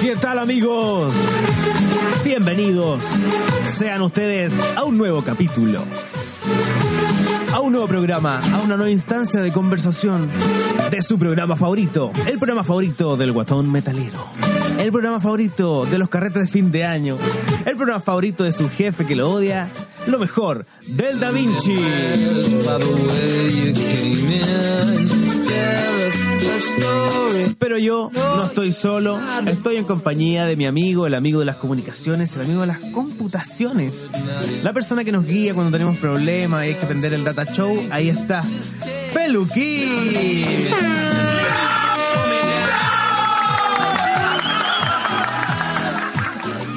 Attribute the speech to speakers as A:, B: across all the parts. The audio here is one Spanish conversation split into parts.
A: ¿Qué tal amigos? Bienvenidos sean ustedes a un nuevo capítulo, a un nuevo programa, a una nueva instancia de conversación de su programa favorito, el programa favorito del guatón metalero, el programa favorito de los carretes de fin de año, el programa favorito de su jefe que lo odia, lo mejor del Da Vinci.
B: by the way you came in. Tell us the story.
A: Pero yo no estoy solo, estoy en compañía de mi amigo, el amigo de las comunicaciones, el amigo de las computaciones. La persona que nos guía cuando tenemos problemas y hay que prender el data show, ahí está. Peluquín.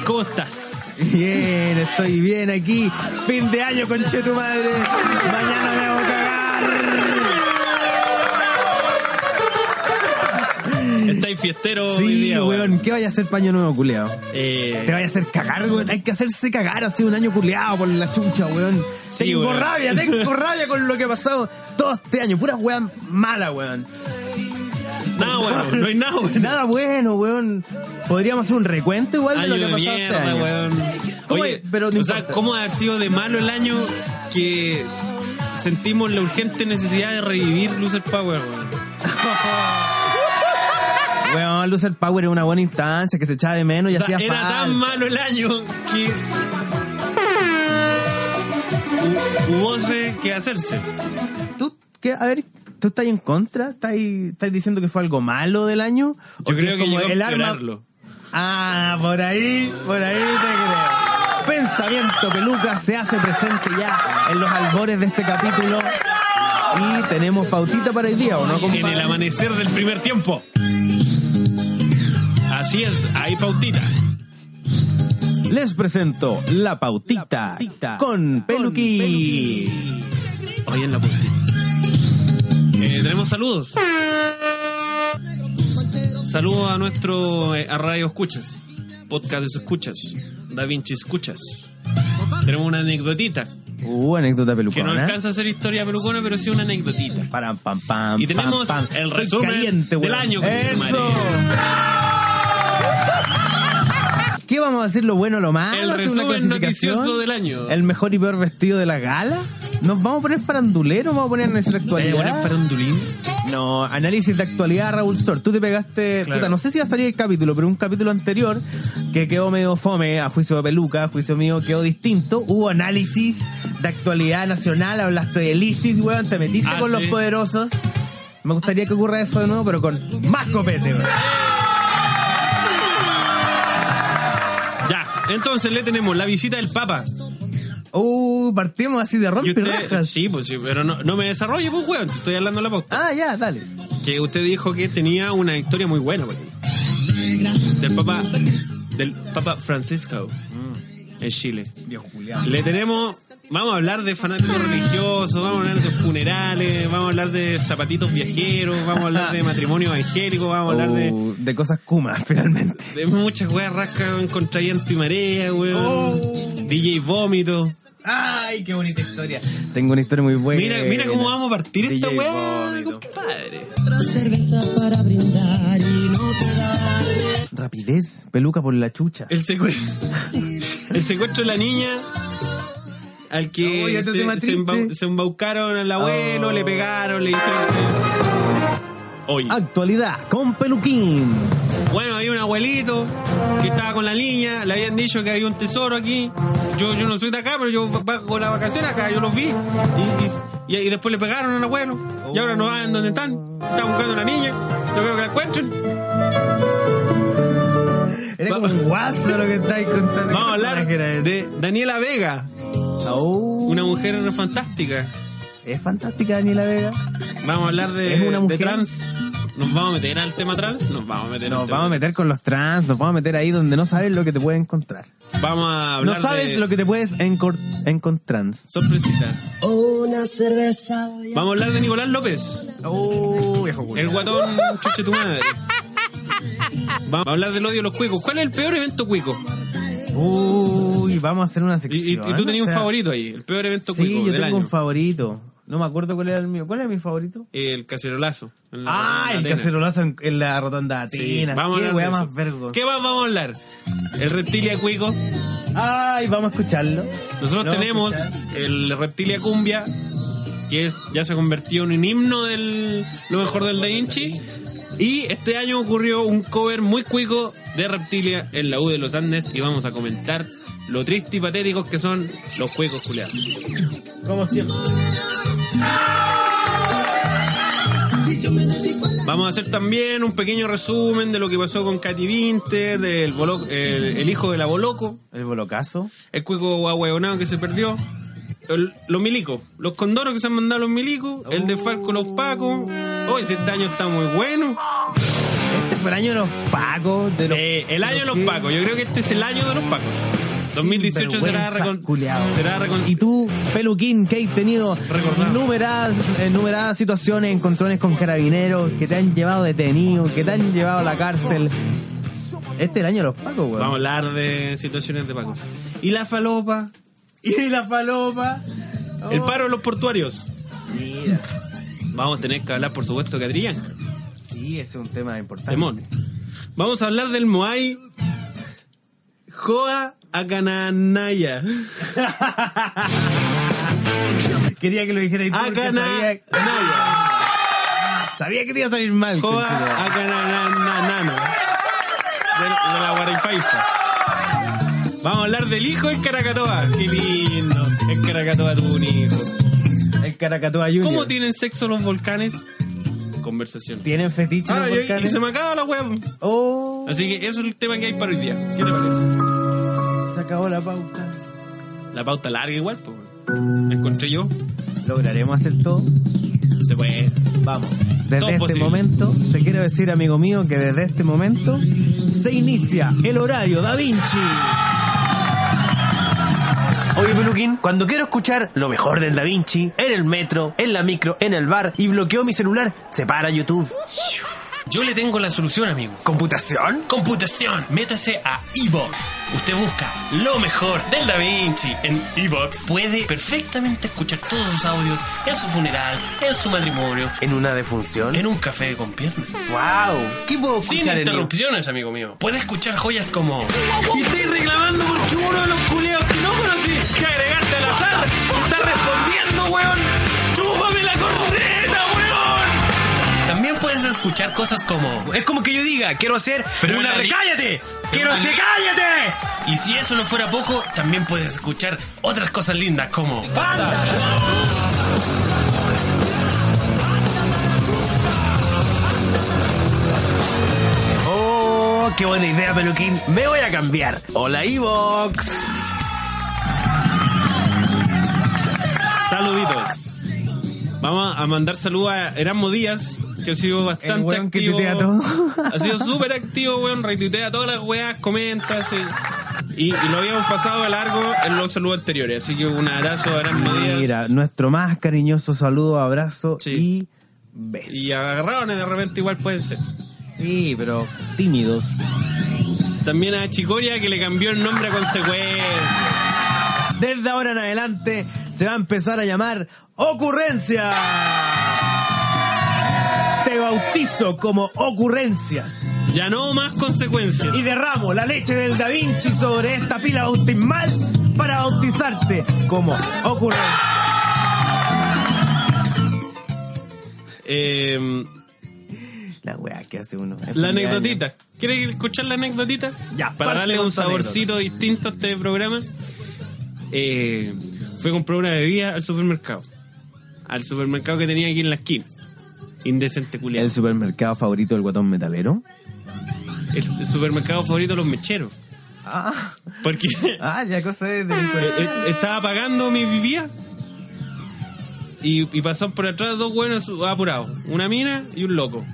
C: ¿Cómo estás?
A: Bien, estoy bien aquí. Fin de año, conche tu madre. Mañana me voy a cagar.
C: ¿Estáis fiestero hoy
A: Sí,
C: día,
A: weón, ¿qué vaya a hacer paño nuevo, culeado? Te
C: Eh,
A: vaya a hacer cagar, weón. Hay que hacerse cagar. Ha sido un año culeado por la chucha, weón.
C: Sí,
A: tengo
C: weón.
A: rabia, tengo rabia con lo que ha pasado todo este año. Pura weón mala, weón.
C: nada bueno, no hay nada bueno.
A: Nada bueno, weón. Podríamos hacer un recuento igual de
C: Año
A: lo que ha
C: de
A: pasado este
C: mierda,
A: año.
C: weón.
A: ¿Cómo
C: Oye,
A: es? Pero no
C: o sea,
A: importa.
C: ¿cómo ha sido de malo el año que sentimos la urgente necesidad de revivir Loser Power, weón?
A: Weón, Lucer Power es una buena instancia que se echaba de menos y
C: O sea,
A: hacía
C: era
A: falta.
C: tan malo el año que hu- hubo se- que hacerse.
A: ¿Tú, qué, a ver, ¿tú estás en contra? ¿Estás, estás diciendo que fue algo malo del año? ¿O
C: Yo creo
A: es
C: que
A: como
C: llegó a
A: el arma?
C: empeorarlo.
A: Ah, por ahí, por ahí te creo. Pensamiento Peluca se hace presente ya en los albores de este capítulo. Y tenemos pautita para el día, ¿o no, compadre?
C: En el amanecer del primer tiempo. Así es, hay pautita.
A: Les presento la pautita, con Peluqui.
C: Hoy en la puntita. Eh, tenemos saludos. Saludos a nuestro eh, a Radio Escuchas, Podcast Escuchas, Da Vinci Escuchas. Tenemos una anecdotita
A: Uh, anécdota
C: que no
A: pelucona.
C: alcanza a ser historia pelucona, pero sí una anecdotita.
A: Param, pam, pam,
C: Y
A: pam,
C: tenemos
A: pam.
C: el
A: Estoy
C: resumen del
A: weón.
C: año,
A: ¡Eso!
C: conchetumare.
A: ¿Qué vamos a decir lo bueno, lo malo?
C: El
A: ¿Hacer una
C: resumen
A: clasificación?
C: noticioso del año.
A: ¿El mejor y peor vestido de la gala? ¿Nos vamos a poner faranduleros? ¿Vamos a poner nuestra
C: ¿Te voy a poner
A: actualidad?
C: farandulín?
A: No, análisis de actualidad, Raúl Sor. Tú te pegaste,
C: Claro.
A: puta, no sé si va a salir el capítulo, pero un capítulo anterior que quedó medio fome, a juicio de peluca, a juicio mío, quedó distinto. Hubo análisis de actualidad nacional, hablaste del ISIS, weón, te metiste
C: Ah,
A: con los
C: sí.
A: poderosos. Me gustaría que ocurra eso de nuevo, pero con más copete, weón.
C: Ya, entonces le tenemos la visita del Papa.
A: Uh, partimos así de
C: Y
A: rompe
C: usted,
A: rajas.
C: sí, pues sí, pero no, no me desarrolle, pues weón, te estoy hablando a la pauta.
A: Ah, ya, dale.
C: que usted dijo que tenía una historia muy buena por ahí. del papa del papa Francisco mm, en Chile
A: Dios,
C: le tenemos vamos a hablar de fanáticos religiosos vamos a hablar de funerales vamos a hablar de zapatitos viajeros vamos a hablar de matrimonio evangélico vamos a hablar de,
A: Uh, de... cosas Kuma, finalmente.
C: de muchas weas rascas en contra viento y marea weón
A: Oh.
C: DJ vómito
A: Ay, qué bonita historia. Tengo una historia muy buena.
C: mira mira cómo vamos a partir esta
A: DJ
C: wea
A: Vómito.
C: compadre
D: otra cerveza para brindar y no te da.
A: Rapidez, peluca por la chucha.
C: El secuestro. el secuestro de la niña. Al que
A: Oye, este
C: se,
A: tema
C: se emba-
A: triste.
C: se embaucaron al abuelo,
A: Oh. Ah.
C: le pegaron, le dijeron. que- Oye.
A: Actualidad con peluquín.
C: Bueno, había un abuelito que estaba con la niña, le habían dicho que había un tesoro aquí. Yo, yo no soy de acá, pero yo con la vacación acá, yo los vi. Y, y- y- y después le pegaron al abuelo. Y ahora no saben dónde están. Están buscando a la niña. Yo creo que la encuentren.
A: Era
C: Va-
A: como un guaso lo que estáis contando.
C: Vamos a hablar
A: ¿Qué era eso?
C: de Daniela Vega,
A: Oh,
C: una mujer fantástica.
A: Es fantástica Daniela Vega.
C: Vamos a hablar de,
A: ¿Es una
C: de
A: mujer?
C: trans. ¿Nos vamos a meter al tema trans? Nos vamos a meter al
A: Nos
C: tema
A: vamos a meter con los trans, nos vamos a meter ahí donde no sabes lo que te puedes encontrar.
C: trans. Vamos a hablar
A: No sabes
C: de
A: lo que te puedes encor- encontrar.
C: sorpresitas.
D: Una cerveza voy a-
C: Vamos a hablar de Nicolás López,
A: Oh, viejo
C: el guatón chuche tu madre. Vamos a hablar del odio a los cuicos. ¿Cuál es el peor evento cuico?
A: Uy, vamos a hacer una
C: Y,
A: sección.
C: y- y tú tenías
A: o
C: un
A: sea,
C: favorito ahí, el peor evento
A: Sí,
C: cuico
A: yo
C: del
A: tengo
C: año.
A: un favorito. No me acuerdo cuál era el mío. ¿Cuál era mi favorito?
C: el cacerolazo. en la
A: Ah,
C: rotonda
A: el
C: Atenas.
A: cacerolazo en, en la rotonda de
C: Sí,
A: Atenas.
C: vamos a
A: Qué
C: hablar
A: weá
C: de eso.
A: más vergo.
C: ¿Qué más vamos a hablar? El reptilia cuico.
A: Ay, vamos a escucharlo.
C: Nosotros
A: Lo vamos a
C: tenemos
A: escuchar.
C: el reptilia cumbia, que es, ya se convirtió en un himno del lo mejor del Da Vinci. Y este año ocurrió un cover muy cuico de reptilia en la U de los Andes y vamos a comentar lo triste y patéticos que son los cuicos culiados.
A: Como siempre.
C: Vamos a hacer también un pequeño resumen de lo que pasó con Katy Winter, del Bolo- el, el hijo de la Boloco,
A: El bolocazo.
C: el cuico guahueonado que se perdió, el- los milicos, los condoros que se han mandado los milicos, el de Falco los pacos. Hoy ese año está muy bueno.
A: Este fue el año de los pacos. De los,
C: Sí, el año de los
A: qué
C: pacos, yo creo que este es el año de los pacos. 2018 será,
A: sinvergüenza,
C: recon-
A: culiao.
C: será recon-
A: Y tú, Feluquín, que has tenido
C: Recordar.
A: numeradas, eh, numeradas situaciones, encontrones con carabineros, que te han llevado detenido, que te han llevado a la cárcel. Este es el año de los pacos, weón.
C: Vamos a hablar de situaciones de pacos. Y la falopa,
A: Y la falopa.
C: el paro de los portuarios.
A: Mira,
C: Vamos a tener que hablar, por supuesto, que Adrián.
A: sí, ese es un tema importante.
C: Temón. Vamos a hablar del Moai Joa Akananaya.
A: Quería que lo dijera y tú porque sabía,
C: Akananaya.
A: sabía que te iba a salir mal.
C: Joa
A: conchetumare.
C: Akananana. De, de la Guaraifaifa. Vamos a hablar del hijo en Caracatoa. Qué lindo. En Caracatoa tuvo un hijo.
A: El Caracatúa Junior.
C: ¿Cómo tienen sexo los volcanes? Conversación.
A: ¿Tienen fetiche
C: Ah,
A: los
C: y- y,
A: volcanes?
C: se me acaba la web.
A: Oh,
C: Así que eso es el tema que hay para hoy día. ¿Qué te parece?
A: se acabó la pauta.
C: La pauta larga igual, pues. La encontré yo.
A: ¿Lograremos hacer todo?
C: Se puede.
A: Vamos. Desde
C: Todo
A: este
C: posible.
A: momento, te quiero decir, amigo mío, que desde este momento se inicia el horario Da Vinci. Oye, Peluquín, cuando quiero escuchar lo mejor del Da Vinci, en el metro, en la micro, en el bar y bloqueo mi celular, se para YouTube.
E: Yo le tengo la solución, amigo.
A: ¿Computación?
E: Computación, métase a Evox. Usted busca lo mejor del Da Vinci en Evox. Puede perfectamente escuchar todos sus audios en su funeral, en su matrimonio,
A: ¿En una defunción?
E: en un café con piernas.
A: ¡Wow! ¿Eh? ¿Qué puedo
E: Sin
A: escuchar en
E: interrupciones, amigo mío. Puede escuchar joyas como
C: Y estoy reclamando porque uno de los culeos que no conocí que agregaste al azar está respondiendo, weón.
E: ¡Chúpame la corneta, weón! También puedes escuchar cosas como
A: Es como que yo diga, quiero hacer
E: Pero
A: una
E: una li-
A: recállate. Quiero
E: una
A: hacer
E: li-
A: cállate.
E: Y si eso no fuera poco, también puedes escuchar otras cosas lindas como ¡Banda!
A: Oh, qué buena idea, peluquín. Me voy a cambiar. Hola, Evox.
C: Saluditos. Vamos a mandar saludos a Erasmo Díaz, que ha sido bastante
A: weón que
C: activo.
A: tuitea todo.
C: Ha sido súper activo, weón. Retuitea todas las weas, comenta, sí. Y, y lo habíamos pasado a largo en los saludos anteriores. Así que un abrazo a Erasmo Díaz.
A: Mira, nuestro más cariñoso saludo, abrazo
C: Sí.
A: y beso.
C: Y agarraron de repente igual pueden ser.
A: Sí, pero tímidos.
C: También a Chicoria que le cambió el nombre a consecuencia.
A: Desde ahora en adelante se va a empezar a llamar Ocurrencia. Te bautizo como Ocurrencias.
C: Ya no más consecuencias.
A: y derramo la leche del Da Vinci sobre esta pila bautismal para bautizarte como ocurre.
C: Eh,
A: La weá que hace uno.
C: la anecdotita. ¿Quieres escuchar la anecdotita?
A: Ya,
C: Para
A: parte
C: darle
A: con
C: un
A: tu
C: saborcito distinto a este programa. Eh, fui a comprar una bebida al supermercado. Al supermercado que tenía aquí en la esquina. Indecente culiado.
A: El supermercado favorito del guatón metalero.
C: El, el supermercado favorito de los mecheros.
A: Ah,
C: Porque
A: ah ya cosa de
C: Eh, eh, estaba pagando mi vivía y, y pasaron por atrás dos buenos apurados, una mina y un loco,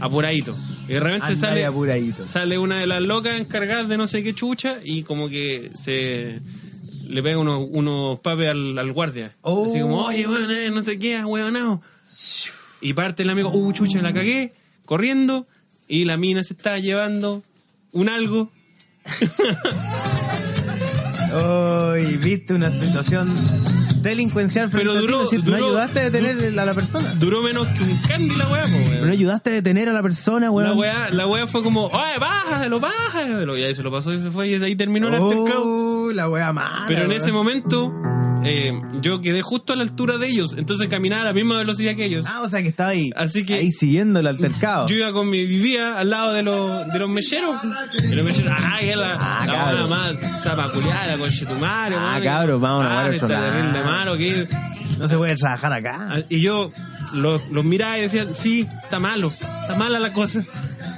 C: apuradito. Y de repente
A: Andale
C: este sale,
A: apuradito.
C: sale una de las locas encargadas de no sé qué chucha y como que se le pega unos, unos papes al, al guardia.
A: Oh.
C: Así como, oye, weón, eh, no sé qué, weonao. Y parte el amigo, uh, chucha, la cagué, corriendo, y la mina se está llevando un algo
A: Hoy viste una situación delincuencial frente
C: Pero
A: a ti,
C: duró-
A: es decir,
C: duró-
A: no ayudaste a detener a la persona.
C: Duró menos que un candy la weá, po, weón.
A: Pero no ayudaste a detener a la persona,
C: La
A: weón.
C: weá, la weá fue como, ¡ay, bájalo, bájalo! Y ahí se lo pasó y se fue y ahí terminó el altercado.
A: Uh, la weá mala.
C: Pero en
A: weón.
C: ese momento, eh, yo quedé justo a la altura de ellos, entonces caminaba a la misma velocidad que ellos.
A: Ah, o sea que estaba ahí.
C: Así que-
A: Ahí siguiendo el altercado.
C: Yo iba con mi vivía al lado de los de los mecheros. De los mecheros. Ah, que la,
A: Ah,
C: la
A: cabrón.
C: buena más zapaculeada con Chetumare.
A: Ah, cabrón, vamos a grabar
C: está
A: otro lado.
C: terrible malo que
A: No se puede trabajar acá.
C: Ah, Y yo los, los miraba y decía, sí, está malo, está mala la cosa.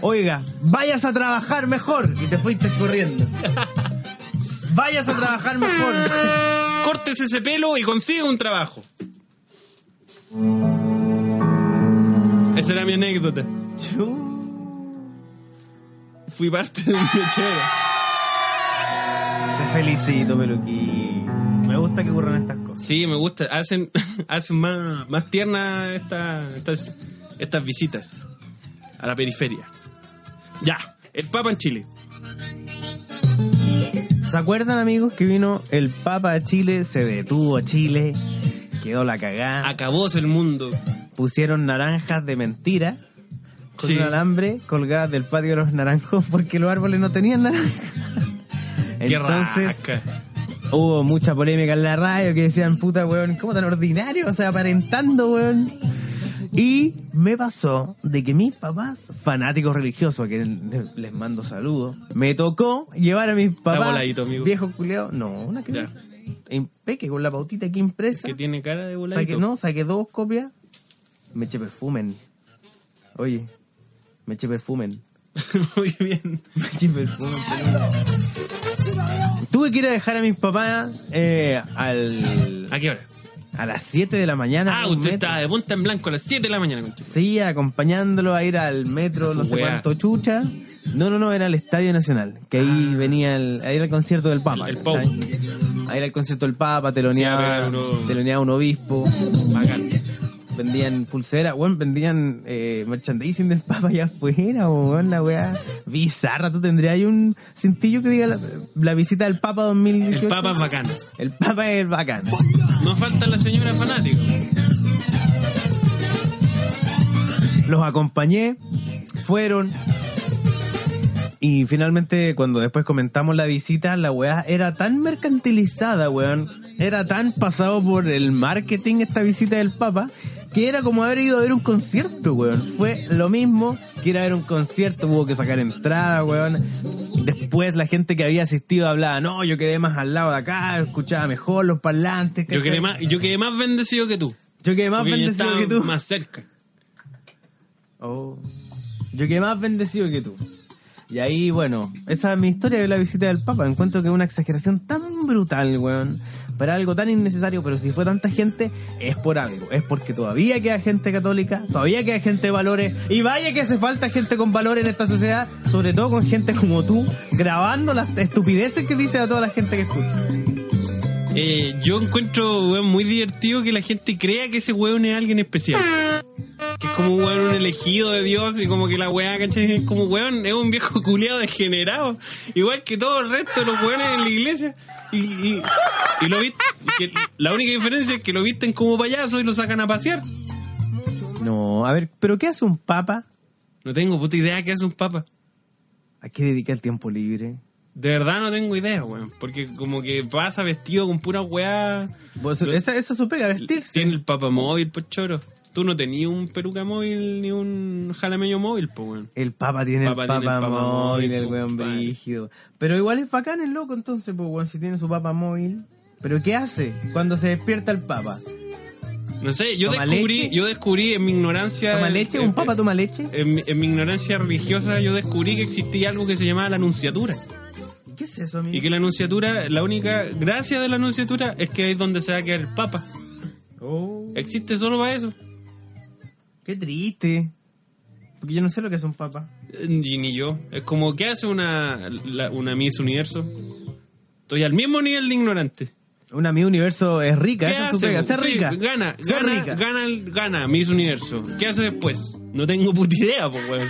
A: Oiga, vayas a trabajar mejor. Y te fuiste corriendo. vayas a trabajar mejor.
C: Cortes ese pelo y consigue un trabajo. Esa era mi anécdota.
A: Chu,
C: Fui parte de un mechero.
A: te felicito, Peluquín. Me gusta que ocurran estas cosas.
C: Sí, me gusta. Hacen, hacen más, más tierna esta- estas, estas visitas a la periferia. Ya, el Papa en Chile.
A: ¿Se acuerdan, amigos, que vino el Papa a Chile? Se detuvo a Chile. Quedó la cagada.
C: Acabóse el mundo.
A: pusieron naranjas de mentira con
C: Sí.
A: un alambre colgadas del patio de los naranjos porque los árboles no tenían naranjas. Entonces
C: Qué rasca.
A: hubo mucha polémica en la radio que decían, puta weón, ¿cómo tan ordinario? O sea, aparentando weón. Y me pasó de que mis papás, fanáticos religiosos, a quienes les mando saludos, me tocó llevar a mis papás,
C: voladito, amigo.
A: viejo culeado, no, una que
C: Ya.
A: impeque con la pautita que impresa.
C: Que tiene cara de voladito.
A: Saqué, no, saqué dos copias. Me eché perfumen. Oye, me eché perfumen.
C: Muy bien.
A: Me eché perfumen. pero- Tuve que ir a dejar a mis papás eh, al,
F: ¿A qué hora?
A: a las 7 de la mañana.
C: Ah,
A: a un
C: usted
A: metro.
C: está de punta en blanco a las 7 de la mañana, conchito.
A: Sí, acompañándolo a ir al metro,
C: A su
A: no sé
C: wea.
A: cuánto chucha. No, no, no, era el Estadio Nacional, que ahí venía el, ahí era el concierto del Papa.
C: Ah. El- el
A: ¿cachai? Ahí era el concierto del Papa, teloneaba,
C: Sí, a ver, uno-
A: teloneaba un obispo.
C: Bacán.
A: Vendían pulseras, weón, vendían eh, merchandising del Papa allá afuera, weón, la weá bizarra. ¿Tú tendrías ahí un cintillo que diga la, la visita del Papa 2018?
C: El Papa es bacán.
A: El Papa es bacán.
C: No falta la señora fanático.
A: Los acompañé, fueron. Y finalmente, cuando después comentamos la visita, la weá era tan mercantilizada, weón. Era tan pasado por el marketing esta visita del Papa, que era como haber ido a ver un concierto, weón. Fue lo mismo que ir a ver un concierto, hubo que sacar entrada, weón. Después la gente que había asistido hablaba, no, yo quedé más al lado de acá, escuchaba mejor los parlantes.
C: Yo
A: ¿cachai?
C: quedé más, yo quedé más bendecido que tú.
A: yo quedé más
C: Porque yo
A: bendecido
C: estaba
A: que tú.
C: Más cerca.
A: Oh. Yo quedé más bendecido que tú. Y ahí, bueno, esa es mi historia de la visita del Papa. Encuentro que es una exageración tan brutal, weón. Para algo tan innecesario, pero si fue tanta gente, es por algo. Es porque todavía queda gente católica, todavía queda gente de valores. Y vaya que hace falta gente con valores en esta sociedad, sobre todo con gente como tú, grabando las estupideces que dice a toda la gente que escucha.
C: Eh, yo encuentro weón, muy divertido que la gente crea que ese weón es alguien especial. Que es como weón, un elegido de Dios y como que la weá, ¿cachai? Es como weón, es un viejo culiado degenerado. Igual que todo el resto de los weones en la iglesia. Y, y- y lo vi- que la única diferencia es que lo visten como payaso y lo sacan a pasear.
A: No, a ver, ¿pero qué hace un Papa?
C: No tengo puta idea qué hace un papa.
A: ¿A qué dedica el tiempo libre?
C: De verdad no tengo idea, weón. Porque como que pasa vestido con pura weá.
A: Vos- Esa, esa es su pega, vestirse.
C: Tiene el papamóvil, pues choro. Tú no tenías un peluca móvil ni un jalameño móvil, pues weón.
A: El Papa tiene
C: Papa
A: el
C: tiene
A: Papa,
C: el Papa
A: móvil,
C: móvil, pues,
A: el weón
C: compadre.
A: brígido. Pero igual es bacán el loco entonces, pues weón, si tiene su Papa móvil. Pero ¿qué hace cuando se despierta el Papa?
C: No sé, yo
A: ¿Toma
C: descubrí,
A: leche?
C: yo descubrí en mi ignorancia.
A: ¿Toma leche?
C: en-
A: ¿Un Papa toma leche?
C: En, mi- en mi ignorancia religiosa, yo descubrí que existía algo que se llamaba la anunciatura.
A: ¿Qué es eso, amigo?
C: Y que la anunciatura, la única gracia de la anunciatura es que es donde se va a quedar el papa.
A: Oh,
C: Existe solo para eso.
A: qué triste. Porque yo no sé lo que es un Papa.
C: Eh, Ni ni yo. Es como que hace una, la- una Miss Universo. Estoy al mismo nivel de ignorante.
A: Una mi universo es rica,
C: ¿Qué
A: esa es su
C: hace?
A: pega.
C: po?
A: Ser
C: Sí,
A: rica.
C: Gana,
A: Ser
C: gana,
A: rica.
C: gana, el- gana Miss Universo. ¿Qué hace después? No tengo puta idea, po, weón.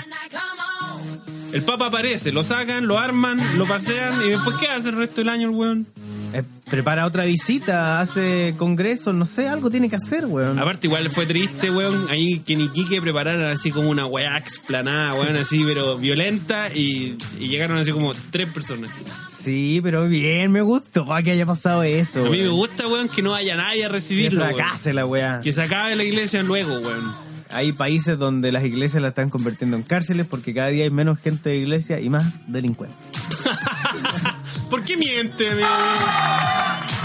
C: El Papa aparece, lo sacan, lo arman, lo pasean y después ¿qué hace el resto del año el weón?
A: eh, prepara otra visita, hace congreso, no sé, algo tiene que hacer, weón.
C: Aparte, igual fue triste, weón. Ahí que ni Quique prepararan así como una weá explanada, weón, así, pero violenta. Y, y llegaron así como tres personas.
A: Sí, pero bien, me gustó que haya pasado eso.
C: A mí me
A: weón.
C: gusta, weón, que no haya nadie a
A: Que
C: recibirlo. weón.
A: fracase la weá.
C: Que se acabe la iglesia luego, weón.
A: Hay países donde las iglesias la están convirtiendo en cárceles porque cada día hay menos gente de iglesia y más delincuentes.
C: ¿Por qué miente, amigo?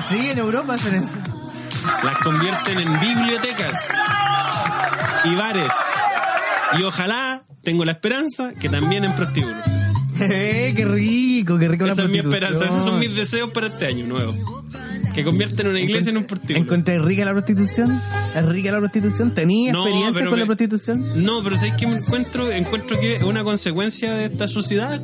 A: Sí, en Europa hacen eso.
C: Las convierten en bibliotecas y bares. Y ojalá, tengo la esperanza, que también en prostíbulos.
A: Eh, qué rico, qué rico la
C: Esa es mi
A: prostitución.
C: esperanza, esos son mis deseos para este año nuevo. Que convierten una iglesia en un prostíbulo.
A: ¿Encontré rica la prostitución? ¿Es rica la prostitución? ¿Tenía
C: No,
A: experiencia
C: pero
A: con la
C: me-
A: prostitución?
C: No, pero ¿sabes qué me encuentro? Encuentro que es una consecuencia de esta sociedad.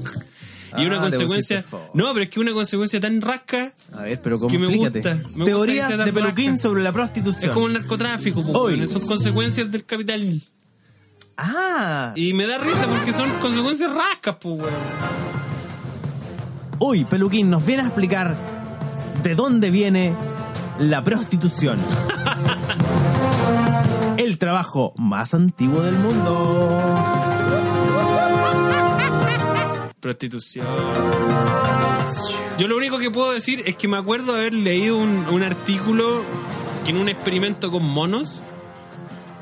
C: Y
A: Ah,
C: una
A: te
C: consecuencia...
A: pusiste fo-
C: No, pero es que una consecuencia tan rasca
A: A ver, pero ¿cómo
C: Que me
A: explícate?
C: gusta, me gusta
A: Teoría
C: que sea tan
A: de Peluquín
C: blanca.
A: sobre la prostitución.
C: es como el narcotráfico. po,
A: Hoy.
C: weón. Son consecuencias del capital.
A: Ah,
C: Y me da risa porque son consecuencias rascas, pues, weón.
A: hoy Peluquín nos viene a explicar de dónde viene la prostitución. el trabajo más antiguo del mundo.
C: Prostitución. Yo lo único que puedo decir es que me acuerdo haber leído un, un artículo que en un experimento con monos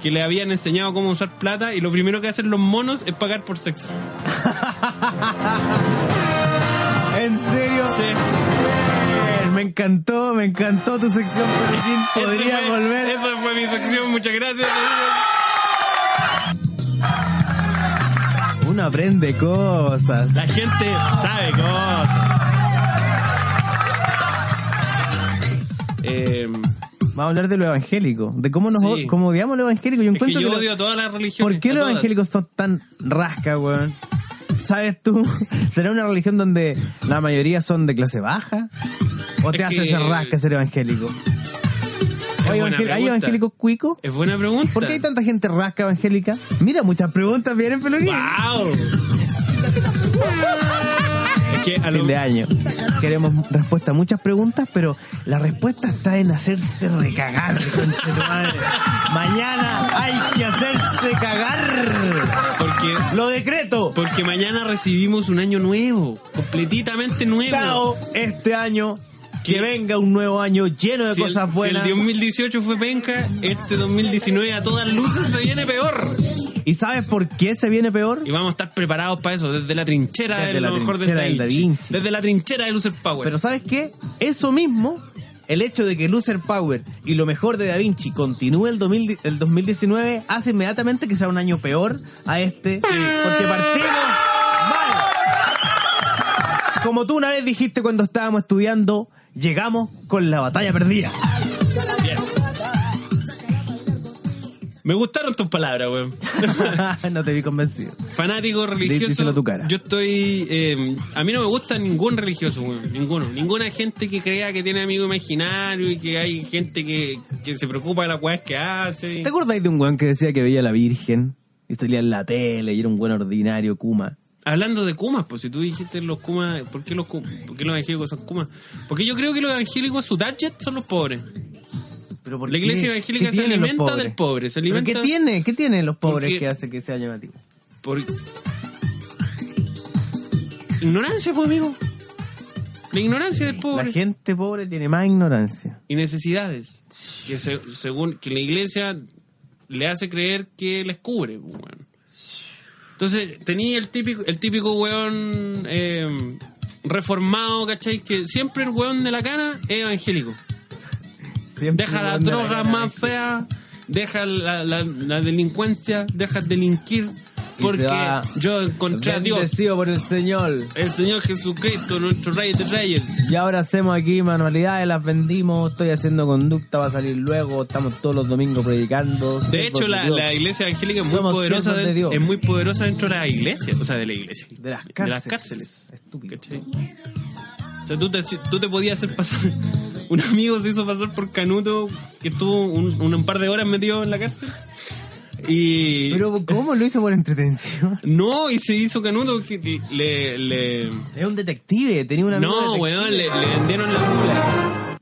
C: que le habían enseñado cómo usar plata y lo primero que hacen los monos es pagar por sexo.
A: ¿En serio?
C: Sí.
A: Me encantó, me encantó tu sección, Peluquín. Podría
C: Ese fue-
A: volver.
C: Esa fue mi sección, muchas gracias.
A: Uno aprende cosas.
C: La gente sabe cosas. Eh,
A: Vamos a hablar de lo evangélico, de cómo nos
C: Sí.
A: cómo odiamos lo evangélico. Yo
C: es que
A: encuentro
C: yo
A: que lo-
C: odio a todas las religiones.
A: ¿Por qué
C: a
A: los
C: todas.
A: evangélicos son tan rasca, weón? ¿Sabes tú? ¿Será una religión donde la mayoría son de clase baja? ¿O te
C: Es
A: hace
C: que-
A: ser rasca ser evangélico?
C: Es
A: Oye,
C: buena
A: evangel- ¿Hay
C: pregunta.
A: evangélicos cuicos?
C: Es buena pregunta.
A: ¿Por qué hay tanta gente rasca evangélica? Mira, muchas preguntas vienen, peluquín.
C: ¡Wow! es que a
A: Fin
C: lo,
A: de año. Queremos respuesta a muchas preguntas, pero la respuesta está en hacerse recagar. conche tu madre. Mañana hay que hacerse cagar.
C: porque,
A: Lo decreto.
C: porque mañana recibimos un año nuevo, completamente nuevo.
A: Chao este año. Que
C: ¿Qué?
A: venga un nuevo año lleno de
C: Si el,
A: cosas buenas.
C: si el 2018 fue penca, este 2019 a todas luces se viene peor.
A: ¿Y sabes por qué se viene peor?
C: Y vamos a estar preparados para eso, desde la trinchera
A: Desde
C: del
A: la
C: lo mejor
A: trinchera del
C: del
A: Da
C: Da Vinci.
A: Vinci.
C: Desde la trinchera de Lucer Power.
A: Pero ¿sabes qué? Eso mismo, el hecho de que Loser Power y lo mejor de Da Vinci continúe el, 2000 el 2019 hace inmediatamente que sea un año peor a este. Porque partimos mal. Como tú una vez dijiste cuando estábamos estudiando, llegamos con la batalla perdida.
C: Bien. Me gustaron tus palabras, weón.
A: no te vi convencido. Díselo
C: fanático religioso.
A: a tu cara.
C: Yo estoy. eh, a mí no me gusta ningún religioso, weón, ninguno. Ninguna gente que crea que tiene amigo imaginario y que hay gente que, que se preocupa de las weas que hace.
A: ¿Te acordáis de un weón que decía que veía a la Virgen? Y salía en la tele y era un buen ordinario, Kuma.
C: Hablando de Kumas, pues si tú dijiste los Kumas, ¿por qué los, Ku- por qué los evangélicos son Kumas? Porque yo creo que los evangélicos, su target son los pobres.
A: Pero ¿por
C: La
A: qué?
C: iglesia evangélica
A: ¿Qué
C: se
A: tienen los
C: alimenta
A: pobres?
C: del pobre, se
A: ¿Pero
C: alimenta-
A: ¿Qué tiene? ¿Qué tienen los pobres
C: Porque-
A: que hace que sea llamativo?
C: Por... Ignorancia, pues amigo. La ignorancia del pobre.
A: La gente pobre tiene más ignorancia.
C: y necesidades que se- según que la iglesia le hace creer que les cubre pues, weón. entonces tenía el típico el típico weón eh, reformado ¿cachai? que siempre el weón de la cana es evangélico
A: Siempre
C: deja las
A: anda la
C: drogas
A: cara
C: más
A: de-
C: feas deja la, la- la delincuencia deja delinquir
A: y se
C: porque
A: va
C: yo encontré a Dios
A: Bendecido por el Señor.
C: el Señor Jesucristo nuestro Rey de Reyes
A: Y ahora hacemos aquí manualidades, las vendimos, estoy haciendo conducta, va a salir luego, estamos todos los domingos predicando.
C: De hecho, la, la iglesia evangélica es muy,
A: Somos
C: poderosa
A: siervos de
C: de-
A: Dios.
C: es muy poderosa dentro de las iglesias, o sea, de la iglesia.
A: De las cárceles.
C: De las cárceles.
A: Estúpido.
C: ¿cachai? O sea, tú te, tú te podías hacer pasar. Un amigo se hizo pasar por Canuto que estuvo un, un par de horas metido en la cárcel. Y.
A: Pero ¿cómo lo hizo por entretención?
C: No, y se hizo Canuto que le. le-
A: Es un detective, tenía una
C: no, weón, le, le vendieron la mula.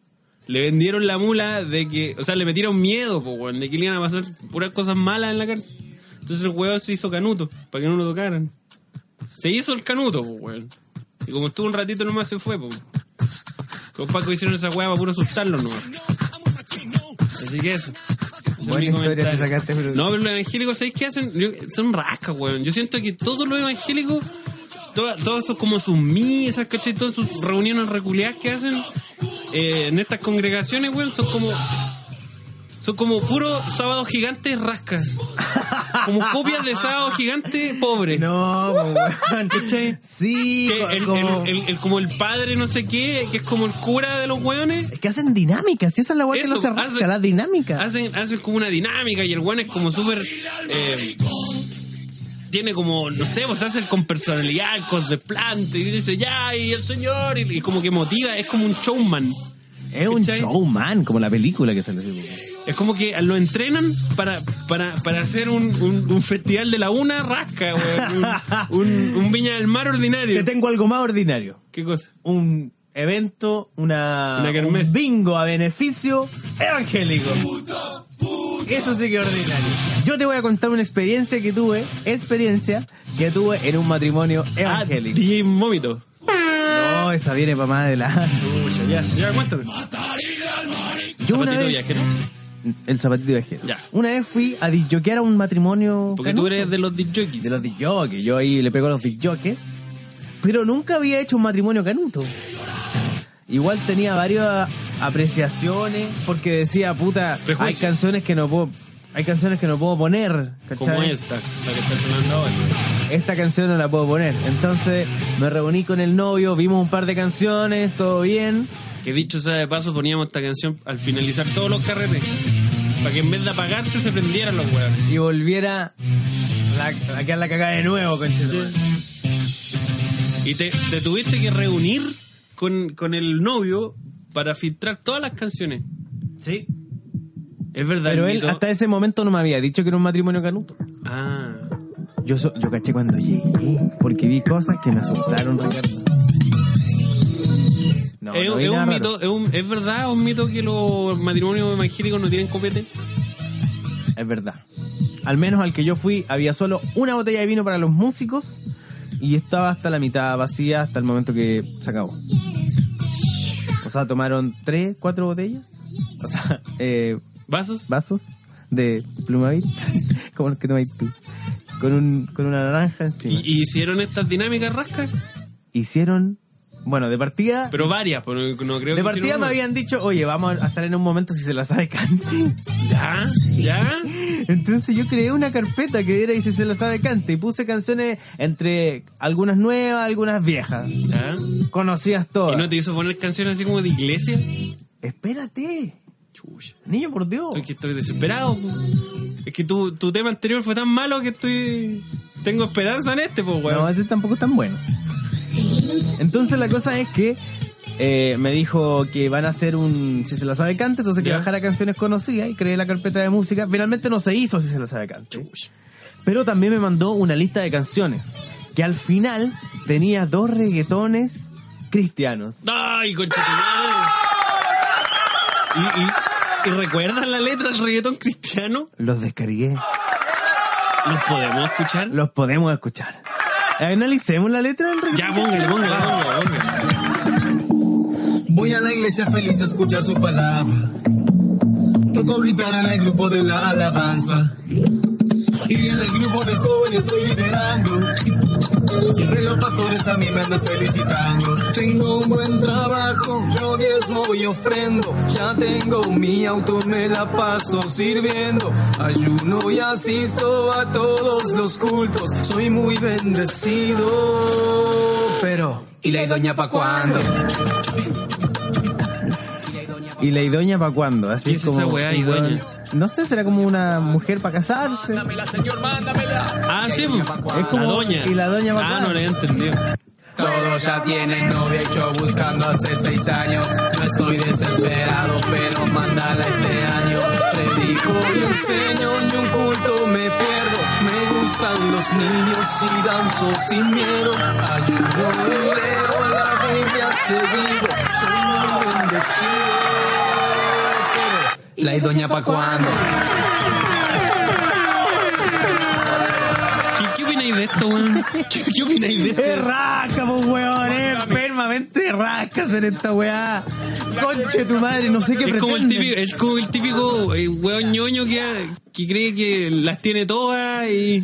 C: le vendieron la mula de que, o sea, le metieron miedo, po, weón, de que le iban a pasar puras cosas malas en la cárcel. Entonces el weón se hizo canuto, para que no lo tocaran. Se hizo el canuto, po, weón. Y como estuvo un ratito nomás se fue, po. Con Paco hicieron esa weá para puro asustarlo nomás. Así que eso. Ese es
A: Buena historia
C: mi
A: te
C: comentario.
A: sacaste, pero-
C: No, pero los evangélicos, ¿sabéis qué hacen? Yo- son rascas, weón. Yo siento que todos los evangélicos, toda- todos esos como sus misas, ¿cachai? Todas sus reuniones reculeadas que hacen eh, en estas congregaciones, weón, son como. Son como puros sábados gigantes rascas. Como copias de sábados gigantes pobres.
A: No, pues, weón.
C: ¿Cachai?
A: Sí,
C: Que el-
A: como-
C: el- el- el- como el padre no sé qué, que es como el cura de los weones,
A: Es que hacen dinámica, si esa es la weá que
C: Eso,
A: no se rasca,
C: hace-
A: la dinámica.
C: hacen, hacen como una dinámica y el guan es como súper. eh, tiene como, no sé, pues hacen con personalidad, con desplante, y dice ya, y el señor, y, y como que motiva, es como un showman.
A: es un
C: ¿cachai?
A: showman, como la película que sale.
C: Es como que lo entrenan para, para, para hacer un, un- un festival de la una rasca, weón, un, un- un viña del mar
G: Te
C: ordinario.
G: tengo algo más ordinario.
C: ¿Qué cosa?
G: Un evento, una,
C: Una kermés.
G: un bingo a beneficio evangélico. Eso sí que es ordinario.
A: Yo te voy a contar una experiencia que tuve, experiencia que tuve en un matrimonio
C: Ah,
A: evangélico.
C: DJ Mómito.
A: No, esa viene para más adelante.
C: Ya, ya, cuéntame.
A: Yo una
C: Zapatito
A: vez,
C: viajero.
A: el zapatito viajero.
C: Ya.
A: Una vez fui a disjoquear a un matrimonio.
C: Porque
A: canuto.
C: tú eres de los disjockeys.
A: de los disjockeys, yo ahí le pego a los disjockeys, pero nunca había hecho un matrimonio canuto. Igual tenía varias apreciaciones porque decía, puta, hay
C: Prejuicios.
A: canciones que no puedo hay canciones que no puedo poner,
C: Como
A: ¿cachai?
C: esta, la que está sonando ahora.
A: Esta canción no la puedo poner. Entonces, me reuní con el novio, vimos un par de canciones, todo bien.
C: Que dicho sea de paso, poníamos esta canción al finalizar todos los carretes. Para que en vez de apagarse, se prendieran los hueones.
A: y volviera la, a quedar la cagada de nuevo, conchetumare.
C: Y te, te tuviste que reunir con, con el novio para filtrar todas las canciones.
G: Sí.
C: Es verdad.
A: Pero él
C: Nito.
A: hasta ese momento no me había dicho que era un matrimonio canuto.
C: Ah.
A: Yo, so- yo caché cuando llegué, porque vi cosas que me asustaron, Ricardo. No,
C: es,
A: no vi
C: es
A: nada
C: un
A: raro.
C: mito, es, un- es verdad un mito que los matrimonios evangélicos no tienen copete.
A: Es verdad. Al menos al que yo fui, había solo una botella de vino para los músicos y estaba hasta la mitad vacía hasta el momento que se acabó. O sea, tomaron tres, cuatro botellas. O sea, eh,
C: ¿Vasos?
A: vasos de plumavit, como los que tomáis tú, con, un, con una naranja encima.
C: Y, y hicieron estas dinámicas rascas,
A: Hicieron, bueno, de partida,
C: pero varias, porque no creo
A: de
C: que
A: partida
C: hicieron
A: me
C: una.
A: habían dicho, oye, vamos a hacer en un momento si se la sabe Cante.
C: Ya, ya.
A: Entonces yo creé una carpeta que era y si se la sabe Cante y puse canciones entre algunas nuevas, algunas viejas.
C: ya.
A: Conocías
C: ¿Y
A: todas.
C: no te hizo poner canciones así como de iglesia?
A: Espérate,
C: Chucha.
A: niño, por Dios.
C: Estoy, que estoy desesperado. po. Es que tu, tu tema anterior fue tan malo que estoy. Tengo esperanza en este, pues,
A: No,
C: weón.
A: este tampoco es tan bueno. Entonces la cosa es que eh, me dijo que van a hacer un Si se la sabe cante, entonces que
C: Ya.
A: bajara canciones conocidas y creé la carpeta de música. Finalmente no se hizo Si se la sabe cante.
C: Chucha.
A: Pero también me mandó una lista de canciones que al final tenía dos reggaetones cristianos.
C: ¡Ay, concha tu madre! ¿Y, y, y recuerdas la letra del reggaetón cristiano?
A: Los descargué.
C: ¿Los podemos escuchar?
A: Los podemos escuchar. Analicemos la letra del reggaetón.
C: Ya, póngale, póngale, póngale, póngale.
H: Voy a la iglesia feliz a escuchar su palabra. Toco guitarra en el grupo de la alabanza. Y en el grupo de jóvenes estoy liderando. Siempre los pastores a mí me andan felicitando. Tengo un buen trabajo, yo diezmo y ofrendo. Ya tengo mi auto, me la paso sirviendo. Ayuno y asisto a todos los cultos. Soy muy bendecido. Pero, ¿y la doña pa' cuándo?
A: ¿Y la idoña para cuándo? Así
C: ¿Qué es esa weá,
A: un
C: idoña?
A: weón- No sé, será como una mujer para casarse.
C: Ah, sí, pues.
A: Es como-
C: La doña.
A: y la doña
C: Ah,
A: Bacán.
C: no la había entendido.
H: Todos ya tienen novia y yo buscando hace seis años. No estoy desesperado, pero mándala este año. Predico y enseño y un culto me pierdo. Me gustan los niños y danzo sin miedo. Ayudo y leo la Biblia seguido. Soy muy bendecido. La doña pa' cuando.
C: ¿Qué, qué opináis de esto, weón? ¿Qué, qué opináis de esto?
A: Es rasca, pues weón, es enfermamente rasca hacer esta weá. Conche tu madre, no sé qué
C: Es como el
A: pretende.
C: típico, es como el típico eh, weón ñoño que, que cree que las tiene todas y.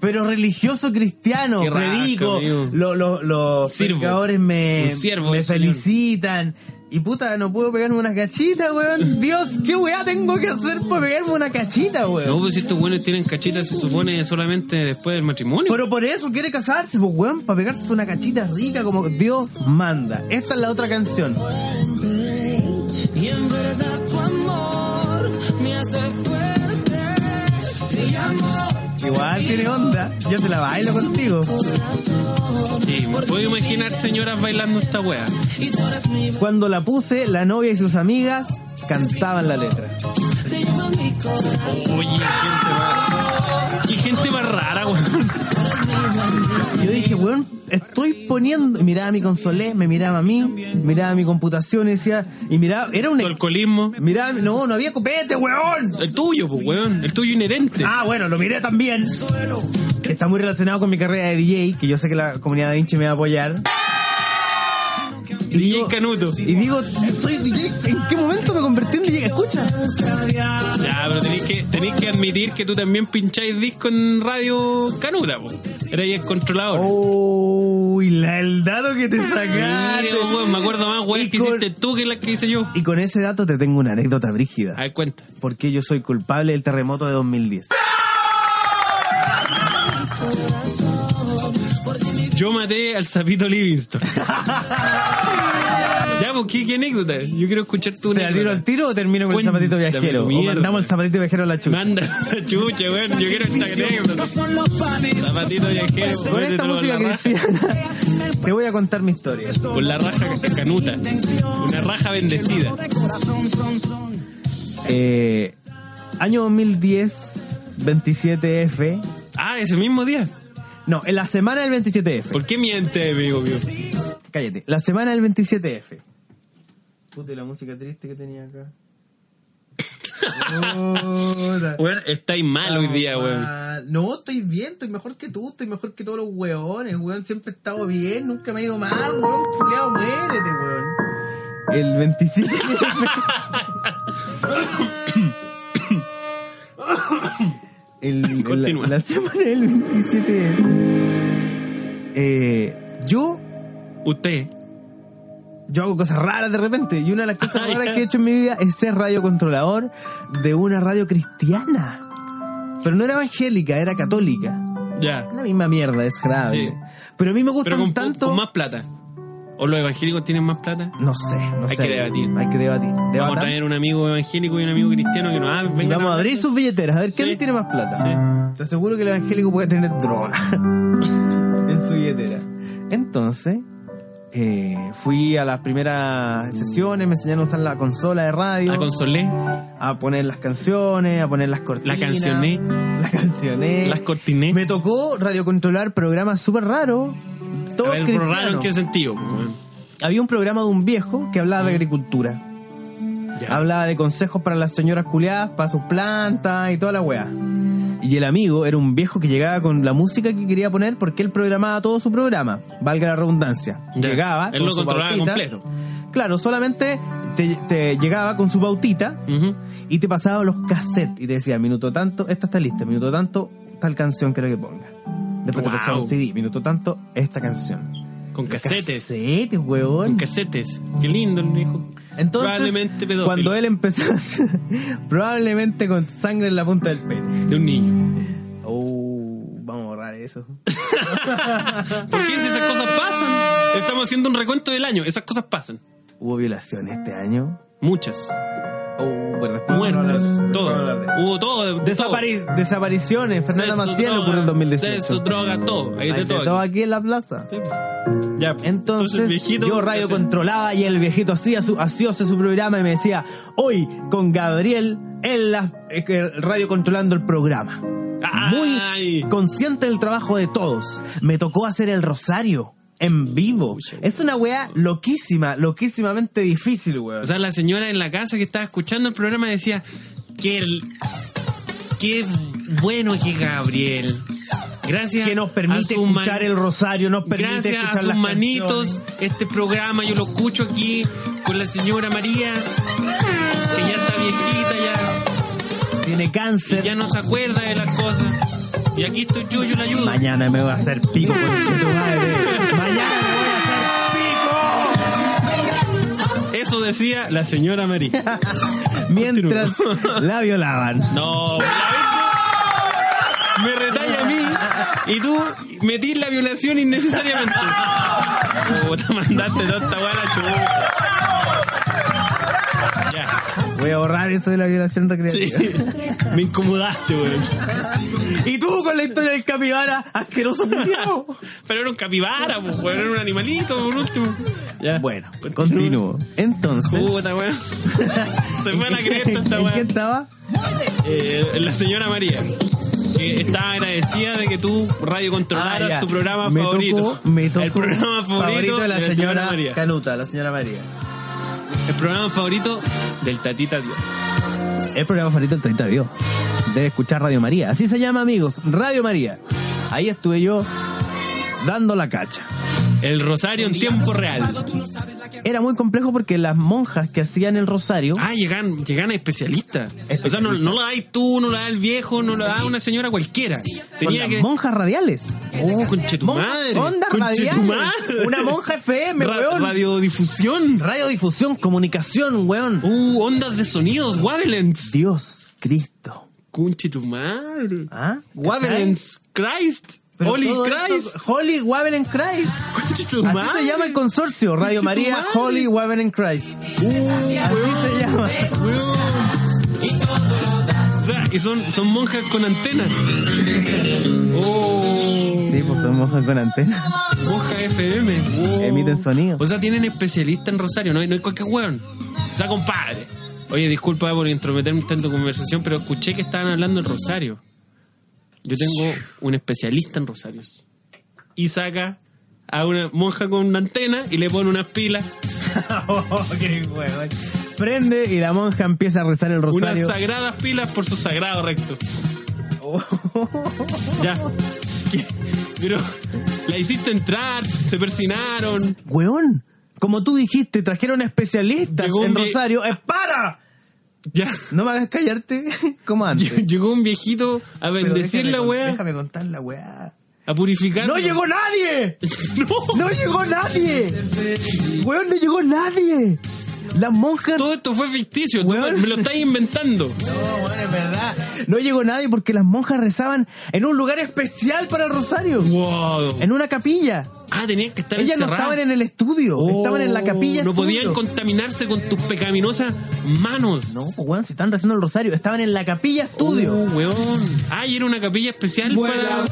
A: Pero religioso cristiano,
C: Qué rasca,
A: predico,
C: amigo.
A: lo- lo- los
C: Siervo.
A: pescadores me,
C: Un siervo
A: me
C: del Señor.
A: felicitan. Y puta, no puedo pegarme una cachita, weón. Dios, qué weá tengo que hacer para pegarme una cachita, weón.
C: No, pues si estos weones tienen cachitas, se supone solamente después del matrimonio.
A: Pero por eso quiere casarse, pues weón, para pegarse una cachita rica como Dios manda. Esta es la otra canción.
I: Y en verdad tu amor me hace fuerte. Te llamo
A: Igual tiene onda. Yo te la bailo contigo.
C: Sí, me puedo imaginar señoras bailando esta wea.
A: Cuando la puse, la novia y sus amigas cantaban la letra.
C: Oye, gente más. Qué gente más rara, weón.
A: Y Yo dije, weón, estoy poniendo. Miraba a mi consolé, me miraba a mí, miraba a mi computación y decía. Y miraba, era
C: Tu
A: un.
C: alcoholismo.
A: Miraba, no, no había copete, weón.
C: El tuyo, pues, weón. El tuyo inherente.
A: Ah, bueno, lo miré también. Que está muy relacionado con mi carrera de DJ, que yo sé que la comunidad de Vinci me va a apoyar. Y
C: DJ
A: digo-
C: Canuto.
A: Y digo, soy DJ. ¿En qué momento me convertí en DJ? Escucha.
C: Ya, pero tenéis que, tenéis que admitir que tú también pincháis disco en radio canuta, po. Erais el controlador.
A: Uy, la, el dato que te
C: Mira,
A: sacaste.
C: weón, me acuerdo más, weón,
A: Y
C: que
A: con-
C: hiciste tú que las que hice yo.
A: Y con ese dato te tengo una anécdota
C: A
A: brígida.
C: ver, cuenta.
A: Porque yo soy culpable del terremoto de 2010.
C: Yo maté al sapito Livingston. ya, pues, ¿qué, qué anécdota? Yo quiero escuchar tu
A: ¿Te la tiro al
C: anécdota.
A: tiro o termino con
C: Cuéntame
A: el zapatito viajero?
C: tu
A: O
C: mierda.
A: mandamos el zapatito viajero a la chucha.
C: Manda la chucha, weón. Yo quiero esta anécdota. Zapatito viajero.
A: Con esta
C: métetelo
A: música
C: en la raja.
A: cristiana te voy a contar mi historia.
C: Con la raja canuta. Una raja bendecida.
A: Eh, año 2010, 27F.
C: Ah, ese mismo día.
A: No, en la semana del 27F.
C: ¿Por qué miente, amigo mío?
A: Cállate. La semana del 27F. Puta, y la música triste que tenía acá. Puta.
C: Weón, estáis mal hoy día, weón.
A: Ah, No, estoy bien, estoy mejor que tú, estoy mejor que todos los weones, weón. Siempre he estado bien, nunca me ha ido mal, weón. Culeado, muérete, weón. El 27. el,
C: Continúa.
A: La, la semana del 27. Eh, yo,
C: Usted.
A: yo hago cosas raras de repente. Y una de las cosas
C: Ah,
A: raras
C: ya.
A: que he hecho en mi vida es ser radiocontrolador de una radio cristiana. Pero no era evangélica, era católica.
C: Ya.
A: La misma mierda, es grave.
C: Sí.
A: Pero a mí me
C: Pero
A: gustan
C: con,
A: tanto.
C: con más plata. ¿O los evangélicos tienen más plata?
A: No sé, no
C: Hay
A: sé.
C: que debatir.
A: Hay que debatir.
C: Vamos a
A: Debatamos.
C: traer un amigo evangélico y un amigo cristiano que nos ah,
A: Y
C: vengan
A: Vamos a
C: hablar.
A: abrir sus billeteras, a ver quién
C: Sí.
A: tiene más plata.
C: Sí.
A: Te aseguro que el evangélico puede tener droga en su billetera. Entonces, eh, fui a las primeras sesiones, me enseñaron a usar la consola de radio,
C: a Consolé.
A: a poner las canciones, a poner las cortinas.
C: La cancioné.
A: La cancioné.
C: Las cortiné.
A: Me tocó radiocontrolar programas súper raros.
C: A
A: Todo
C: ver, pero raro en qué sentido.
A: había un programa de un viejo que
C: Mm.
A: hablaba de agricultura. Hablaba de consejos para las señoras culiadas, para sus plantas y toda la weá. Y el amigo era un viejo que llegaba con la música que quería poner porque él programaba todo su programa, valga la redundancia.
C: Ya.
A: Llegaba.
C: Él
A: con
C: lo
A: su
C: controlaba
A: pautita.
C: completo.
A: Claro, solamente te, te llegaba con su pautita
C: Ujú.
A: y te pasaba los cassettes y te decía, minuto tanto, esta está lista, minuto tanto, tal canción quiero que ponga. Después te
C: Wow.
A: pasaba un CD, minuto tanto, esta canción.
C: Con casetes.
A: Casetes, weón.
C: Con casetes. Qué lindo el viejo.
A: Entonces,
C: Probablemente pedófilo.
A: cuando él empezó, a hacer- probablemente con sangre en la punta del pene.
C: De un niño.
A: Oh, vamos a borrar eso.
C: ¿Por qué si esas cosas pasan? Estamos haciendo un recuento del año. Esas cosas pasan.
A: Hubo violaciones este año.
C: Muchas.
A: Oh, bueno, después vamos a hablar-
C: Muertas.
A: después
C: Todo.
A: vamos a hablar de eso.
C: Hubo todo. de- de
A: Desapari- desapariciones.
C: todo.
A: Fernanda
C: Sexo,
A: Maciel
C: droga,
A: ocurrió en 2018.
C: Sexo, droga, todo. Ahí
A: Hay
C: de
A: de
C: todo.
A: todo
C: aquí.
A: aquí en la plaza.
C: Sí.
A: Ya,
C: entonces el
A: entonces
C: viejito
A: yo
C: nunca
A: radio
C: se-
A: controlaba y el viejito hacía su hacía su programa y me decía, "Hoy con Gabriel en la eh, que- radio controlando el programa."
C: Ay.
A: Muy consciente del trabajo de todos. Me tocó hacer el rosario. en vivo. Es una weá loquísima, loquísimamente difícil, weón.
C: O sea, la señora en la casa que estaba escuchando el programa decía que el qué bueno que Gabriel. Gracias
A: que nos
C: a
A: permite
C: su man-
A: escuchar el rosario, nos permite
C: Gracias a
A: escuchar
C: sus
A: las
C: manitos,
A: canciones.
C: este programa yo lo escucho aquí con la señora María, que ya está viejita, ya,
A: Tiene cáncer.
C: ya no se acuerda de las cosas. Y aquí estoy yo, yo la ayudo.
A: Mañana me voy a hacer pico con tu madre. Mañana me voy a hacer pico.
C: Eso decía la señora María.
A: Mientras la violaban.
C: No, la viste? me retalla a mí y tú metís la violación innecesariamente. Oh, te mandaste toda esta weá a la chucha. Ya.
A: Voy a borrar eso de la violación recreativa.
C: Me incomodaste, weón.
A: Y tú con la historia del capibara, asqueroso puñado.
C: Pero era un capibara, pues, weón, era un animalito, por último. Ya.
A: Bueno, continúo. Entonces.
C: Puta, weón. Uh, Se fue a la cresta esta
A: ¿En qué
C: weá.
A: estaba?
C: Eh, la señora María. Que estaba agradecida de que tú radio controlaras
A: Ah, ya.
C: su programa
A: me
C: favorito.
A: Tocó, me tocó
C: el programa favorito,
A: de la, señora,
C: María.
A: Canuta, la señora María.
C: El programa favorito del Tatita Dios.
A: El programa favorito del 30 vio. Debe escuchar Radio María. Así se llama, amigos. Radio María. Ahí estuve yo dando la cacha.
C: El Rosario en tiempo real.
A: Era muy complejo porque las monjas que hacían el rosario.
C: Ah, llegan, llegan especialistas. O sea, no, no lo dais tú, no lo da el viejo, no lo da una señora cualquiera.
A: son
C: Tenía
A: las
C: que.
A: monjas radiales.
C: Oh, conche tu
A: Monjas-
C: madre.
A: Ondas
C: Conche tu
A: radiales.
C: madre.
A: Una monja FM,
C: Ra-
A: weón.
C: radiodifusión.
A: Radiodifusión, comunicación, weón.
C: Uh, ondas de sonidos, Wavelens.
A: Dios, Cristo.
C: Conche tu madre.
A: ¿Ah?
C: Wavelens Christ.
A: Pero
C: Holy
A: todo eso-
C: Christ.
A: Holy Waven and Christ.
C: Conche tu
A: Así
C: madre.
A: se llama el consorcio. Radio
C: Conche tu
A: María,
C: madre. Uh,
A: Holy Waven and Christ. Así se llama.
C: Weón. O sea, y son, son monjas con antena. Oh,
A: Sí, pues son monjas con antena.
C: monja FM. Wow.
A: Emiten sonido.
C: O sea, tienen especialista en Rosario, no hay, no hay cualquier hueón. O sea, compadre. Oye, disculpa por intrometerme tanto en conversación, pero escuché que estaban hablando en Rosario. Yo tengo un especialista en Rosarios. Y saca a una monja con una antena y le pone unas pilas,
A: Oh, Prende y la monja empieza a rezar el rosario.
C: unas sagradas pilas por su sagrado recto.
A: Oh.
C: Ya. Pero la hiciste entrar, se persinaron.
A: Weón, como tú dijiste, trajeron especialistas
C: Llegó un
A: en
C: vi-
A: rosario. ¡Es para!
C: Ya.
A: No me hagas callarte como antes.
C: Llegó un viejito a
A: Pero
C: bendecir
A: déjame
C: la
A: con-
C: weá, Ah,
A: Déjame contar la weá.
C: a purificar.
A: ¡No llegó nadie! ¡No llegó nadie! Weón, no llegó nadie. Las monjas
C: Todo esto fue ficticio, tú
A: Weón.
C: me lo estás inventando.
A: No, bueno, es verdad. No llegó nadie porque las monjas rezaban en un lugar especial para el rosario.
C: Wow.
A: En una capilla.
C: Ah, tenían que estar
A: Ellas no
C: encerradas.
A: estaban en el estudio,
C: Oh,
A: estaban en la capilla.
C: No
A: estudio.
C: podían contaminarse con tus pecaminosas manos.
A: No, pues, weón, si están rezando el rosario, estaban en la capilla estudio.
C: Oh, weón. Ah, y era una capilla especial para,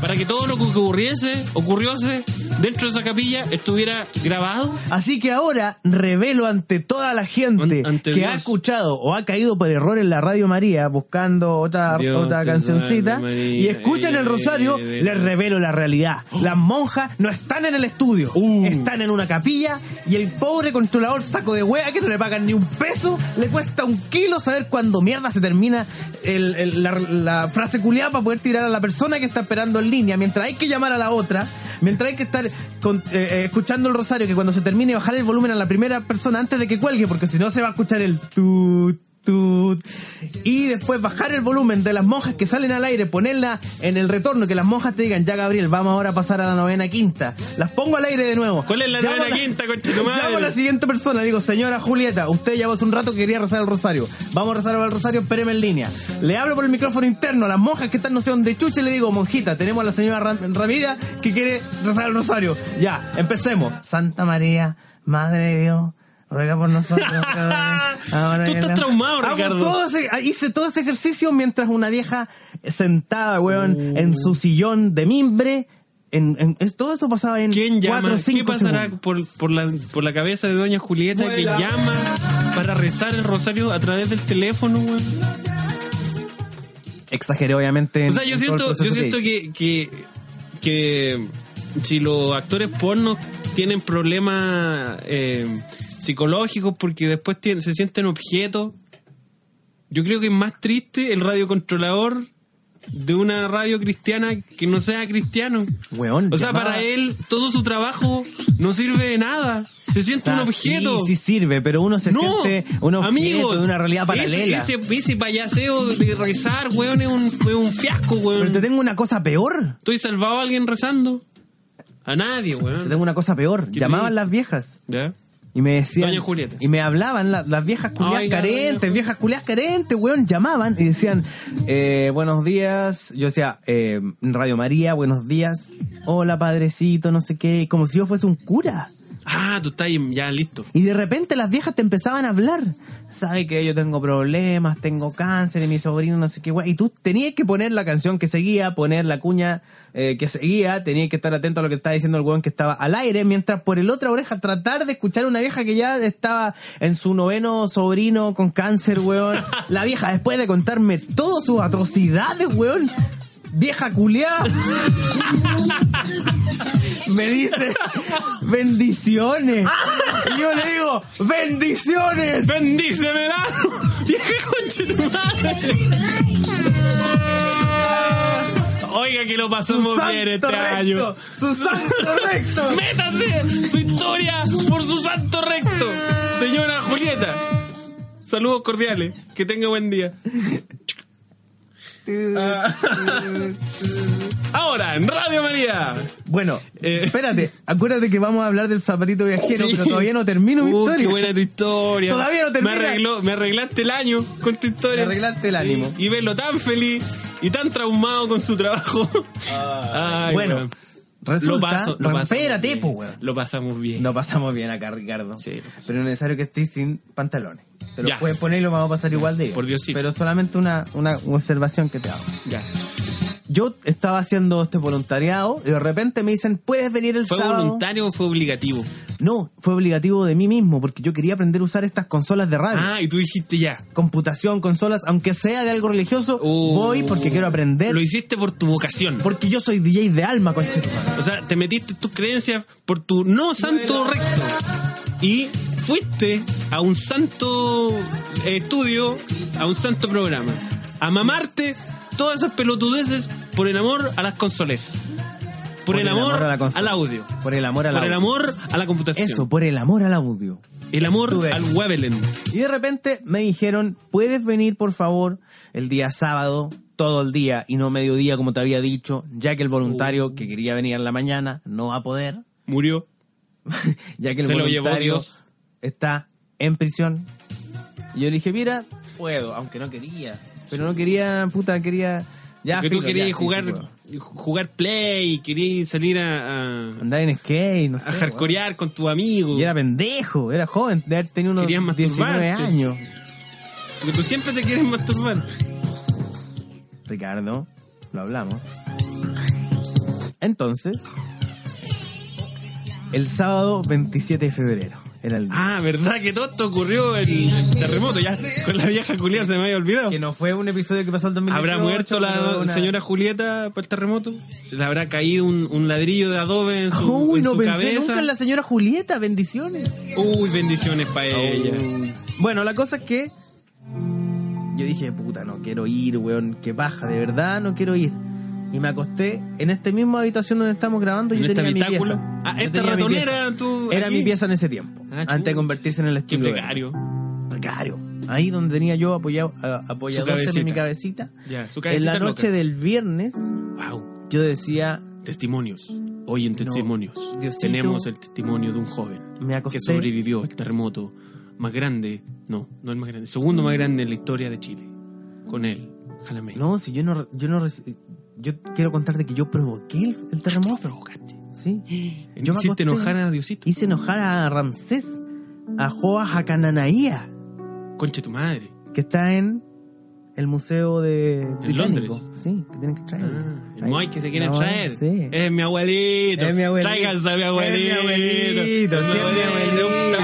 C: para que todo lo que ocurriese, ocurriose dentro de esa capilla estuviera grabado.
A: Así que ahora revelo ante toda la gente
C: An- ante
A: que
C: Dios.
A: ha escuchado o ha caído por error en la Radio María buscando otra,
C: Dios
A: otra
C: te
A: cancioncita
C: salve,
A: y
C: María.
A: escuchan el rosario,
C: Eh,
A: les revelo la realidad. Las monjas no están en el estudio,
C: Uh.
A: están en una capilla y el pobre controlador saco de hueá que no le pagan ni un peso, le cuesta un kilo saber cuándo mierda se termina el- el- la, la frase culiada para poder tirar a la persona que está esperando en línea, mientras hay que llamar a la otra, mientras hay que estar con- eh, eh, escuchando el rosario, que cuando se termine bajar el volumen a la primera persona antes de que cuelgue, porque si no se va a escuchar el tut. Tut. Y después bajar el volumen de las monjas que salen al aire, ponerla en el retorno, que las monjas te digan, ya Gabriel, vamos ahora a pasar a la novena quinta. Las pongo al aire de nuevo.
C: ¿Cuál es la
A: Llamo a
C: novena quinta, conchetumadre?
A: Llamo a la siguiente persona, digo, señora Julieta, usted llamó hace un rato que quería rezar el rosario. Vamos a rezar el rosario, espéreme en línea. Le hablo por el micrófono interno a las monjas que están no sé dónde chuche, le digo, monjita, tenemos a la señora Ram- Ramírez que quiere rezar el rosario. Ya, empecemos. Santa María, Madre de Dios. Ruega por nosotros. pecadores, ahora
C: Tú
A: y en
C: estás
A: la-
C: traumado,
A: Hago
C: Ricardo.
A: todo ese- hice todo este ejercicio mientras una vieja sentada, weón, en
C: Mm.
A: su sillón de mimbre. En, en- es- todo eso pasaba en
C: ¿Quién llama?
A: cuatro,
C: ¿Qué
A: cinco
C: pasará
A: segundos.
C: por, por la, por la cabeza de doña Julieta que llama para rezar el rosario a través del teléfono, weón?
A: Exageré, obviamente.
C: O
A: en-
C: sea, yo
A: en todo el
C: siento,
A: proceso
C: yo
A: que
C: siento
A: hice.
C: que, que, que si los actores pornos tienen problemas eh, psicológicos porque después tienen- se sienten objetos, yo creo que es más triste el radiocontrolador de una radio cristiana que no sea cristiano.
A: Weón,
C: o sea,
A: llamada-
C: para él todo su trabajo no sirve de nada. Se siente
A: Ah,
C: un objeto.
A: Sí, sí sirve, pero uno se
C: No,
A: siente un objeto de una realidad paralela.
C: Ese, ese, ese payaseo de rezar, weón, es un, es un fiasco,
A: Pero
C: weón.
A: te tengo una cosa peor.
C: ¿Estoy salvado a alguien rezando? A nadie,
A: Te
C: weón.
A: tengo una cosa peor.
C: ¿Qué
A: Llamaban
C: tenés?
A: las viejas
C: ¿Ya?
A: y me decían.
C: Doña Julieta.
A: Y me hablaban la- las viejas culiadas
C: Oiga, doña
A: carentes,
C: Ju-
A: viejas culiadas carentes, weón. Llamaban y decían, eh, buenos días. Yo decía, eh, Radio María, buenos días. Hola, padrecito, no sé qué. Como si yo fuese un cura.
C: Ah, tú estás ahí, ya listo.
A: Y de repente las viejas te empezaban a hablar. Sabe que yo tengo problemas, tengo cáncer y mi sobrino no sé qué guay. Y tú tenías que poner la canción que seguía, poner la cuña eh, que seguía, tenías que estar atento a lo que estaba diciendo el weón que estaba al aire, mientras por el otra oreja tratar de escuchar a una vieja que ya estaba en su noveno sobrino con cáncer, weón. La vieja después de contarme todas sus atrocidades, weón. Vieja culiada. me dice bendiciones. Y yo le digo, bendiciones.
C: ¡Bendíceme, da! ¡Vieja concha de tu madre! Oiga, que lo pasamos bien este año.
A: su santo recto.
C: ¡Métase su historia por su santo recto! Señora Julieta, saludos cordiales. Que tenga buen día. Ah. Ahora, en Radio María.
A: Bueno,
C: Eh.
A: espérate, acuérdate que vamos a hablar del zapatito viajero,
C: Sí.
A: pero todavía no termino mi
C: Uh,
A: historia.
C: qué buena tu historia.
A: Todavía no termina.
C: Me, arregló, me arreglaste el año con tu historia.
A: Me arreglaste el
C: Sí,
A: ánimo.
C: Y verlo tan feliz y tan traumado con su trabajo. Ay,
A: Ah. bueno,
C: weón.
A: resulta-
C: lo paso, lo
A: re-
C: pasamos
A: espérate,
C: bien.
A: po, weón.
C: Lo pasamos bien.
A: Nos pasamos bien acá, Ricardo.
C: Sí.
A: Pero es necesario que estés sin pantalones. Te los
C: Ya.
A: puedes poner y lo vamos a pasar igual de bien.
C: Por Diosito.
A: Pero solamente una, una observación que te hago.
C: Ya.
A: Yo estaba haciendo este voluntariado y de repente me dicen, ¿puedes venir el
C: ¿Fue
A: sábado?
C: voluntario o fue obligativo?
A: No, fue obligativo de mí mismo porque yo quería aprender a usar estas consolas de radio.
C: Ah, y tú dijiste ya.
A: Computación, consolas, aunque sea de algo religioso,
C: Uh,
A: voy porque quiero aprender.
C: Lo hiciste por tu vocación.
A: Porque yo soy DJ de alma, conchetumare.
C: O sea, te metiste tus creencias por tu no santo recto. Y fuiste a un santo estudio, a un santo programa. A mamarte todas esas pelotudeces por el amor a las consoles. Por, el, amor,
A: a la consola.
C: al audio.
A: Por el amor al
C: Por el
A: audio.
C: amor a la computación.
A: Eso, por el amor al audio.
C: El amor
A: Tú ves.
C: al Webelend.
A: Y de repente me dijeron, puedes venir por favor el día sábado, todo el día y no mediodía como te había dicho, ya que el voluntario
C: Uh.
A: que quería venir en la mañana no va a poder,
C: Murió.
A: ya que el
C: Se lo llevó
A: voluntario
C: Dios.
A: está en prisión. Y yo le dije, mira, puedo, aunque no quería, pero no quería, puta, quería... Ya,
C: que tú
A: filo,
C: querías
A: ya, sí,
C: jugar,
A: sí puedo.
C: jugar play, querías salir a, a,
A: Andar en skate, no sé.
C: a
A: weón.
C: hardcorear con tu amigo.
A: Y era pendejo, era joven, de haber tenido unos
C: Querías
A: 19
C: masturbarte.
A: años.
C: Porque tú siempre te quieres masturbar.
A: Ricardo, lo hablamos. Entonces, el sábado 27 de febrero era el día.
C: Ah, verdad que todo esto ocurrió en el terremoto, ya con la vieja Julieta se me había olvidado.
A: Ah, Que no fue un episodio que pasó el 2018.
C: ¿Habrá muerto la
A: pero una-
C: señora Julieta por el terremoto? ¿Se le habrá caído un, un ladrillo de adobe en su,
A: Uy,
C: en
A: no
C: su
A: pensé
C: cabeza?
A: nunca en la señora Julieta, bendiciones.
C: Uy, bendiciones para ella.
A: Oh, Bueno, la cosa es que yo dije, puta, no quiero ir, weón, que baja, de verdad no quiero ir. Y me acosté en esta misma habitación donde estamos grabando,
C: ¿En
A: yo
C: este
A: tenía mi
C: habitáculo?
A: pieza.
C: Ah,
A: Yo
C: esta
A: tenía mi
C: ratonera,
A: pieza.
C: tú,
A: Era
C: aquí.
A: mi pieza en ese tiempo,
C: Ah,
A: antes de
C: chuta.
A: convertirse en el
C: Qué
A: estudio.
C: precario.
A: Precario. Ahí donde tenía yo apoyado, a- apoyador
C: Su
A: en mi
C: cabecita.
A: cabecita.
C: Ya, su
A: en
C: cabecita
A: la noche
C: loca.
A: del viernes,
C: Wow.
A: yo decía,
C: Testimonios. Hoy en Testimonios
A: Diosito.
C: tenemos el testimonio de un joven
A: Me acosté.
C: que sobrevivió al terremoto más grande, no, no el más grande, el segundo más grande en la historia de Chile. Con él, Jalamé.
A: no, si yo no, yo no, reci- yo quiero contarte que yo provoqué el, el
C: lo
A: terremoto.
C: provocaste.
A: Sí.
C: Yo hiciste
A: acosté-
C: enojar a Diosito.
A: Hice enojar a Ramsés, a Joa Hakananaía,
C: Conche tu madre.
A: que está en el Museo de Británico.
C: Londres.
A: Sí, que tienen que traer.
C: Ah, el
A: Ahí.
C: Moy que se quieren
A: Mm. No,
C: traer.
A: Sí.
C: Es mi abuelito.
A: Es mi abuelito.
C: Tráiganse a mi
A: Es mi
C: abuelito.
A: abuelito, sí, es mi abuelito.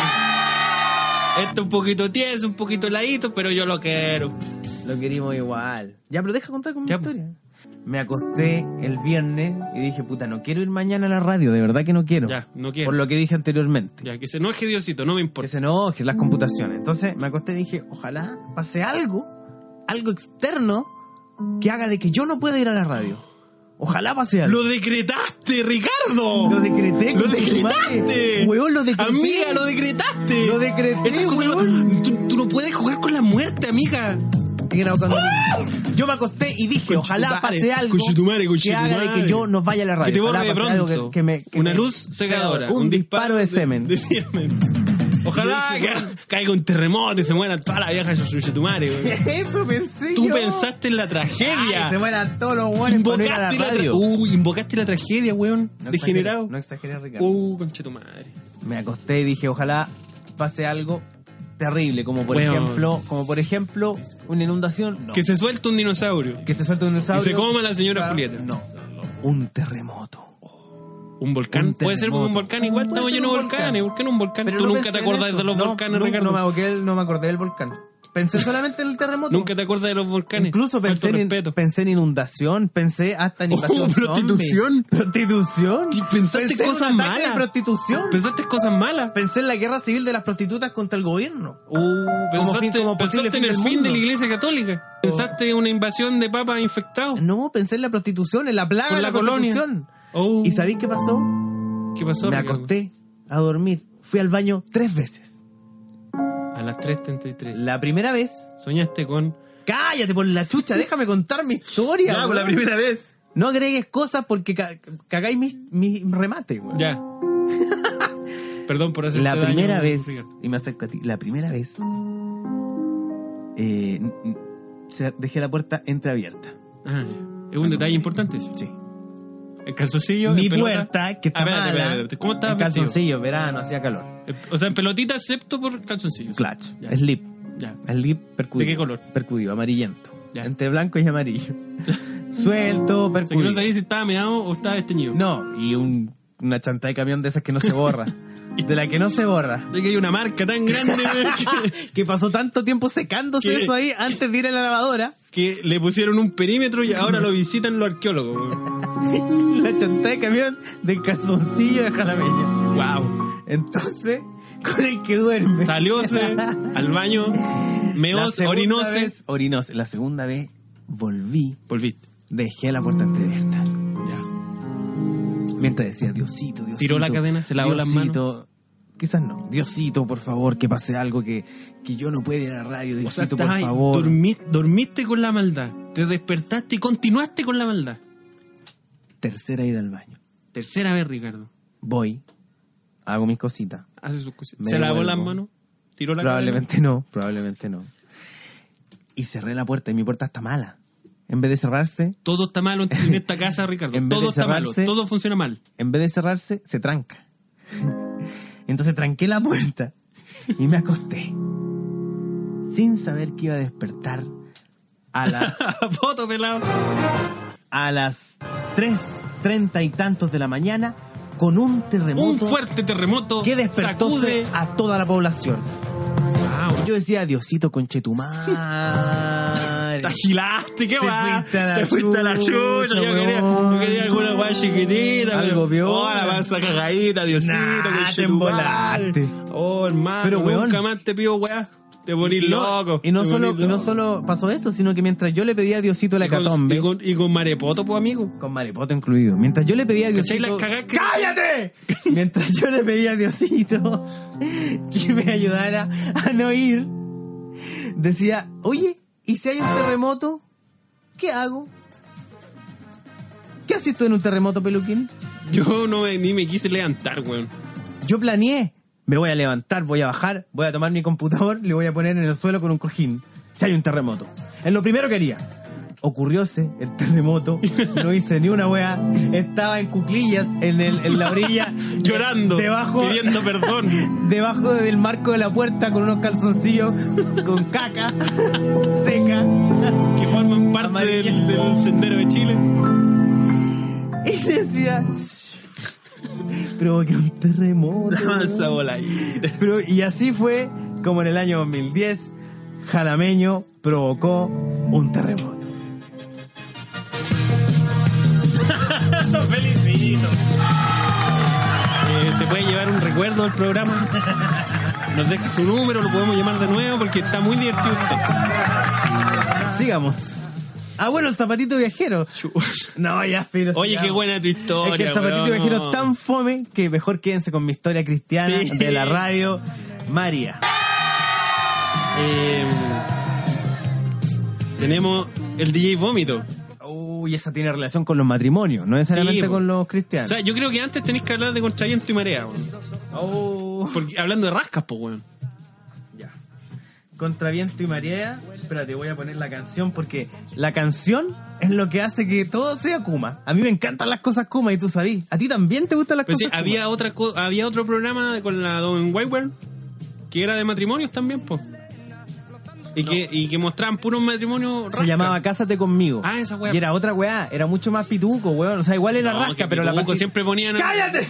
C: Esto un poquito tieso, un poquito heladito, pero yo lo quiero.
A: Lo queríamos igual. Ya, pero deja contar con mi
C: Ya,
A: historia.
E: pues.
A: Me acosté el viernes y dije, puta, no quiero ir mañana a la radio, de verdad que no quiero.
E: Ya, no quiero.
A: Por lo que dije anteriormente.
E: Ya, que se enoje Diosito, no me
A: Que
E: importa.
A: se enoje las computaciones. Entonces me acosté y dije, ojalá pase algo, algo externo, que haga de que yo no pueda ir a la radio. Ojalá pase algo.
C: ¡Lo decretaste, Ricardo!
A: Lo decreté.
C: ¡Lo
A: conche tu madre.
C: decretaste!
A: Weón, lo decreté.
C: Amiga, lo decretaste.
A: Lo decreté,
C: Esas cosas no-
A: weón.
C: tú, tú no puedes jugar con la muerte, amiga.
A: Y era cuando-
C: ¡Ah!
A: Yo me acosté y dije, ojalá
C: Conchetumare,
A: pase algo
C: conchetumare,
A: que haga de que
C: conchetumare.
A: yo no vaya a la radio.
C: que te
A: Ojalá
C: borre de
A: pase algo
C: pronto.
A: que- que me- que
C: una
A: me-
C: luz cegadora.
A: Un, disparo de, semen.
C: de semen. Ojalá que caiga un terremoto y se mueran todas las viejas de tu madre. weón.
A: Eso pensé
C: Tú
A: yo.
C: pensaste en la tragedia.
A: Ay, se mueran todos los buenos por no ir a la
C: Invocaste la, tra-
A: radio. Uh,
C: Uy, invocaste la tragedia, weón.
A: No
C: Degenerado.
A: exageré, No exageré, Ricardo.
C: Uh, conche tu madre.
A: Me acosté y dije, ojalá pase algo terrible, como por
C: Weón.
A: ejemplo, como por ejemplo, una inundación. No.
C: Que se suelta un dinosaurio.
A: Que se suelte un dinosaurio.
C: Y se coma la señora
A: Claro,
C: Julieta.
A: No. Un terremoto.
E: Un volcán.
A: Un
E: Puede ser
A: terremoto.
E: un volcán igual,
A: Puede
E: estamos
A: ser
E: llenos
A: un
E: de
A: volcán.
E: volcanes. ¿Por qué no un volcán?
A: Pero
E: Tú
A: no
E: nunca te
A: pensé en
E: acordás
A: eso.
E: de los
A: No,
E: volcanes,
A: no,
E: Ricardo.
A: No me, acordé, no me acordé del volcán. Pensé solamente en el terremoto.
E: Nunca te acuerdas de los volcanes.
A: Incluso
E: Falta
A: pensé en,
E: respeto.
A: pensé en inundación, pensé hasta en
C: Oh,
A: invasión
C: prostitución.
A: zombie. Prostitución.
C: Y pensaste
A: Pensé en un
C: cosas
A: ataque
C: malas.
A: de prostitución.
C: Pensaste cosas malas.
A: Pensé en la guerra civil de las prostitutas contra el gobierno.
E: Uh,
A: Como
E: pensaste,
A: fin- como posible
E: pensaste
A: fin
E: en el
A: del
E: fin de la
A: mundo.
E: iglesia católica. Pensaste en una invasión de papas infectados.
A: No, pensé en la prostitución, en la plaga
E: Por
A: de
E: la
A: la,
E: colonia.
A: prostitución.
E: Oh.
A: ¿Y sabéis qué pasó?
E: ¿Qué pasó?
A: Me
E: Ricardo?
A: acosté a dormir. Fui al baño tres veces.
E: A las 3.33.
A: La primera vez.
E: Soñaste con...
A: Cállate por la chucha, déjame contar mi historia.
C: Ya, por la
A: weón.
C: primera vez.
A: No agregues cosas porque ca- cagáis mi, mi remate, weón.
E: Ya. Perdón por hacer
A: La primera vez, y me acerco a ti, la primera vez eh, n- n- se- dejé la puerta entreabierta.
E: es un detalle importante. eso.
A: Sí.
E: El calzoncillo.
A: Mi
E: en pelota.
A: puerta, que está
E: Ah, espérate,
A: mala,
E: espérate, espérate. ¿Cómo estabas
A: en
E: vestido?
A: calzoncillo, verano, hacía calor.
E: Eh, O sea, en pelotita excepto por calzoncillos.
A: Clutch,
E: Ya.
A: slip,
E: Ya.
A: slip percudido.
E: ¿De qué color?
A: Percudido, amarillento.
E: Ya.
A: Entre blanco y amarillo. Suelto,
E: O sea, que
A: percudido.
E: no sabía si estaba meado o estaba desteñido.
A: No, y un- una chanta de camión de esas que no se borra. de la que no se borra.
C: De que hay una marca tan grande weón,
A: que pasó tanto tiempo secándose
C: Ah. ¿Qué?
A: eso ahí antes de ir a la lavadora.
C: que, que le pusieron un perímetro y ahora lo visitan los arqueólogos. weón.
A: La chanta de camión de calzoncillo de jalameño.
C: Wow.
A: Entonces, con el que duerme.
C: Salióse al baño,
A: La
C: meos,
A: segunda
C: orinose.
A: vez- orinose. La segunda vez volví,
C: Volviste.
A: dejé la puerta entreabierta. Mientras decía, Diosito, Diosito.
E: Tiró la cadena, se lavó las
A: Diosito, Quizás no. Diosito, por favor, que pase algo que, que yo no pueda ir a la radio.
E: O sea,
A: Diosito,
E: estás
A: por
E: ahí,
A: favor.
E: dormi- dormiste con la maldad. Te despertaste y continuaste con la maldad.
A: Tercera ida al baño.
E: Tercera vez, Ricardo.
A: Voy, hago mis cositas.
E: Hace sus cositas.
A: Me
E: Se lavó
A: devuelvo.
E: las manos. Tiró la
A: Probablemente no, probablemente no. Y cerré la puerta y mi puerta está mala. En vez de cerrarse,
E: cadena. Todo está malo en esta casa, Ricardo.
A: En vez
E: Todo
A: de
E: está
A: cerrarse-
E: malo. Todo funciona mal.
A: en vez de cerrarse, se tranca. Entonces tranqué la puerta y me acosté. Sin saber que iba a despertar a las,
E: Poto pelado.
A: a las 3, treinta y tantos de la mañana con un terremoto
E: Un fuerte terremoto
A: que despertó Ah,
E: sacude.
A: a toda la población.
E: Wow.
A: Yo decía, Diosito conchetumar.
C: Te agilaste, qué
A: Te
C: va.
A: fuiste a la
C: Te fuiste a la
A: chucha,
C: chucha. Yo quería, yo
A: weón.
C: quería alguna guay chiquitita.
A: Algo
C: pero,
A: viola.
C: Ahora vas a cagadita, Diosito.
A: Nah,
C: con
A: te
C: chetumar.
A: embolaste.
C: Oh, hermano.
A: Pero, weón.
C: Nunca más te pido weá. Te volví
A: Y no-
C: loco.
A: Y no,
C: te
A: solo,
C: volví
A: y no
C: loco.
A: solo pasó eso, sino que mientras yo le pedía a Diosito la
C: Y con,
A: catombe,
C: y, con, y con marepoto, pues, amigo.
A: con marepoto incluido, mientras yo le pedía a
C: ¿Cachai las
A: Diosito,
C: cagas que- ¡Cállate!
A: mientras yo le pedía a Diosito que me ayudara a no ir, decía, oye, ¿y si hay un terremoto? ¿Qué hago? ¿Qué haces tú en un terremoto, peluquín?
C: Yo no me- ni me quise levantar, weón.
A: Yo planeé, me voy a levantar, voy a bajar, voy a tomar mi computador, le voy a poner en el suelo con un cojín. Si hay un terremoto. Es lo primero que haría. Ocurrióse el terremoto, no hice ni una wea, estaba en cuclillas en, el, en la orilla.
C: Llorando,
A: Debajo,
C: pidiendo perdón.
A: debajo del marco de la puerta con unos calzoncillos con caca seca.
C: que forman parte del, del sendero de Chile.
A: Y decía, provoqué un terremoto.
C: Mansa voladita.
A: Pero, y así fue como en el año 2010, Jalameño provocó un terremoto.
E: bonito.
C: Eh, se puede llevar un recuerdo del programa. Nos deja su número, lo podemos llamar de nuevo porque está muy divertido usted.
A: Sigamos. Ah, bueno, el zapatito viajero. No, ya, pero
C: Oye,
A: sigamos.
C: qué buena tu historia.
A: Es que el zapatito
C: weón,
A: viajero
C: no.
A: es tan fome que mejor quédense con mi historia cristiana
C: Sí.
A: de la radio. María.
C: Eh, tenemos el DJ Vómito.
A: Uy, esa tiene relación con los matrimonios, no necesariamente
C: Sí, po.
A: con los
C: O
A: cristianos.
C: sea, yo creo que antes tenéis que hablar de contraviento y marea, weón.
A: Oh.
C: Porque, hablando de rascas, pues, weón.
A: Ya. Contra viento y marea. Espérate, voy a poner la canción porque la canción es lo que hace que todo sea Kuma. A mí me encantan las cosas Kuma y tú sabí. ¿A ti también te gustan las
C: Pero sí,
A: cosas Kuma?
C: había, otra co- había otro programa con la Don Wayward que era de matrimonios también, pues. Y, que, y que mostraban puros matrimonios rascas.
A: Se llamaba Cásate conmigo.
C: Ah, esa weá.
A: Y era otra weá, era mucho más pituco, weón. O sea, igual era
C: No,
A: rasca,
C: que
A: pero la
C: Pituco
A: parti-
C: siempre ponían-
A: ¡Cállate!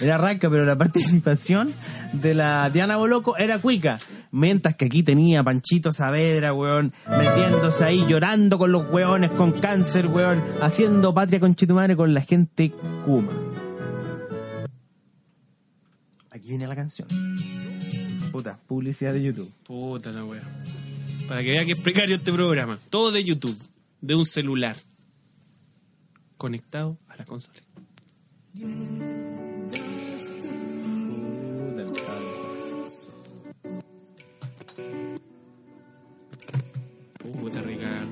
A: Era rasca, pero la participación de la Diana Boloco era cuica. Mientras que aquí tenía Panchito Saavedra, weón, metiéndose ahí, llorando con los weones, con cáncer, weón, haciendo patria con Chitumare con la gente Kuma. Aquí viene la canción. Puta, publicidad de YouTube.
C: Puta la wea. Para que vea que es precario este programa. Todo de YouTube, de un celular. Conectado a la consola. Puta Ricardo.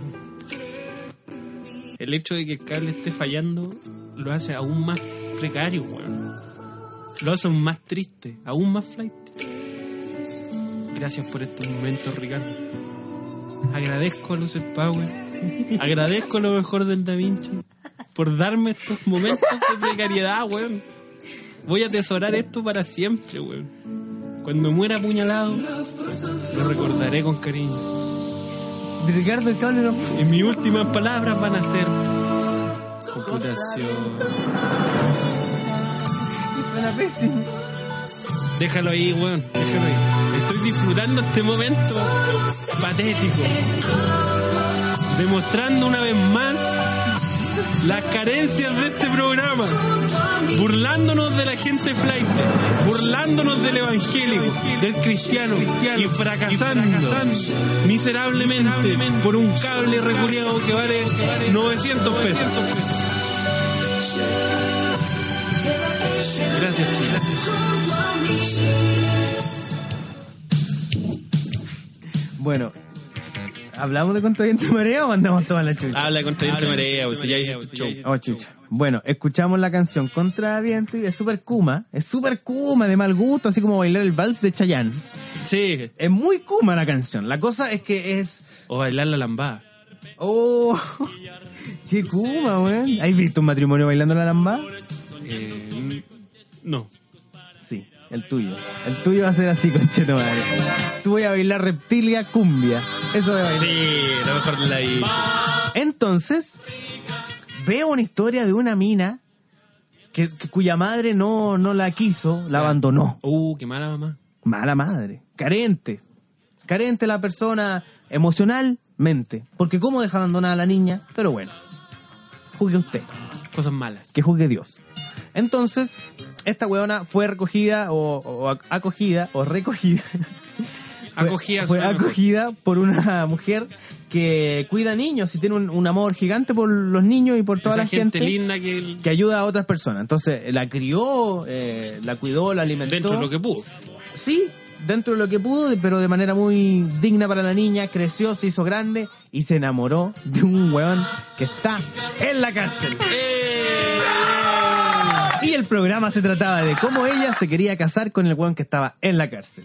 C: El hecho de que el cable esté fallando lo hace aún más precario, weón. Lo hace aún más triste, aún más flight. Gracias por estos momentos, Ricardo. Agradezco a Lucer Power. Agradezco lo mejor del Da Vinci por darme estos momentos de precariedad, weón. Voy a atesorar esto para siempre, weón. Cuando muera apuñalado, lo recordaré con cariño.
A: De Ricardo el cable no-
C: Y mis últimas palabras van a ser computación.
A: suena pésimo.
C: Déjalo ahí, weón. Déjalo ahí. Estoy disfrutando este momento patético. Demostrando una vez más las carencias de este programa. Burlándonos de la gente flight. Burlándonos del evangélico, del cristiano. Y fracasando miserablemente por un cable reculeado que vale 900 pesos. Gracias, chicas.
A: Bueno, ¿hablamos de contraviento y marea o mandamos toda la chucha?
C: Habla con Teniente Marea, pues, si ya hiciste tu show.
A: Oh, chucha. Bueno, escuchamos la canción Contraviento y es super Kuma. Es super Kuma de mal gusto, así como bailar el vals de Chayanne.
C: Sí,
A: Es muy Kuma la canción. La cosa es que es.
C: o bailar la lambada.
A: ¡Oh! ¡Qué Kuma, weón! ¿Has visto un matrimonio bailando la lamba?
C: Eh, no.
A: Sí, el tuyo. El tuyo va a ser así, concheto madre. Tú voy a bailar reptilia cumbia. Eso voy a bailar.
C: Sí, lo mejor de la vida.
A: Entonces, veo una historia de una mina que, que- cuya madre no, no la quiso, la abandonó.
C: Uh, qué mala mamá.
A: Mala madre. Carente. Carente la persona emocionalmente. Porque cómo deja abandonada a la niña, pero bueno. Juzgue usted,
C: Cosas malas.
A: que juzgue Dios. Entonces, esta weona fue recogida o, o ac- acogida o recogida. Fue-
C: Acogida.
A: Fue,
C: suena mejor.
A: acogida por una mujer que cuida niños y tiene un, un amor gigante por los niños y por toda
C: Esa
A: la
C: gente,
A: gente,
C: linda que
A: que ayuda a otras personas. Entonces, la crió, eh, la cuidó, la alimentó.
C: dentro de lo que pudo.
A: Sí, dentro de lo que pudo, pero de manera muy digna para la niña. Creció, se hizo grande y se enamoró de un weón que está en la cárcel.
C: ¡Eh!
A: Y el programa se trataba de cómo ella se quería casar con el weón que estaba en la cárcel.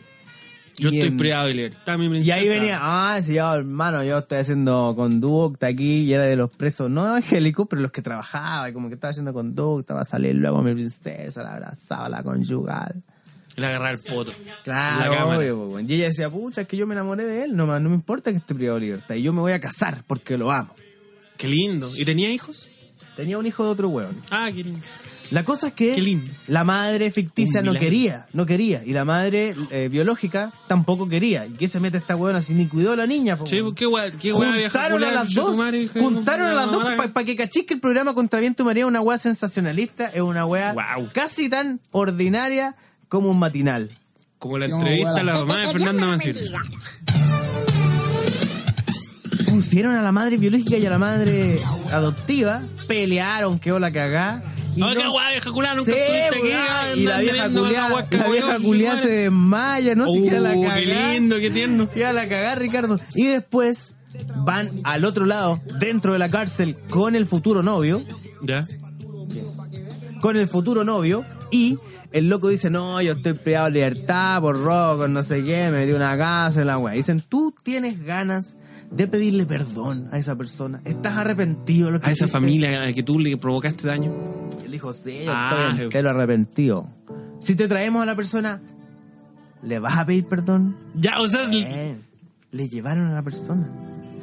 C: Yo
A: Y
C: estoy
A: en-
C: privado de libertad, mi
A: y ahí
C: princesa.
A: venía, ah, sí, yo, hermano, yo estoy haciendo conducta aquí y era de los presos no evangélicos, pero los que trabajaba y como que estaba haciendo conducta para salir luego a mi princesa, la abrazaba, la conyugal.
C: Le agarrar el poto.
A: Claro,
C: La cámara.
A: obvio, po, weón. Y ella decía, pucha, es que yo me enamoré de él, nomás, no me importa que esté privado de libertad, y yo me voy a casar porque lo amo.
C: Qué lindo. ¿Y tenía hijos?
A: Tenía un hijo de otro weón.
C: Ah, qué lindo.
A: La cosa es que
C: Qué lindo.
A: la madre ficticia
C: Un
A: no
C: milagro.
A: quería, no quería. Y la madre eh, biológica tampoco quería. ¿Y qué se mete esta weona si ni cuidó a la niña? po,
C: Che,
A: weón?
C: pues, qué guay, qué guay vieja
A: juntaron a
C: culiada,
A: las
C: concha tu
A: dos,
C: madre, hija de
A: juntaron a
C: una
A: las dos
C: mala.
A: para que cachis que el programa Contra Viento y María es una weá sensacionalista, es una weá
C: Guau.
A: casi tan ordinaria como un matinal.
C: Como la
J: Sí,
C: entrevista a
J: como
C: la mamá de
K: Dios
C: Fernanda
K: me lo
C: Mancini.
K: bendiga.
A: Pusieron a la madre biológica y a la madre adoptiva, pelearon, quedó la cagá. y
C: Ah,
A: no-
C: qué guay vieja culiada,
A: Sí,
C: nunca estuviste aquí.
A: weá,
C: ah,
A: y la
C: andan
A: vieja
C: vendiendo
A: culiá,
C: agua que
A: la
C: hueón,
A: vieja
C: su
A: culiá
C: madre.
A: se desmaya, no
C: Uh,
A: siquiera la cagá.
C: qué lindo, qué tierno.
A: Queda la cagá, Ricardo. Y después van al otro lado, dentro de la cárcel, con el futuro novio.
C: Ya.
A: con el futuro novio y el loco dice, no, yo estoy privado de libertad por robo, no sé qué, me metí una casa, la weá. Dicen, tú tienes ganas de pedirle perdón a esa persona. Estás arrepentido. de lo que
C: A esa
A: hiciste?"
C: familia a la que tú le provocaste daño.
A: Y Él dijo, sí, yo
C: Ah,
A: estoy
C: je-
A: entero arrepentido. Si te traemos a la persona, ¿le vas a pedir perdón?
C: Ya, o sea,
A: Bien. Le llevaron a la persona.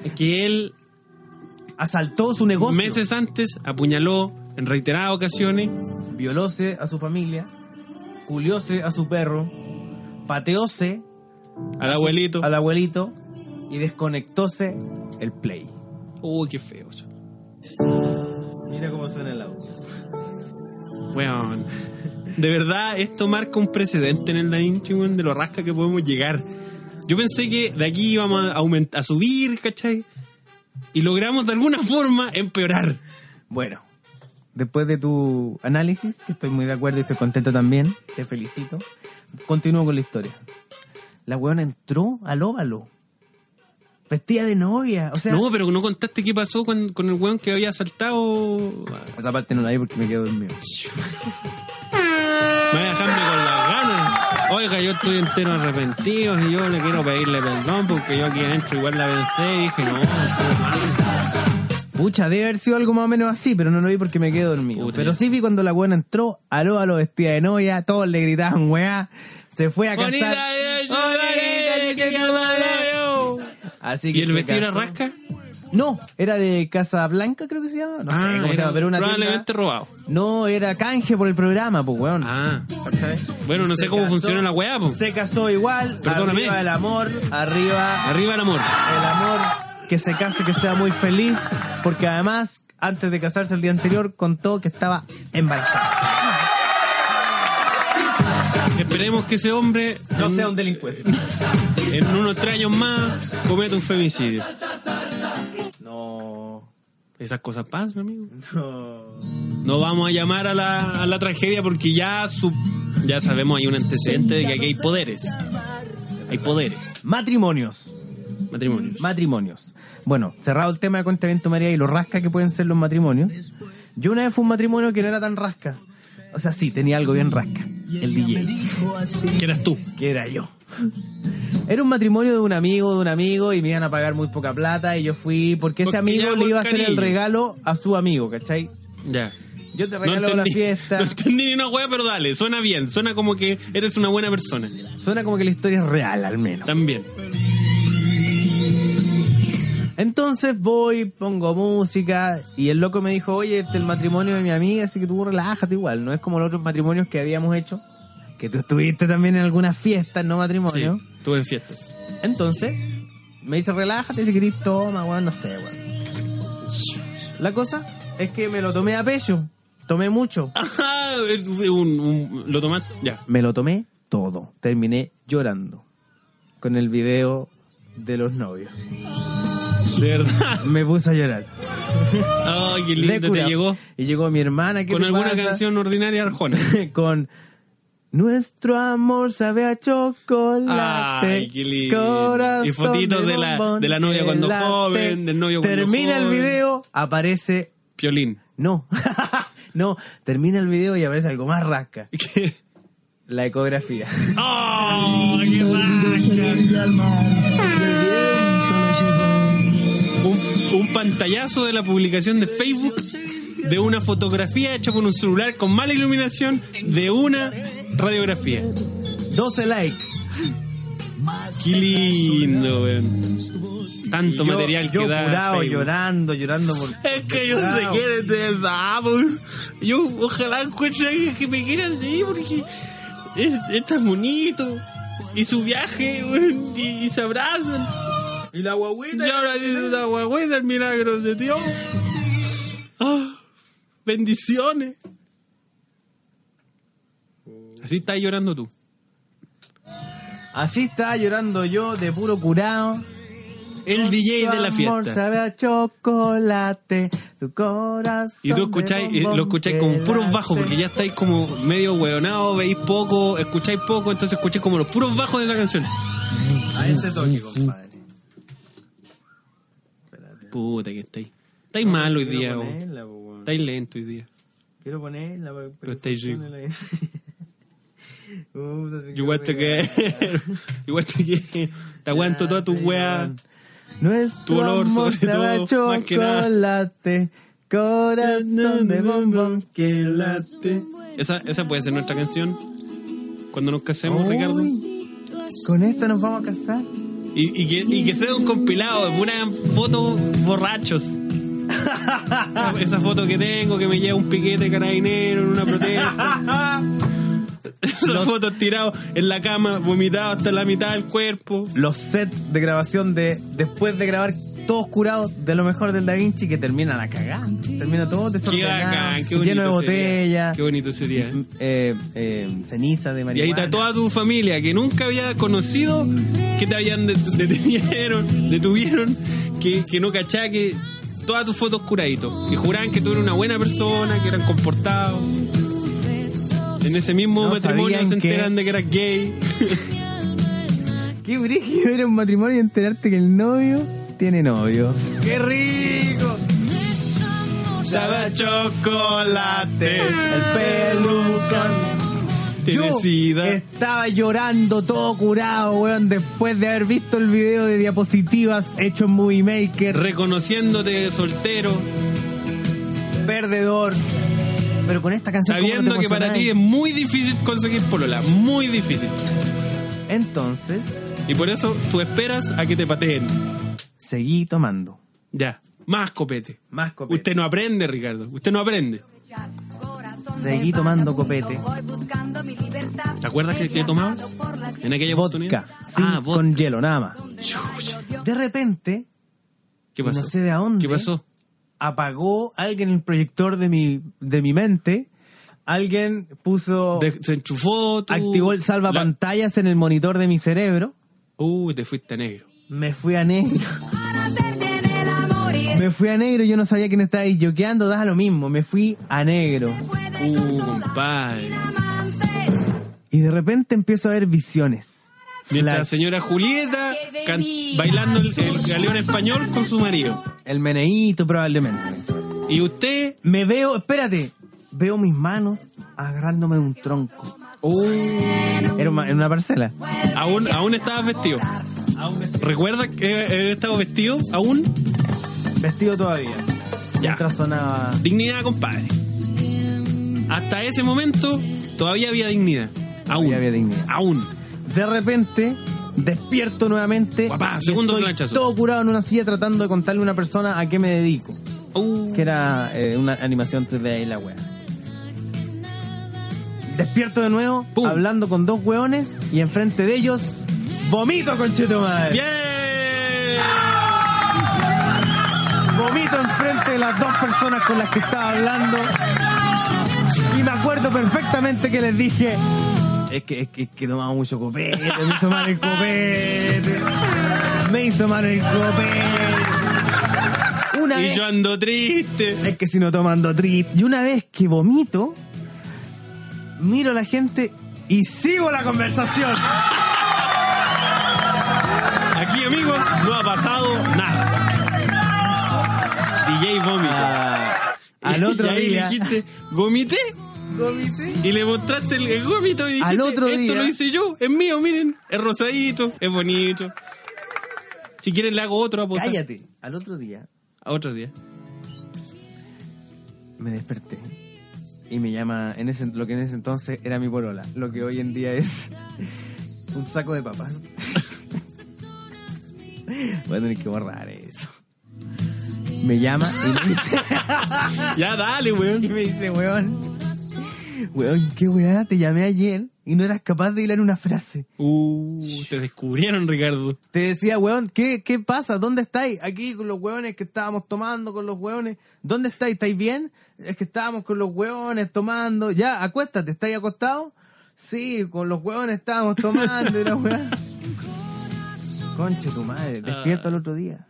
C: es que él
A: Asaltó su negocio.
C: meses antes apuñaló en reiteradas ocasiones.
A: violóse a su familia, culióse a su perro, pateóse
C: Al abuelito.
A: al abuelito y desconectóse el play.
C: Uy, qué feo. eso.
A: Mira cómo suena el audio.
C: Weón. De verdad, esto marca un precedente en el Da Vinci, weón, de lo rasca que podemos llegar. Yo pensé que de aquí íbamos a, aument- a subir, ¿cachai? Y logramos de alguna forma empeorar.
A: Bueno, después de tu análisis, que estoy muy de acuerdo y estoy contento también, te felicito. Continúo con la historia. La weona entró al óvalo, vestida de novia. O sea,
C: no, pero no contaste qué pasó con, con el weón que había asaltado.
A: esa parte no la vi porque me quedo dormido.
C: Me voy a dejarme con las ganas. Oiga, yo estoy entero arrepentido y yo le quiero pedirle perdón porque yo aquí adentro igual la vencé y dije, no, estuvo mal.
A: Pucha, debe haber sido algo más o menos así, pero no lo vi porque me quedé dormido.
C: Puta,
A: pero
C: ya.
A: sí vi cuando la buena entró, al óvalo vestida de novia, todos le gritaban weá, se fue a casar.
C: Bonita, eh, yo, eh,
A: Bonita,
C: que
A: yo,
C: tu madre.
A: Así que
C: ¿Y el
A: se
C: vestido era
A: casó.
C: rasca?
A: No, era de Casa Blanca, creo que se llama. No sé
C: Ah,
A: cómo se
C: era
A: llama, pero una
C: probablemente
A: tienda-
C: robado.
A: No, era canje por el programa, pues, weón.
C: Ah,
A: ¿Cachai?
C: bueno, no
A: Se
C: sé cómo
A: casó-
C: funciona la weá, po.
A: Se casó igual,
C: Perdóname.
A: arriba el amor, arriba
C: Arriba el amor.
A: el amor, que se case, que sea muy feliz, porque además, antes de casarse el día anterior, contó que estaba embarazada.
C: Esperemos que ese hombre
A: No sea un delincuente.
C: en unos tres años más cometa un femicidio.
A: No.
C: Esas cosas pasan, amigo.
A: No.
C: No vamos a llamar a la, a la tragedia porque ya su, ya sabemos hay un antecedente de que aquí hay poderes. Hay poderes.
A: Matrimonios.
C: Matrimonios.
A: Matrimonios. Bueno, cerrado el tema de cuenta viento María y lo rasca que pueden ser los matrimonios. Yo una vez fui a un matrimonio que no era tan rasca. O sea, sí, tenía algo bien rasca. El DJ.
C: Que eras tú.
A: Que era yo. Era un matrimonio de un amigo, de un amigo, y me iban a pagar muy poca plata, y yo fui, porque ese
C: Porque ya
A: amigo le
C: por
A: iba a hacer el
C: cariño.
A: regalo a su amigo, ¿cachai?
C: Ya.
A: Yo te regalo la fiesta.
C: No entendí ni una wea, pero dale, suena bien, suena como que eres una buena persona.
A: Suena como que la historia es real, al menos.
C: También.
A: Entonces voy, pongo música y el loco me dijo, oye, este es el matrimonio de mi amiga, así que tú relájate igual. No es como los otros matrimonios que habíamos hecho, que tú estuviste también en algunas fiestas, no
C: Sí,
A: matrimonio.
C: estuve en fiestas.
A: Entonces me dice, relájate, si querés, toma, weón, no sé, weón. La cosa es que me lo tomé a pecho, tomé mucho.
C: Ajá, Ah, es un- un- lo tomaste. Ya.
A: Me lo tomé todo, terminé llorando con el video de los novios.
C: De verdad.
A: Me puse a llorar.
C: Ay, qué
A: De
C: lindo te
A: curado.
C: llegó.
A: Y llegó mi hermana. ¿qué
C: Con
A: te
C: alguna
A: pasa?
C: canción ordinaria de arjona.
A: con Nuestro amor sabe a chocolate.
C: Ay, qué lindo.
A: corazón
C: Y fotitos de la-
A: bombón
C: de la novia cuando
A: de látex".
C: joven, del novio cuando
A: Termina el
C: joven.
A: video, aparece.
C: Piolín.
A: No. no, termina el video y aparece algo más rasca.
C: ¿Qué?
A: La ecografía.
C: ¡Oh, qué rasca! Un, un pantallazo de la publicación de Facebook de una fotografía hecha con un celular con mala iluminación de una radiografía.
A: 12 likes.
C: Qué lindo, weón.
A: Yo-
C: Tanto material
A: yo
C: que da.
A: curado,
C: Facebook.
A: llorando, llorando por.
C: Es que yo sé
A: Curado.
C: quién es de verdad, po. Yo ojalá encuentre a alguien que me quiera así, porque es, es tan bonito. Y su viaje, weón, y, y se abrazan.
A: Y la guagüita.
C: Y ahora dice la guagüita, el milagro de Dios. Ah, bendiciones. Así estás llorando tú.
A: Así estaba llorando yo de puro curado.
C: El DJ de la
A: Tu amor
C: fiesta.
A: sabe a chocolate, tu corazón.
C: Y tú
A: de
C: escucháis, eh,
A: bombón
C: lo escucháis con puros
A: que
C: bajos, porque ya estáis como medio hueonados, veis poco, escucháis poco, entonces escucháis como los puros bajos de la canción.
A: late. A ese toque, compadre.
C: Puta que estáis. Estáis mal hoy
A: Quiero
C: día, vos.
A: ponerla, po, weón.
C: estáis lento hoy día.
A: Quiero ponerla. pa- pa-
C: Pero estáis rico.
A: Puta, se
C: Yo
A: quedó
C: igual te
A: pegada.
C: que. Igual te que. Te aguanto toda tu wea.
A: Nuestro
C: Tu olor,
A: amor
C: sobre
A: sabe a
C: todo, más que nada.
A: chocolate, corazón de bombón que late.
C: Esa, esa puede ser nuestra canción. Cuando nos casemos,
A: Uy,
C: Ricardo.
A: Con esta nos vamos a casar.
C: Y, y que, y que sea un compilado, una foto borrachos. Esa foto que tengo que me lleva un piquete carabinero en una protesta. Esas fotos tirados en la cama, vomitado hasta la mitad del cuerpo.
A: Los sets de grabación de después de grabar todos curados de lo mejor del Da Vinci que termina la cagada. Termina todo
C: Qué
A: desordenado,
C: bacán, qué bonito
A: lleno de
C: sería.
A: botella,
C: Qué bonito sería.
A: eh, eh, ceniza de
C: Y ahí
A: marihuana.
C: está toda tu familia que nunca había conocido, que te habían det- detuvieron, detuvieron que, que no cachaba que todas tus fotos curaditos. Que juraban que tú eras una buena persona, que eran comportados. En ese mismo
A: No
C: matrimonio
A: sabían
C: se
A: que-
C: enteran de que eras gay.
A: Qué brígido era un matrimonio y enterarte que el novio tiene novio. ¡Qué rico!
C: Sabe a chocolate,
A: El pelucón.
C: tiene
A: Yo
C: sida.
A: estaba llorando todo curado, weón, después de haber visto el video de diapositivas hecho en Movie Maker.
C: Reconociéndote soltero,
A: perdedor. Pero con esta canción. ¿cómo no te
C: sabiendo que para ti es
A: emocionáis?
C: muy difícil conseguir polola, muy difícil.
A: Entonces,
C: Y por eso tú esperas a que te pateen.
A: seguí tomando.
C: Ya, más copete.
A: Más copete.
C: Usted no aprende, Ricardo. Usted no aprende.
A: Seguí tomando copete.
C: ¿Te acuerdas que, que tomabas? En aquella
A: Vodka.
C: oportunidad.
A: sin-
C: Ah, vodka.
A: con hielo, nada más. De repente,
C: ¿Qué pasó?
A: no sé de a dónde.
C: ¿Qué pasó?
A: apagó alguien el proyector de mi, de mi mente. Alguien puso.
C: De- se enchufó. tú-
A: Oh. activó el
C: La-
A: salvapantallas en el monitor de mi cerebro.
C: Uy, te fuiste a negro.
A: Me fui a negro. Me fui a negro, yo no sabía quién estaba ahí yoqueando, da lo mismo, me fui a negro.
C: Uh, compadre.
A: Y de repente empiezo a ver visiones.
C: Mientras
A: Flash.
C: la señora Julieta can- bailando el, el galeón español con su marido.
A: El meneíto probablemente.
C: Y usted.
A: Me veo, espérate, veo mis manos agarrándome de un tronco. Era una, en una parcela.
C: uh, Aún, aún estabas vestido. ¿Recuerdas que he estado vestido? Aún.
A: Vestido todavía.
C: Ya.
A: Mientras sonaba.
C: Dignidad, compadre. Hasta ese momento todavía había dignidad. Aún.
A: Todavía había dignidad.
C: Aún.
A: De repente, despierto nuevamente.
C: Guapá,
A: y
C: segundo
A: estoy
C: planchazo.
A: Todo curado en una silla tratando de contarle a una persona a qué me dedico.
C: Uh,
A: Que era eh, una animación 3D y la wea. Despierto de nuevo,
C: Pum.
A: hablando con dos weones y enfrente de ellos, vomito conchito madre.
C: ¡Bien!
A: Vomito enfrente de las dos personas con las que estaba hablando. Y me acuerdo perfectamente que les dije. Es que, es que, es que tomaba mucho copete, me hizo mal el copete. Me hizo mal el copete. Una
C: Y
A: vez.
C: yo ando triste.
A: Es que si no tomando trip. Y una vez que vomito, miro a la gente y sigo la conversación.
C: Aquí, amigos, no ha pasado nada. DJ Vómito.
A: Ah, al
C: y
A: otro
C: ahí
A: día.
C: le dijiste, ¿gomité? Y le mostraste el, el gómito y dijiste,
A: Al otro
C: esto
A: día-
C: lo hice yo, es mío, miren, es rosadito, es bonito. Si quieren le hago otro a posar.
A: Cállate. Al otro día
C: A otro día.
A: me desperté y me llama en ese lo que en ese entonces era mi porola, lo que hoy en día es un saco de papas. Voy a tener que borrar eso. Me llama y me dice,
C: Ya dale, weón.
A: y me dice, weón, weón, qué weá, te llamé ayer y no eras capaz de hilar una frase.
C: Uh, te descubrieron, Ricardo.
A: Te decía, weón, ¿qué, qué pasa? ¿Dónde estáis? Aquí con los weones que estábamos tomando, con los weones. ¿Dónde estáis? ¿Estáis bien? Es que estábamos con los weones tomando. Ya, acuéstate, ¿estáis acostados? Sí, con los weones estábamos tomando y la weá. Conche tu madre, despierto al otro día.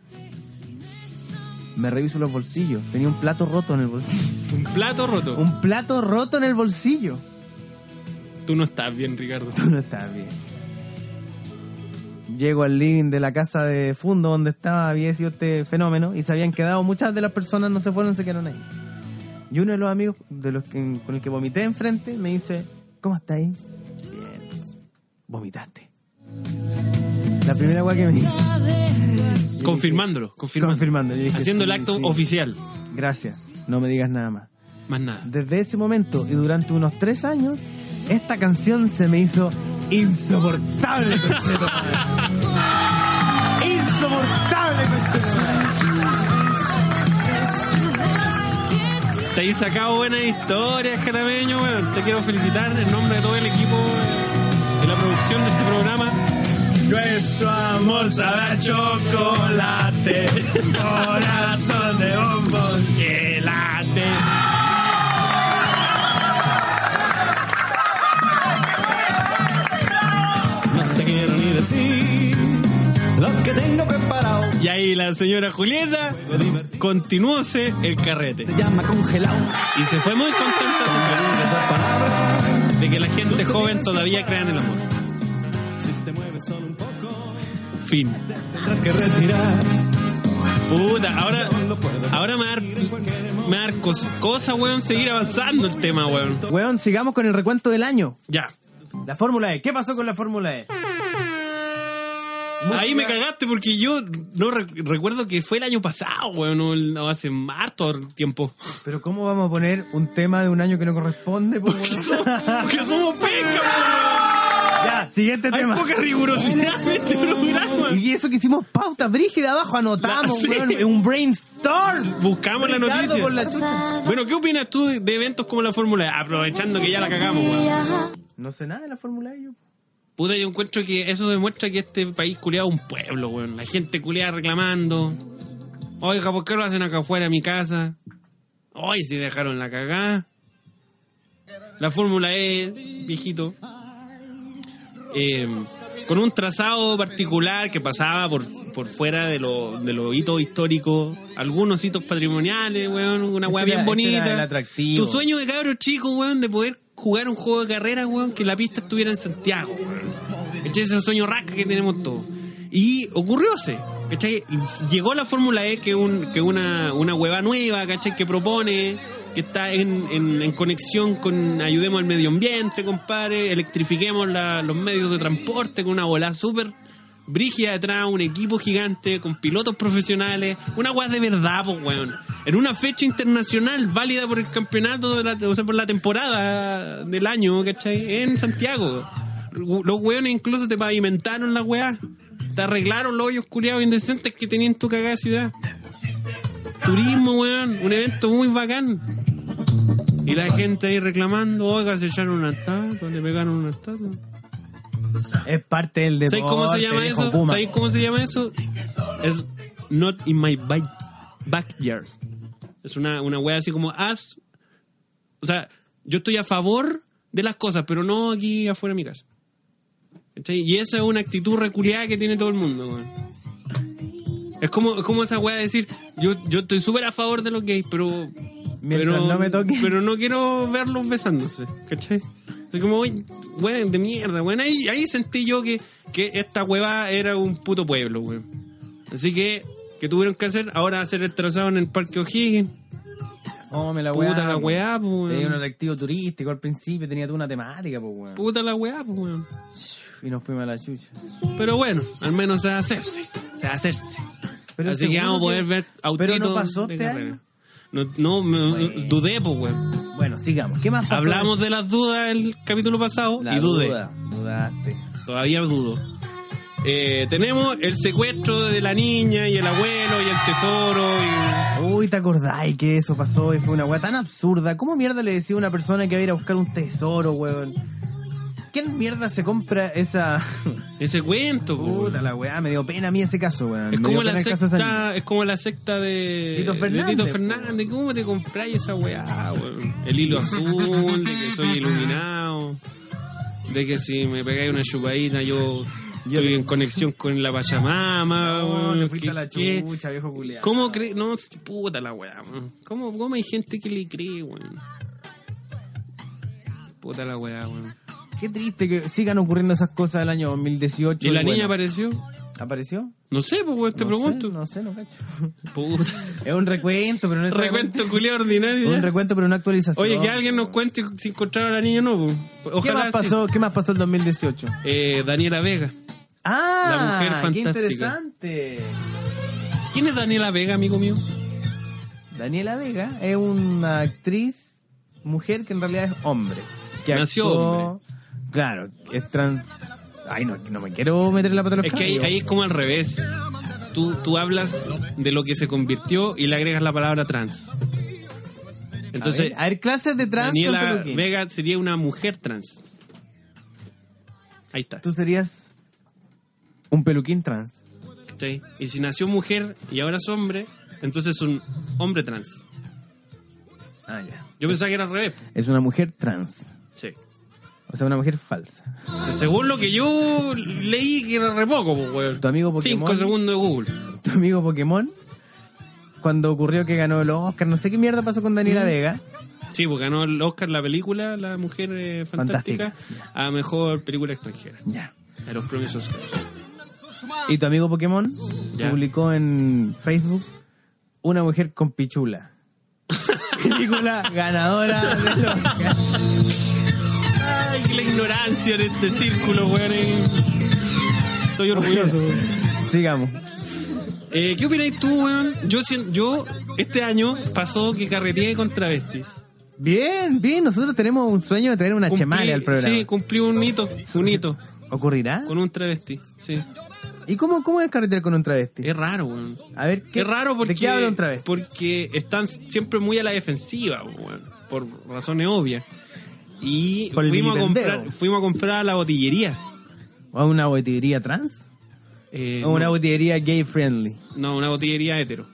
A: Me reviso los bolsillos. Tenía un plato roto en el bolsillo.
C: Un plato roto.
A: Un plato roto en el bolsillo.
C: Tú no estás bien, Ricardo.
A: Tú no estás bien. Llego al living de la casa de Fundo donde estaba, había sido este fenómeno y se habían quedado, muchas de las personas no se fueron, se quedaron ahí. Y uno de los amigos de los que- con el que vomité enfrente me dice, ¿cómo está ahí? Bien, vomitaste. La primera agua que me dijo,
C: Confirmándolo, confirmando.
A: confirmando. Yo dije,
C: Haciendo el
A: sí,
C: acto
A: sí.
C: oficial.
A: Gracias, no me digas nada más.
C: Más nada.
A: Desde ese momento y durante unos tres años, esta canción se me hizo insoportable. conchetumadre. insoportable. conchetumadre.
C: Te has sacado buenas historias, jarameño, weón. Te quiero felicitar en nombre de todo el equipo de la producción de este programa.
B: Nuestro amor sabe a chocolate, corazón de bombón que late.
C: No te quiero ni decir.
H: Lo que tengo preparado
C: Y ahí la señora Julieta continuóse el carrete.
H: se llama congelado.
C: Y se fue muy contenta a su casa.
H: Esa palabra,
C: de que la gente joven todavía crea en el amor.
H: si te mueves solo un poco,
C: Fin.
H: tendrás que retirar.
C: Puta, ahora, ahora me va a dar- me va a dar cos- cosa, weón, seguir avanzando el tema, weón.
A: Weón, sigamos con el recuento del año.
C: Ya.
A: La Fórmula E. ¿Qué pasó con la Fórmula E?
C: Ahí me cagaste porque yo no re- recuerdo que fue el año pasado, weón, o el- o hace harto tiempo.
A: Pero ¿cómo vamos a poner un tema de un año que no corresponde? po, weón?
C: Porque somos penca,
A: ya, siguiente
C: weón. Hay
A: tema.
C: poca rigurosidad en este programa.
A: Y eso que hicimos pauta brígida abajo, anotamos,
C: La- sí.
A: weón. Es un brainstorm.
C: Buscamos la
A: Ricardo,
C: noticia.
A: por la chucha.
C: Bueno, ¿qué opinas tú de, de eventos como la Fórmula E? Aprovechando que ya la cagamos, weón.
A: No sé nada de la Fórmula E. yo.
C: Puta, yo encuentro que eso demuestra que este país culeado es un pueblo, weón. La gente culeada reclamando. Oiga, ¿por qué lo hacen acá afuera de mi casa? Hoy si dejaron la cagada. La Fórmula E, viejito. Eh, con un trazado particular que pasaba por, por fuera de los de los hitos históricos, algunos hitos patrimoniales, weón, una
A: Ese
C: weá
A: era-
C: bien
A: ese era
C: bonita.
A: el atractivo.
C: Tu sueño de cabro chico, weón, de poder jugar un juego de carrera, weón, que la pista estuviera en Santiago, weón. ¿Cachai? Ese es un sueño rasca que tenemos todos. Y ocurrióse, ¿cachai? Llegó la Fórmula E, que es un, que una, una hueva nueva, ¿cachai? Que propone, que está en, en- en conexión con ayudemos al medio ambiente, compadre, electrifiquemos la- los medios de transporte con una bola súper brígida detrás, un equipo gigante, con pilotos profesionales, una weá de verdad, pues weón. En una fecha internacional válida por el campeonato, de la- o sea, por la temporada del año, ¿cachai? En Santiago. Los weones incluso te pavimentaron la weá. Te arreglaron los hoyos culiados indecentes que tenían tu cagada ciudad. Turismo, weón. Un evento muy bacán. Y la gente ahí reclamando, oiga, se echaron una estatua, le pegaron una estatua.
A: Es parte del deporte.
C: ¿Sabes cómo se llama
A: viejo
C: eso?
A: Puma.
C: ¿Sabes cómo se llama eso? Es not in my ba- backyard. Es una, una wea así como haz. O sea, yo estoy a favor de las cosas, pero no aquí afuera de mi casa. ¿Cachai? Y esa es una actitud reculeada que tiene todo el mundo, weón. Es como, es como esa wea de decir, yo, yo estoy súper a favor de los gays, pero.
A: Mientras
C: pero-
A: no me toquen.
C: Pero no quiero verlos besándose, ¿cachai? Así como, oye, weón, de mierda, weón. Ahí, ahí sentí yo que, que esta hueva era un puto pueblo, weón. Así que, ¿qué tuvieron que hacer? Ahora hacer el trazado en el Parque O'Higgins.
A: Oh, me la
C: Puta
A: weá,
C: la
A: po.
C: weá, po, weón.
A: Tenía un electivo turístico al principio, tenía toda una temática, pues, weón.
C: Puta la weá, pues, weón.
A: Y nos fuimos a la chucha.
C: Pero bueno, al menos se va a hacerse. Se va a hacerse.
A: Pero
C: Así que
A: seguro
C: vamos a poder
A: que-
C: ver autitos
A: pero no pasó
C: de
A: este
C: carrera.
A: año.
C: No, no, me- dudé, pues, weón.
A: Bueno, sigamos. ¿Qué más pasó?
C: Hablamos de las dudas el capítulo pasado
A: La
C: y dudé.
A: duda, dudaste.
C: Todavía dudo. eh, tenemos el secuestro de la niña y el abuelo y el tesoro. y-
A: Uy, ¿te acordáis que eso pasó? Y fue una weá tan absurda. ¿Cómo mierda le decía a una persona que va a ir a buscar un tesoro, weón? ¿Quién mierda se compra esa...
C: Ese cuento. pues, po.
A: Puta la weá, me dio pena a mí ese caso, weón.
C: Es
A: Me
C: como,
A: dio
C: la
A: pena el caso de esa niña.
C: secta, es como la secta de
A: Tito
C: de
A: Fernández,
C: Tito
A: po.
C: Fernández. ¿Cómo te compráis esa weá, weón? El hilo azul, de que soy iluminado, de que si me pegáis una chupadita yo, estoy en conexión con la Pachamama.
A: No,
C: weón,
A: Oh, te fuiste
C: que-
A: a la
C: que-
A: chucha, viejo culiado.
C: ¿Cómo crees? No, s- puta la weá, weón. ¿Cómo, ¿Cómo hay gente que le cree, weón? Puta la weá, weón.
A: Qué triste que sigan ocurriendo esas cosas del año 2018.
C: ¿Y la
A: bueno,
C: niña apareció?
A: apareció?
C: No sé, pues, weón, te
A: No
C: pregunto.
A: sé, no sé, no cacho.
C: Puta.
A: Es un recuento, pero no es
C: Recuento culiao ordinario. ya.
A: Un recuento, pero una actualización.
C: Oye, que alguien nos cuente si encontraron a la niña o no. po.
A: ¿Qué
C: Ojalá
A: más pasó? ¿Qué más pasó el 2018?
C: sí. Eh, Daniela Vega.
A: Ah,
C: La mujer
A: qué
C: fantástica.
A: interesante.
C: ¿Quién es Daniela Vega, amigo mío?
A: Daniela Vega es una actriz mujer que en realidad es hombre. Que
C: Nació hombre.
A: Claro, es trans. Ay, no, no me quiero meter la pata en los
C: Es que ahí,
A: caballos.
C: ahí es como al revés. Tú, tú hablas de lo que se convirtió y le agregas la palabra trans.
A: a
C: Entonces,
A: ver, a ver, clases de trans con
C: Daniela
A: peluquín.
C: Vega sería una mujer trans. Ahí está.
A: Tú serías un peluquín trans.
C: Sí. Y si nació mujer y ahora es hombre, entonces es un hombre trans.
A: Ah, ya.
C: Yo pensaba que era al revés.
A: Es una mujer trans.
C: Sí.
A: O sea, una mujer falsa.
C: Según lo que yo leí, que era re poco, pues, weón.
A: Tu amigo Pokémon.
C: Cinco segundos de Google.
A: Tu amigo Pokémon, cuando ocurrió que ganó el Oscar, no sé qué mierda pasó con Daniela Vega.
C: Sí, porque ganó el Oscar la película La Mujer eh, Fantástica, a Mejor Película Extranjera.
A: Ya.
C: A los premios Oscar.
A: Y tu amigo Pokémon
C: Ya.
A: publicó en Facebook una mujer con pichula. Película ganadora del Oscar.
C: Ay, la ignorancia de este círculo, weón. eh. Estoy orgulloso, weón.
A: Sigamos.
C: Eh, ¿Qué opináis tú, weón? Yo, sien- yo, este año pasó que carreteé con travestis.
A: Bien, bien. Nosotros tenemos un sueño de traer una
C: Cumplí-
A: chemale al programa.
C: Sí, cumplí un hito, un hito,
A: ¿Ocurrirá?
C: con un travesti. Sí,
A: ¿Y cómo, cómo es carretera con un travesti?
C: es raro, weón.
A: A ver, ¿qué,
C: Qué raro porque,
A: ¿de qué habla un travesti?
C: porque están siempre muy a la defensiva, weón, por razones obvias. Y
A: Por el
C: fuimos a,
A: vilipendeo.
C: comprar, fuimos a comprar a la botillería.
A: ¿A una botillería trans?
C: Eh,
A: ¿O una
C: no,
A: botillería gay friendly?
C: no, una botillería hetero.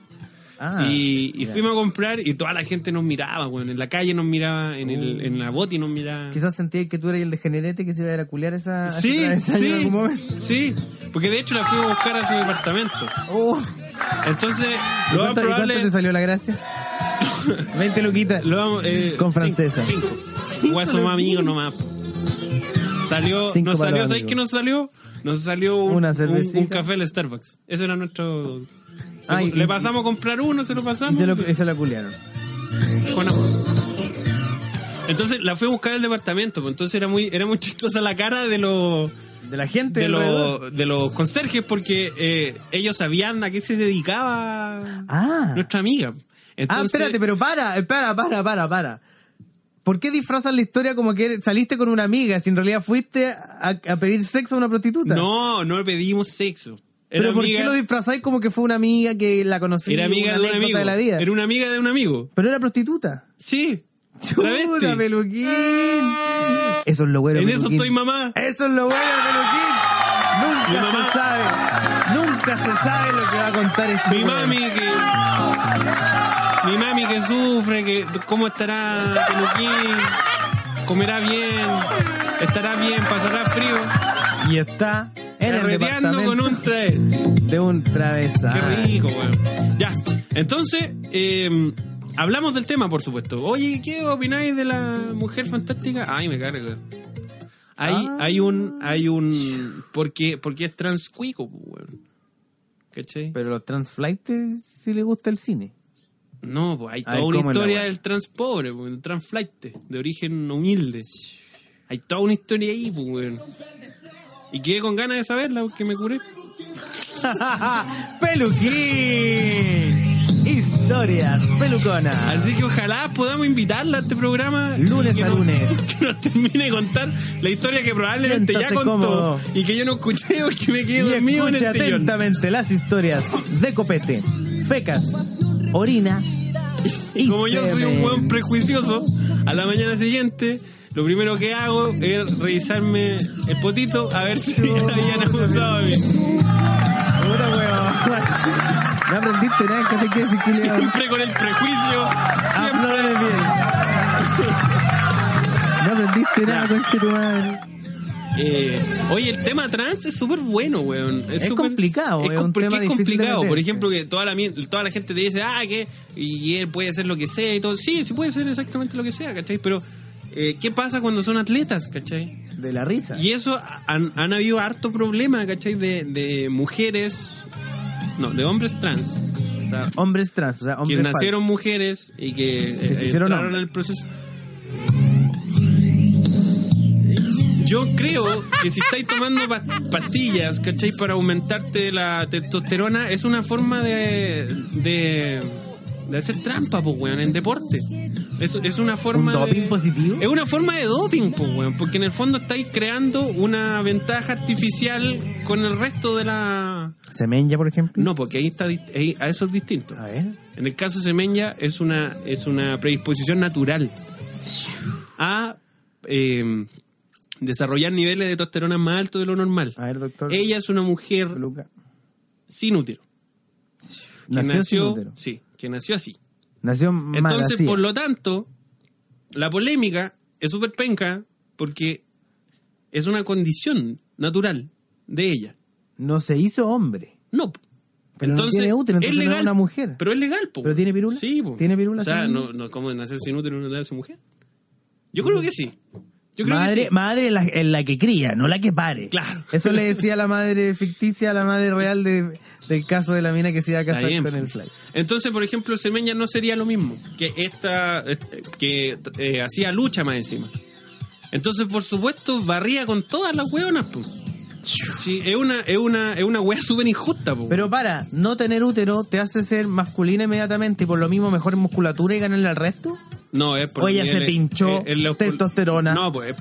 A: Ah,
C: y y
A: ya.
C: fuimos a comprar y toda la gente nos miraba, weón. En la calle nos miraba, en, el, en la boti nos miraba.
A: Oh. Quizás sentía que tú eras el degenerete que se iba a ir a culiar esa. a ese
C: sí,
A: travesaño en
C: sí,
A: algún momento.
C: sí. Porque de hecho la fuimos a buscar a su departamento.
A: Oh.
C: Entonces,
A: ¿Y
C: lo más
A: cuánto, y cuánto
C: probable...
A: te salió la gracia? 20 luquitas.
C: Lo vamos, eh,
A: Con
C: cinco,
A: francesa.
C: Cinco.
A: Cinco
C: Guaso más amigo
A: lucas.
C: nomás. po. Salió,
A: Cinco
C: nos
A: para
C: salió,
A: los
C: ¿sabes
A: amigos.
C: qué nos salió? Nos salió un,
A: Una
C: un-
A: cervecita.
C: un café al Starbucks. Eso era nuestro.
A: Ah,
C: le,
A: y-
C: le pasamos a comprar uno, se lo
A: Y
C: pasamos.
A: se lo, y se lo culiaron.
C: Bueno. Entonces la fui a buscar al departamento, pues, entonces era muy, era muy chistosa la cara de los
A: De la gente.
C: de
A: alrededor.
C: los de los conserjes porque eh, ellos sabían a qué se dedicaba
A: Ah.
C: nuestra amiga.
A: Ah,
C: Entonces-
A: espérate, pero para, espera, para, para, para. ¿Por qué disfrazas la historia como que saliste con una amiga si en realidad fuiste a, a pedir sexo a una prostituta?
C: No, no pedimos sexo.
A: ¿Pero
C: Era
A: por
C: amiga-
A: qué lo disfrazáis como que fue una amiga que la conocí?
C: era amiga de un
A: anécdota
C: amigo.
A: de la vida.
C: Era una amiga de un amigo.
A: Pero era prostituta.
C: Sí.
A: ¡Chuta,
C: Travesti.
A: peluquín! Eso es lo bueno,
C: En eso
A: peluquín.
C: estoy mamá.
A: Eso es lo bueno, peluquín. Nunca
C: Mi
A: se
C: mamá-
A: sabe. Nunca se sabe lo que va a contar este
C: Mi
A: weón.
C: mami que. Mi mami que sufre, que cómo estará Peluquín, comerá bien, estará bien, pasará frío,
A: Y está en el
C: carreteando
A: departamento
C: con un travesti.
A: de un
C: Qué
A: travesa.
C: rico, weón. Ya, entonces, eh, hablamos del tema, por supuesto. Oye, ¿qué opináis de la mujer fantástica? Ay, me carga. Hay,
A: Ah.
C: hay un, hay un, porque, porque es transcuico, pues, weón. ¿Cachai?
A: Pero los transflightes sí les gusta el cine.
C: No, pues hay toda
A: Ay,
C: una
A: cómo es la
C: historia
A: weá.
C: del trans pobre, pues, el trans flight, de origen humilde. Hay toda una historia ahí, pues, weón. Y quedé con ganas de saberla porque me curé.
A: ¡Peluquín! Historia historias peluconas.
C: Así que ojalá podamos invitarla a este programa.
A: Lunes
C: Y que
A: a
C: nos-
A: lunes.
C: Que nos termine de contar la historia que probablemente ya
A: Siéntase
C: contó.
A: cómodo.
C: Y que yo no escuché porque me
A: Y
C: quedé dormido en
A: escucha
C: el sillón.
A: atentamente las historias de copete, fecas, orina.
C: Y como yo soy un
A: semen.
C: buen prejuicioso, a la mañana siguiente lo primero que hago es revisarme el potito a ver si habían abusado de mí.
A: Puta weón. No aprendiste nada en catequesis, culiao.
C: Siempre con el prejuicio, siempre.
A: Aplaude bien. No aprendiste nada, conche tu madre.
C: Eh, oye, el tema trans es súper bueno, weón. Es,
A: Es
C: súper-
A: complicado,
C: es
A: es un
C: porque
A: tema
C: es
A: difícil de
C: complicado. Por
A: meterse.
C: ejemplo, que toda la, mien- toda la gente te dice, ah, que y él puede ser lo que sea y todo. Sí, sí puede ser exactamente lo que sea, ¿cachai? Pero, eh, ¿qué pasa cuando son atletas, cachai?
A: De la risa.
C: Y eso han, han habido harto problema, ¿cachai? De, de mujeres, no, de hombres trans. O sea,
A: Hombres trans, o sea, hombres
C: que nacieron mujeres y que, eh,
A: se hicieron
C: entraron
A: hombres.
C: al proceso. Yo creo que si estáis tomando pa- pastillas, ¿cachai? Para aumentarte la testosterona, es una forma de, de, de hacer trampa, pues, weón, en deporte. Es, es una forma
A: ¿Un
C: de-
A: doping positivo?
C: Es una forma de doping, pues, weón, porque en el fondo estáis creando una ventaja artificial con el resto de la...
A: falsas. Semenya, por ejemplo.
C: No, porque ahí está, dist- ahí- a eso es distinto.
A: A ver.
C: En el caso de Semenya es una, es una predisposición natural a eh, desarrollar niveles de testosterona más altos de lo normal.
A: A ver, doctor.
C: Ella es una mujer
A: Luca.
C: sin útero. que
A: Nació, sin útero.
C: Sí, que nació así.
A: Nació mal,
C: Entonces,
A: así.
C: por lo tanto, la polémica es súper penca porque es una condición natural de ella.
A: No se hizo hombre.
C: No. po.
A: Pero no tiene útero, entonces no es una mujer.
C: Pero es legal, po.
A: ¿Pero tiene pirula?
C: Sí, po.
A: ¿Tiene pirula
C: O sea,
A: sin-
C: no, no, ¿cómo nacer sin útero no te hace mujer? Yo creo que sí. Yo creo
A: madre,
C: que sí.
A: madre la, en la que cría, no la que pare.
C: Claro.
A: Eso le decía la madre ficticia a la madre real de- del caso de la mina que se iba a
C: Está
A: casar
C: bien, pues.
A: con
C: po.
A: el fly.
C: Entonces, por ejemplo, Semeña no sería lo mismo que esta este, que eh, hacía lucha más encima. Entonces, por supuesto, barría con todas las hueonas, po. Sí, es una, es una, es una hueá súper injusta, po.
A: Pero para, no tener útero te hace ser masculina inmediatamente y por lo mismo mejor musculatura y ganarle al resto.
C: No, eh, es por
A: O ella
C: niveles-
A: se pinchó
C: los-
A: testosterona.
C: No, pues. es-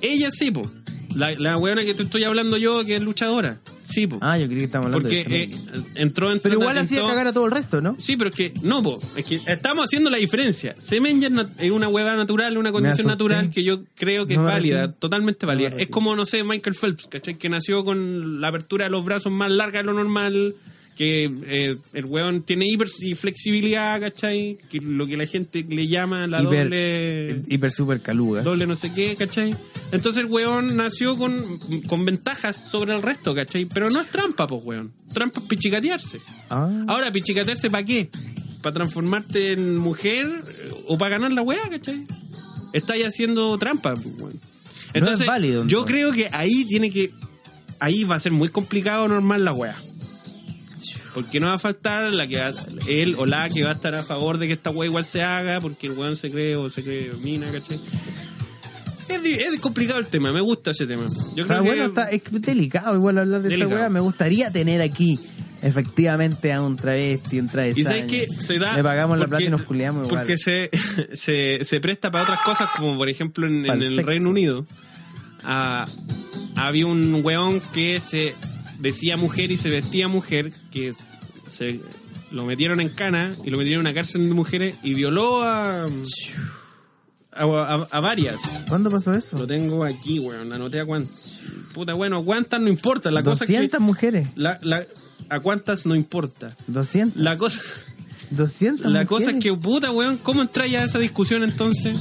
C: Ella sí, pues. La, la weona que te estoy hablando yo, que es luchadora. Sí, pues.
A: Ah, yo creí que estamos hablando
C: Porque
A: de eso.
C: eh, entró en
A: Pero
C: trata-
A: igual hacía
C: entró-
A: cagar a todo el resto, ¿no?
C: Sí, pero es que. No, pues. Es que estamos haciendo la diferencia. Semen ya es nat- es una hueva natural, una condición
A: asusté.
C: natural que yo creo que
A: No
C: es
A: me
C: válida,
A: retiro.
C: totalmente válida.
A: me
C: es
A: retiro.
C: como, no sé, Michael Phelps, ¿cachai? Que nació con la apertura de los brazos más larga de lo normal. Que eh, el weón tiene hiper y flexibilidad, ¿cachai? Que lo que la gente le llama la
A: hiper,
C: doble.
A: hiper super caluga.
C: Doble no sé qué, ¿cachai? Entonces el weón nació con, con ventajas sobre el resto, ¿cachai? Pero no es trampa, pues, weón. Trampa es pichicatearse.
A: Ah.
C: Ahora, pichicatearse para qué? ¿Para transformarte en mujer eh, o para ganar la weá, ¿cachai? Estáis haciendo trampa, pues, weón.
A: es
C: Entonces,
A: válido,
C: yo
A: entonces.
C: creo que ahí tiene que. Ahí va a ser muy complicado normal la weá. Porque no va a faltar la que va- él o la que va a estar a favor de que esta weá igual se haga, porque el weón se cree o se cree mina, ¿cachai? Es, di- es complicado el tema, me gusta ese tema. Yo
A: Está
C: creo
A: bueno,
C: que-
A: está, es delicado igual hablar de esa
C: Delicado.
A: weá. Me gustaría tener aquí efectivamente a un travesti, un travesti.
C: Y sabes que se da.
A: Le pagamos la
C: porque-
A: plata y nos culiamos igual.
C: Porque se, se, se presta para otras cosas, como por ejemplo en,
A: Para
C: en
A: el
C: el
A: sexo.
C: Reino Unido. Ah, había un weón que se decía mujer y se vestía mujer, que se lo metieron en cana y lo metieron en una cárcel de mujeres y violó a. a, a- a varias.
A: ¿Cuándo pasó eso?
C: Lo tengo aquí, weón, anoté a cuántas. Puta, bueno, aguantan, no importa. La cosa es que.
A: 200 mujeres.
C: la- la- a cuántas no importa.
A: 200.
C: La cosa.
A: 200
C: La
A: mujeres.
C: cosa es que, puta, weón, ¿cómo entra ya a esa discusión entonces?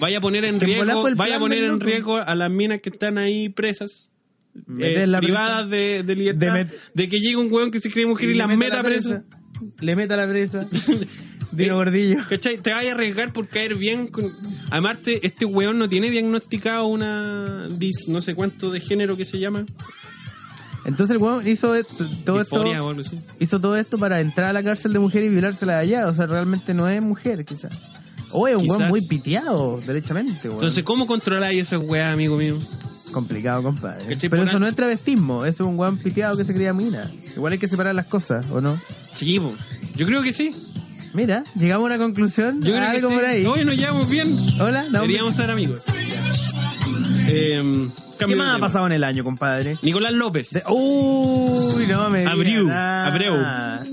C: Vaya a poner en
A: Que en volá
C: riesgo,
A: fue el
C: vaya a
A: plan
C: poner
A: del
C: en
A: loco.
C: riesgo a las minas que están ahí presas, eh,
A: Meter la
C: privadas de, de
A: De
C: libertad, de,
A: met-
C: que llegue un weón que se cree mujer y,
A: le
C: las
A: meta
C: meta
A: la
C: presa.
A: Le meta la presa. Dino
C: Eh,
A: Gordillo.
C: ¿Cachai? Te vaya a arriesgar por caer bien con... Además, te- este weón no tiene diagnosticado una... Dis, no sé cuánto de género que se llama.
A: Entonces el weón hizo esto- todo
C: Diforia
A: esto.
C: o algo así.
A: Hizo todo esto para entrar a la cárcel de mujer y violársela de allá. O sea, realmente no es mujer, quizás. O es un weón
C: Quizás.
A: muy piteado, derechamente, weón.
C: Entonces, ¿cómo controláis esas weas, amigo mío?
A: Complicado, compadre.
C: ¿Cachai?
A: Pero
C: Por
A: eso
C: al-
A: no es travestismo, eso es un weón piteado que se creía mina. Igual hay que separar las cosas, ¿o no?
C: Sí, po. yo creo que sí.
A: Mira, llegamos a una conclusión.
C: Yo creo que
A: algo por
C: sí.
A: ahí.
C: Hoy nos llevamos bien.
A: Hola, no,
C: Deberíamos ser amigos. Eh,
A: ¿Qué
C: cambio de
A: más ha
C: tema.
A: pasado en el año, compadre?
C: Nicolás López.
A: De- Uy, no me digas
C: Abreu,
A: nada.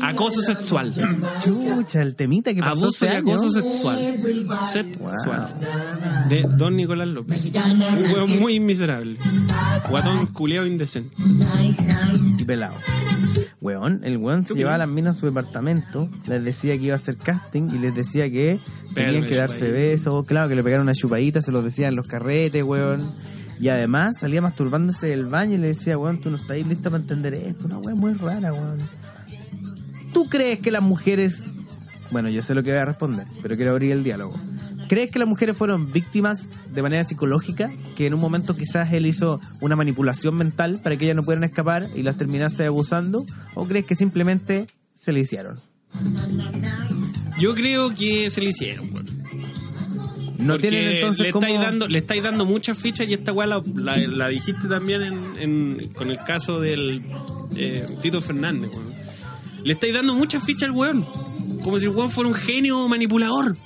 C: Acoso sexual.
A: Chucha, el temita que pasó
C: Abuso
A: este
C: y
A: año.
C: acoso sexual. Sexual. De Don Nicolás López. Un huevo muy miserable. Guatón culeado indecente.
A: y pelado. Weón, el weón se llevaba a las minas a su departamento, les decía que iba a hacer casting y les decía que tenían que darse
C: chupadita.
A: besos, claro, que le pegaron una chupadita, se los decían en los carretes, weón. Y además salía masturbándose del baño y le decía, weón, tú no estás lista para entender esto, una weón muy rara, weón. ¿Tú crees que las mujeres... Bueno, yo sé lo que voy a responder, pero quiero abrir el diálogo. ¿Crees que las mujeres fueron víctimas de manera psicológica? Que en un momento quizás él hizo una manipulación mental para que ellas no pudieran escapar y las terminase abusando? ¿O crees que simplemente se le hicieron?
C: Yo creo que se le hicieron, weón.
A: No
C: Porque
A: tienen entonces
C: le
A: como...
C: estáis dando le estáis dando muchas fichas y esta weá la, la- la dijiste también en- en- con el caso del eh, Tito Fernández weón. le estáis dando muchas fichas al weón como si el weón fuera un genio manipulador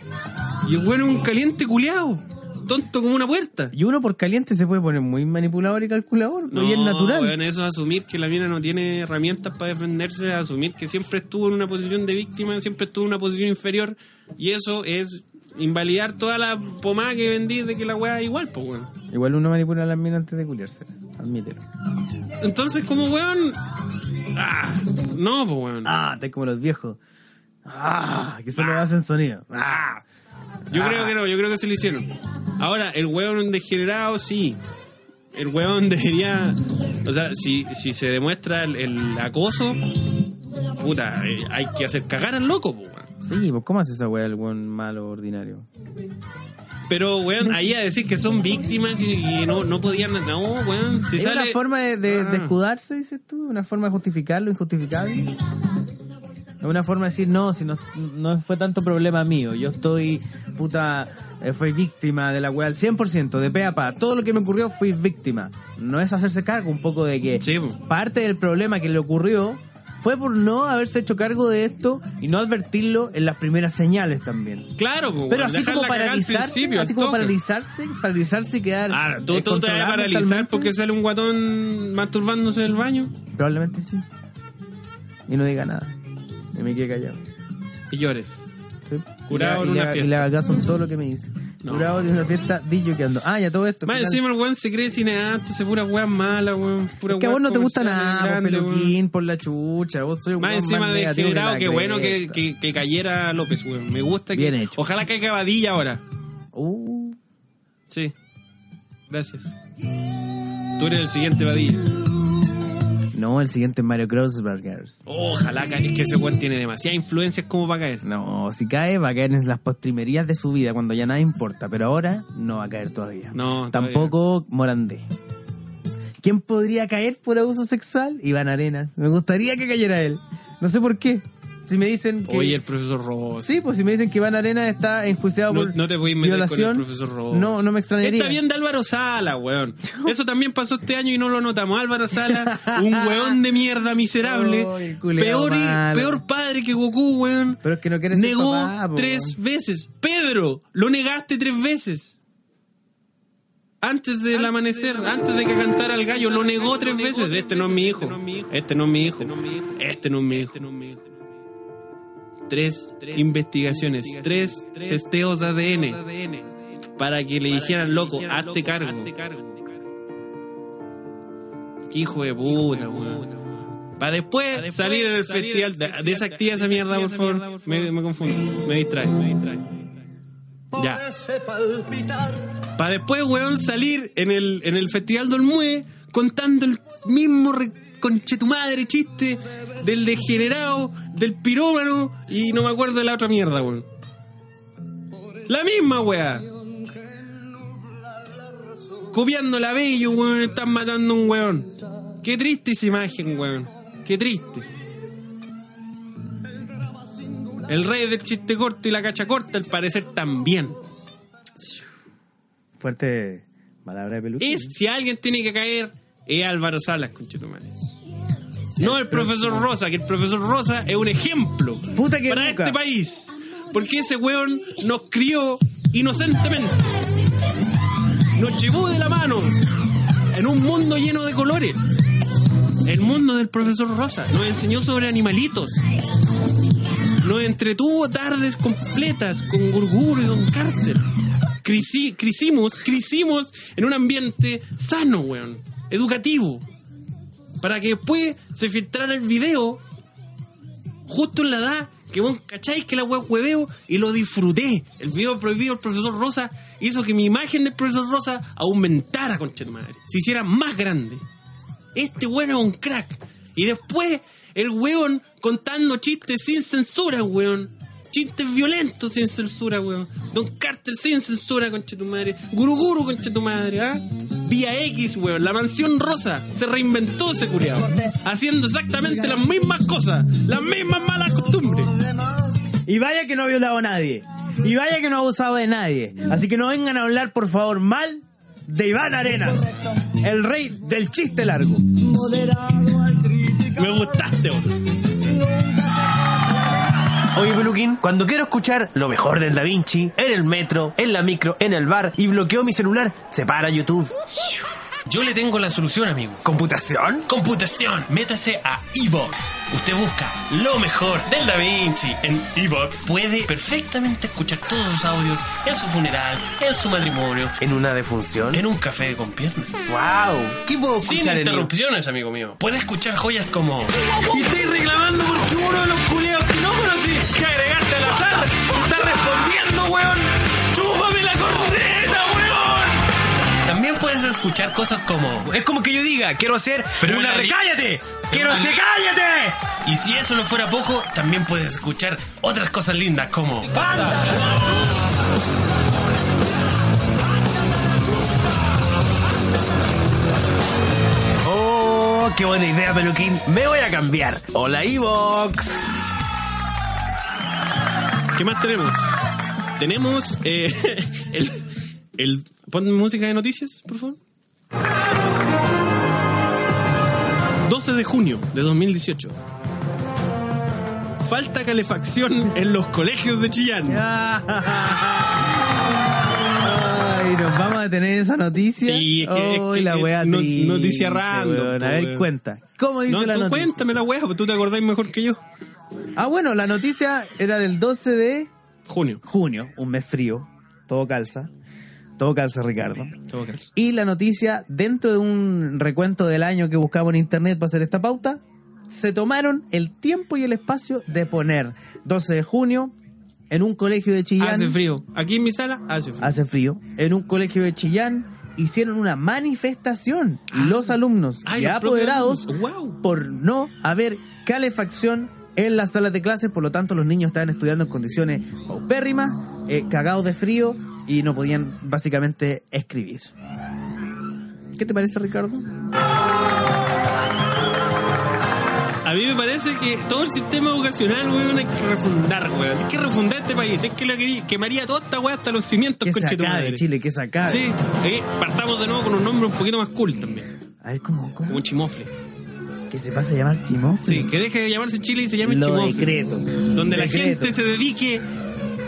C: y el weón es un caliente culeado tonto como una puerta
A: Y uno por caliente se puede poner muy manipulador y calculador, pues, y es natural.
C: weón, eso es asumir que la mina no tiene herramientas para defenderse, es asumir que siempre estuvo en una posición de víctima, siempre estuvo en una posición inferior, y eso es invalidar toda la pomada que vendí de que la weá es igual, pues weón.
A: Igual uno manipula a las minas antes de culiarse, admítelo.
C: Entonces, como weón. Ah, no, pues weón.
A: Ah, te como los viejos. Ah, que solo hacen sonido. Ah.
C: Yo creo que no, yo creo que se lo hicieron. Ahora, el weón degenerado, sí. El weón debería. O sea, si, si se demuestra el, el acoso, puta, eh, hay que hacer cagar al loco, pues weón.
A: Sí, pues ¿cómo hace esa weá el buen malo ordinario?
C: Pero, weón, ahí a decir que son víctimas y, y no, no podían. No, weón. Si
A: ¿Es
C: sale,
A: una forma de, de-
C: Ah.
A: de escudarse, dices tú? ¿Una forma de justificar lo injustificable? ¿Es una forma de decir, no, si no, no fue tanto problema mío, yo estoy, puta, eh, fui víctima de la weá al 100%, de pe a pa, todo lo que me ocurrió fui víctima. No es hacerse cargo un poco de que
C: Sí, po.
A: parte del problema que le ocurrió fue por no haberse hecho cargo de esto y no advertirlo en las primeras señales también.
C: Claro, pues,
A: Pero
C: weón,
A: así
C: dejar
A: como
C: la cagada al
A: paralizarse,
C: principio,
A: así
C: al
A: como
C: toque.
A: paralizarse, paralizarse y quedar.
C: Ah, ¿tú,
A: eh,
C: tú te vas a
A: controlado
C: paralizar
A: mentalmente?
C: porque sale un guatón masturbándose del baño?
A: Probablemente sí. Y no diga nada. Y me quede callado.
C: Y llores.
A: Sí.
C: Curado
A: y
C: en
A: le,
C: una
A: haga- y
C: fiesta.
A: le haga caso en todo lo que me dice.
C: No.
A: Curado en una fiesta, dillo que ando. Ah, ya todo esto.
C: Más
A: final-
C: encima el weón se cree cineasta, hace pura weá mala, weón. Pura
A: Es que a
C: weá
A: vos no te gusta
C: comercial
A: nada, vos,
C: grande, weón.
A: peluquín, por la chucha. Vos soy un
C: Más
A: weón
C: encima de
A: negativo que
C: degenerado,
A: la
C: qué bueno que,
A: cresta.
C: que, que cayera López, weón. Me gusta que.
A: Bien hecho.
C: Ojalá caiga Badilla ahora.
A: Uh,
C: Sí. Gracias. Tú eres el siguiente Badilla.
A: no, el siguiente es Mario Grossbergers.
C: Ojalá caiga. Es que ese weón tiene demasiadas influencias como para caer.
A: No, si cae, va a caer en las postrimerías de su vida cuando ya nada importa. Pero ahora no va a caer todavía.
C: No, todavía
A: Tampoco Morandé. ¿Quién podría caer por abuso sexual? Iván Arenas. Me gustaría que cayera él. No sé por qué. Si me dicen que.
C: Oye, el profesor Robosa.
A: Sí, pues si me dicen que Iván Arenas está enjuiciado
C: No,
A: por
C: no te voy a meter
A: violación,
C: con el profesor Robosa.
A: No, no me extrañaría.
C: Está bien de Álvaro Sala, weón. Eso también pasó este año y no lo notamos. Álvaro Sala, un weón de mierda miserable.
A: Oh, el culiao
C: peor,
A: malo.
C: peor padre que Goku, weón.
A: Pero es que no quiere ser
C: Negó
A: papá, po,
C: tres veces. Pedro, lo negaste tres veces. Antes del amanecer, antes de que cantara el gallo, lo negó tres veces. Este no es mi hijo. Este no es mi hijo. Este no es mi hijo. Tres investigaciones, tres testeos de ADN para que le dijeran, loco, hazte cargo. Qué hijo de puta, weón. Para después, salir en el festival. De- Desactiva esa mierda, por favor. Me, me confundo. Me distrae. Ya. Para después, weón, salir en el, en el festival del Mue contando el mismo re- conche tu madre chiste del degenerado, del pirómano y no me acuerdo de la otra mierda, weón. La misma, weá. Copiando la bello, weón, están matando a un weón. Qué triste esa imagen, weón. Qué triste. El rey del chiste corto y la cacha corta, al parecer también.
A: Fuerte palabra de peluquín.
C: Es, si alguien tiene que caer, es Álvaro Salas, conchetumare. No el profesor Rosa, que el profesor Rosa es un ejemplo
A: Puta que
C: para
A: nunca.
C: este país. Porque ese weón nos crió inocentemente. Nos llevó de la mano en un mundo lleno de colores. El mundo del profesor Rosa. Nos enseñó sobre animalitos. Nos entretuvo tardes completas con Gurguru y Don Carter. Crici- crecimos, crecimos en un ambiente sano, weón. Educativo. Para que después se filtrara el video justo en la edad que vos cacháis que la web hueveo y lo disfruté. El video prohibido del profesor Rosa hizo que mi imagen del profesor Rosa aumentara, concha de madre. Se hiciera más grande. Este weón es un crack. Y después, el weón contando chistes sin censura, weón. Chistes violentos sin censura, weón. Don Carter sin censura, concha tu madre. Guruguru, concha tu madre, ¿ah? Vía X, weón. La mansión rosa. Se reinventó ese culiao. Haciendo exactamente las mismas cosas. Las mismas malas costumbres. Uh.
A: Y vaya que no ha violado a nadie. Y vaya que no ha abusado de nadie. Así que no vengan a hablar, por favor, mal de Iván Arenas. El rey del chiste largo.
C: Me gustaste, weón.
L: Oye, Peluquín, cuando quiero escuchar lo mejor del Da Vinci, en el metro, en la micro, en el bar, y bloqueo mi celular, se para YouTube.
E: Yo le tengo la solución, amigo.
L: ¿Computación?
E: Computación, métase a Evox. Usted busca lo mejor del Da Vinci en Evox. Puede perfectamente escuchar todos sus audios en su funeral, en su matrimonio,
L: ¿En una defunción?
E: en un café con piernas.
L: ¡Wow! ¿Qué puedo
E: Sin
L: escuchar en YouTube?
E: interrupciones, amigo mío. Puede escuchar joyas como
C: Y estoy reclamando porque uno de los culiados que no conocí que agregaste al azar me está respondiendo, weón. ¡Chúpame la corneta, weón!
E: También puedes escuchar cosas como.
L: Es como que yo diga, quiero hacer
E: Pero
L: una
E: en la li-
L: recállate. Quiero
E: en la
L: hacer
E: li-
L: cállate.
E: Y si eso no fuera poco, también puedes escuchar otras cosas lindas como.
L: Oh, qué buena idea, Peluquín. Me voy a cambiar. Hola, Evox.
C: ¿Qué más tenemos? Tenemos eh, el, el... Pon música de noticias, por favor. 12 de junio de 2018. Falta calefacción en los colegios de Chillán.
A: Ay, nos vamos a tener esa noticia.
C: Sí, es que- es
A: Ay,
C: que-
A: la
C: que
A: wea
C: no-
A: triste,
C: noticia random,
A: weón. A
C: po,
A: ver,
C: weón.
A: cuenta. ¿Cómo dice
C: No,
A: la
C: tú
A: noticia?
C: cuéntame la wea, porque tú te acordás mejor que yo.
A: Ah, bueno, la noticia era del 12 de
C: Junio.
A: junio, un mes frío, todo calza. Todo calza, Ricardo.
C: Tengo que-
A: Y la noticia, dentro de un recuento del año que buscamos en internet para hacer esta pauta, se tomaron el tiempo y el espacio de poner 12 de junio en un colegio
C: Ah,
A: de Chillán.
C: Hace frío. Aquí en mi sala hace frío.
A: hace frío. En un colegio de Chillán hicieron una manifestación los alumnos
C: Ah,
A: y
C: los propios
A: apoderados
C: alumnos. Uh. Guau.
A: por no haber calefacción en las salas de clases, por lo tanto los niños estaban estudiando en condiciones paupérrimas, eh, cagados de frío y no podían básicamente escribir. ¿Qué te parece, Ricardo?
C: A mí me parece que todo el sistema educacional, weón, hay que refundar, weón. Hay que refundar este país. Es que lo que quemaría toda esta weá hasta los cimientos,
A: Que se
C: conche tu
A: acabe,
C: madre.
A: Chile, que se acabe.
C: Sí, eh, partamos de nuevo con un nombre un poquito más cool también.
A: A ver, ¿cómo, cómo?
C: Como Chimofle.
A: que se pase a llamar Chimón?
C: Sí, que deje de llamarse Chile y se llame
A: Mm. Lo
C: Chimofle.
A: decreto.
C: Donde la
A: Decreto.
C: gente se dedique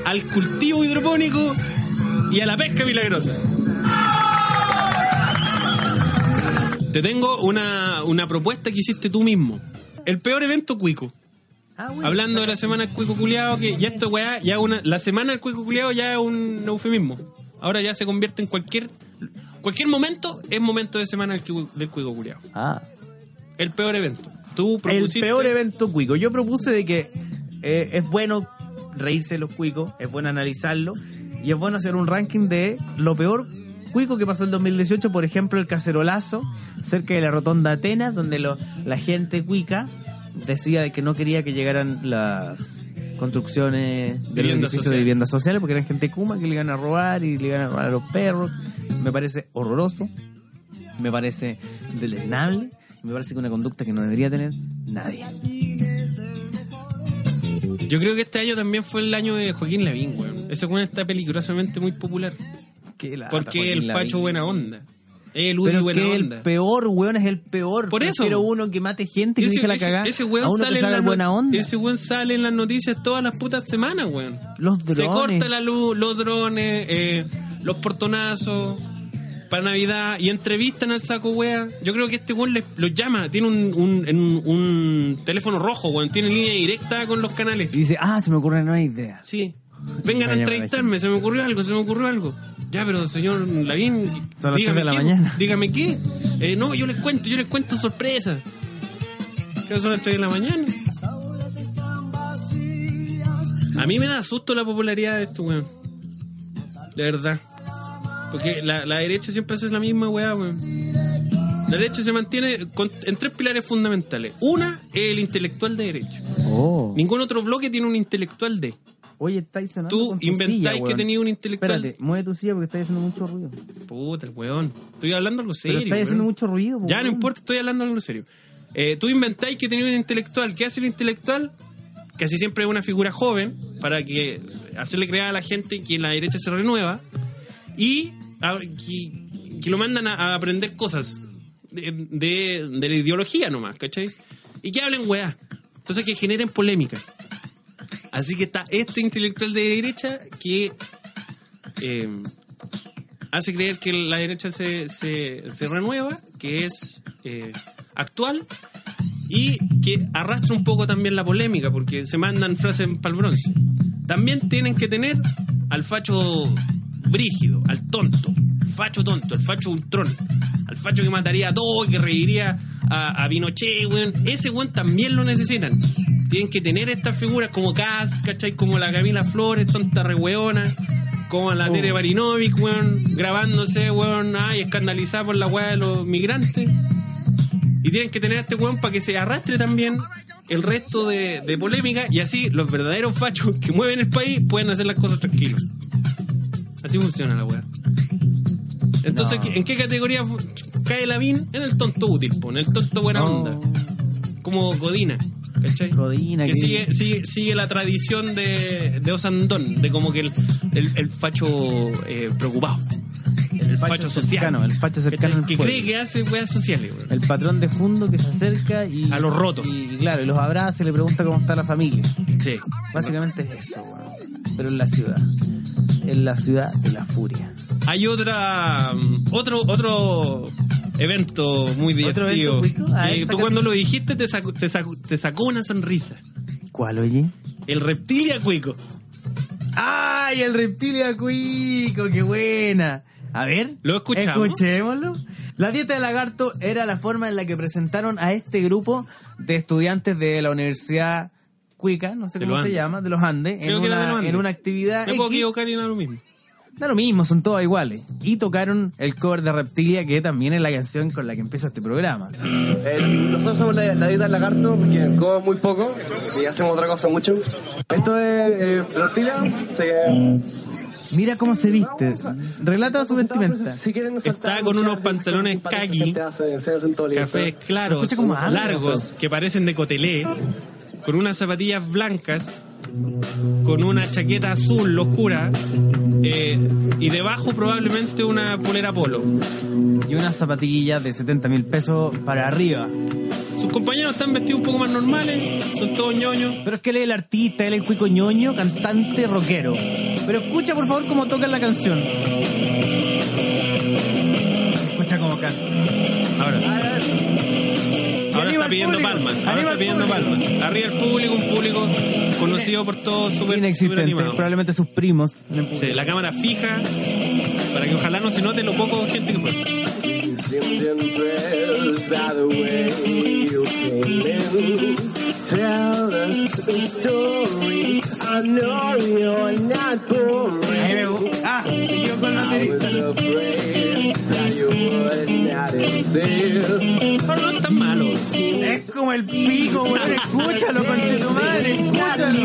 C: al cultivo hidropónico y a la pesca milagrosa. Te tengo una, una propuesta que hiciste tú mismo. El peor evento cuico.
A: Ah, bueno.
C: Hablando de la semana del cuico culiado, que ya esta weá, ya una, la semana del cuico culiado ya es un eufemismo. Ahora ya se convierte en cualquier. Cualquier momento es momento de semana del cuico, del cuico culiado.
A: Ah.
C: El peor evento. Tú
A: el
C: propusiste.
A: peor evento cuico. Yo propuse de que eh, es bueno reírse de los cuicos, es bueno analizarlo y es bueno hacer un ranking de lo peor cuico que pasó el 2018, por ejemplo, el cacerolazo cerca de la rotonda Atenas, donde lo- la gente cuica decía de que no quería que llegaran las construcciones de los
C: Viviendas
A: edificios de
C: sociales.
A: viviendas sociales porque eran gente kuma que le iban a robar y le iban a robar a los perros. Me parece horroroso me parece deleznable, me parece que una conducta que no debería tener nadie.
C: Yo creo que este año también fue el año de Joaquín Lavín, weón. Ese weón está peligrosamente muy popular.
A: Qué lata,
C: Porque
A: Joaquín
C: el
A: Lavín.
C: facho buena onda. El Udi
A: Pero es
C: buena
A: que el
C: onda.
A: peor, weón, es el peor.
C: Por eso.
A: Prefiero uno que mate gente que deje la
C: ese-
A: cagada.
C: ese weón
A: a uno
C: sale
A: que
C: en
A: salga
C: las no-
A: buena onda.
C: Ese weón sale en las noticias todas las putas semanas, weón.
A: Los
C: Se corta
A: drones.
C: la luz, los drones, eh, los portonazos, para Navidad, y entrevistan al saco wea. Yo creo que este weón les- los llama, tiene un, un, en un- un teléfono rojo, weón, tiene línea directa con los canales.
A: Y dice, ah, se me ocurre una nueva idea.
C: Sí. Vengan a
A: Vaya,
C: entrevistarme, se me ocurrió algo, se me ocurrió algo. Ya, pero señor Lavín,
A: Son las
C: dígame
A: tres de la
C: qué,
A: mañana.
C: Dígame qué. Eh, no, yo les cuento, yo les cuento sorpresa. ¿Qué son las 3 de la mañana? A mí me da susto la popularidad de esto, weón. De verdad. Porque la, la derecha siempre hace la misma weá, weón. La derecha se mantiene con- en tres pilares fundamentales. Una es el intelectual de derecha.
A: Oh.
C: Ningún otro bloque tiene un intelectual de.
A: Oye, estáis sonando
C: Tú
A: con tu
C: inventáis
A: silla,
C: que
A: weón.
C: tenía un intelectual.
A: Espérate, mueve tu silla porque estáis haciendo mucho ruido.
C: Puta, el weón. Estoy hablando algo
A: Pero
C: serio.
A: estáis haciendo
C: weón.
A: mucho ruido. po,
C: Ya no
A: weón.
C: importa, estoy hablando algo serio. Eh, tú inventáis que tenía un intelectual. ¿Qué hace el intelectual? Casi siempre es una figura joven para que hacerle creer a la gente que la derecha se renueva y a- que, que lo mandan a, a aprender cosas de, de- de la ideología nomás, ¿cachai? Y que hablen weá. Entonces que generen polémica. Así que está este intelectual de derecha que eh, hace creer que la derecha se, se- se renueva, que es eh, actual y que arrastra un poco también la polémica, porque se mandan frases para el bronce. También tienen que tener al facho brígido, al tonto, facho tonto, el facho ultrón, al facho que mataría a todo y que reiría a, a Pinochet, weón. Ese weón también lo necesitan. Tienen que tener estas figuras como Cast, ¿cachai? Como la Camila Flores, tonta rehueona, como la Tere Barinovic, weón, grabándose, weón, ay, escandalizada por la weá de los migrantes. Y tienen que tener a este weón para que se arrastre también el resto de, de polémica y así los verdaderos fachos que mueven el país pueden hacer las cosas tranquilos. Así funciona la weá. Entonces, ¿qué- ¿en qué categoría fu- cae Lavín? En el tonto útil, po, en el tonto buena
A: No.
C: onda. Como Godina, ¿cachai?
A: Godina,
C: que
A: que-
C: sigue, sigue, sigue la tradición de, de Osandón, de como que el, el- el facho eh, preocupado. El, facho, social.
A: cercano, el facho cercano
C: ¿cachai?
A: al
C: Que
A: pueblo.
C: cree que hace weas sociales, weón.
A: El patrón de fundo que se acerca y.
C: A los rotos.
A: Y claro, y los abraza y le pregunta cómo está la familia.
C: Sí.
A: Básicamente es eso, weón. Pero en la ciudad. En la ciudad de la furia.
C: Hay otra mm, otro otro evento muy
A: ¿Otro
C: divertido.
A: evento cuico? A
C: que
A: ver,
C: tú
A: sácame.
C: cuando lo dijiste te sacó, te, sacó, te sacó una sonrisa.
A: ¿Cuál, oye?
C: El reptilia cuico.
A: ¡Ay, el reptilia cuico! ¡Qué buena! A ver,
C: ¿Lo escuchamos?
A: Escuchémoslo. La dieta de lagarto era la forma en la que presentaron a este grupo de estudiantes de la Universidad Cuica, no sé
C: De
A: cómo
C: los
A: se
C: Andes.
A: llama, de los Andes, en
C: Creo que era de los
A: una,
C: Andes.
A: en una actividad.
C: Me puedo
A: X.
C: equivocar y no es lo mismo.
A: Da lo mismo, son todas iguales. Y tocaron el cover de Reptilia, que también es la canción con la que empieza este programa.
J: El- nosotros somos la, la dieta del lagarto porque como muy poco y hacemos otra cosa mucho. Esto es eh, tortilla.
A: Mira cómo se viste. Relata su vestimenta.
J: Si quieren, nos
C: Está
J: saltamos
C: con
J: muchas
C: unos
J: de esas cosas
C: pantalones
J: simpáticas
C: khaki,
J: que te hacen, se hacen todo lindo.
C: Cafés claros,
A: Escucha como habla,
C: largos, que parecen de cotelé, con unas zapatillas blancas, con una chaqueta azul oscura, eh, y debajo probablemente una polera polo.
A: Y unas zapatillas de 70 mil pesos para arriba.
C: Sus compañeros están vestidos un poco más normales, son todos ñoños.
A: Pero es que él es el artista, él es el cuico ñoño, cantante, rockero. Pero escucha por favor cómo tocan la canción. Escucha cómo canta.
C: Ahora. Ahora
A: arriba
C: está
A: el
C: pidiendo
A: público,
C: palmas. Ahora
A: arriba
C: está
A: el
C: pidiendo palmas. Arriba el público, un público conocido por todos, súper súper
A: Inexistente,
C: animado.
A: probablemente sus primos.
C: Sí, la cámara fija, para que ojalá no se note lo poco gente que fue.
A: Ahí me gu- Ah, se quedó con la baterista.
C: Pero no es tan malo.
A: Es como el pico, weón. Escúchalo, tu madre, escúchalo.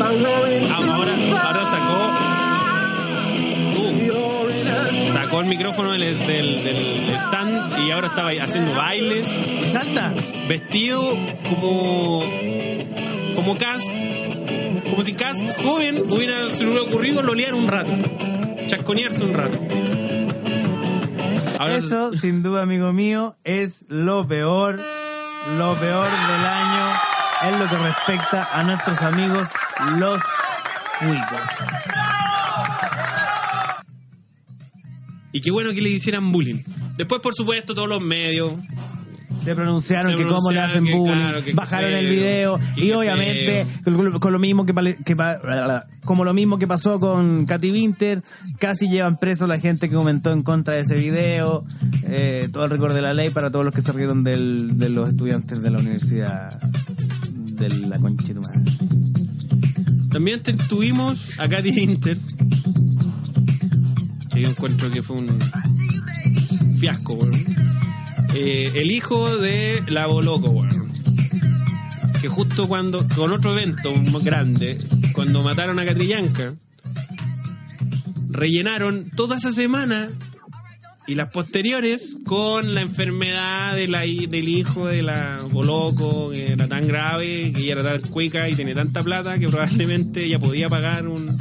C: Ah, Ahora, ahora sacó. Uh, sacó el micrófono del, del- del stand y ahora estaba haciendo bailes.
A: Salta.
C: vestido como como cast como si cast joven hubiera se le hubiera ocurrido lolear un rato chasconearse un rato. Ahora,
A: Eso, sin duda, amigo mío, es lo peor, lo peor del año en lo que respecta a nuestros amigos los cuicos.
C: Y qué bueno que le hicieran bullying. Después, por supuesto, todos los medios.
A: Se pronunciaron
C: Se
A: que cómo le
C: pronunciaron
A: hacen
C: que,
A: bullying,
C: claro, que
A: bajaron
C: qué
A: el
C: feo,
A: video
C: que
A: y
C: qué
A: obviamente con, con lo mismo que, pale- que pa- bla, bla, bla, como lo mismo que pasó con Katy Winter, casi llevan preso a la gente que comentó en contra de ese video, eh, todo el récord de la ley para todos los que se rieron del- de los estudiantes de la universidad de la conchita humana.
C: También te- tuvimos a Katy Inter. Que yo encuentro que fue un fiasco, weón. Eh, el hijo de la Boloco, weón. Que justo cuando, con otro evento muy grande, cuando mataron a Catrillanca, rellenaron toda esa semana y las posteriores con la enfermedad de la, hi- del hijo de la Boloco, que era tan grave, que ella era tan cuica y tenía tanta plata que probablemente ella podía pagar un,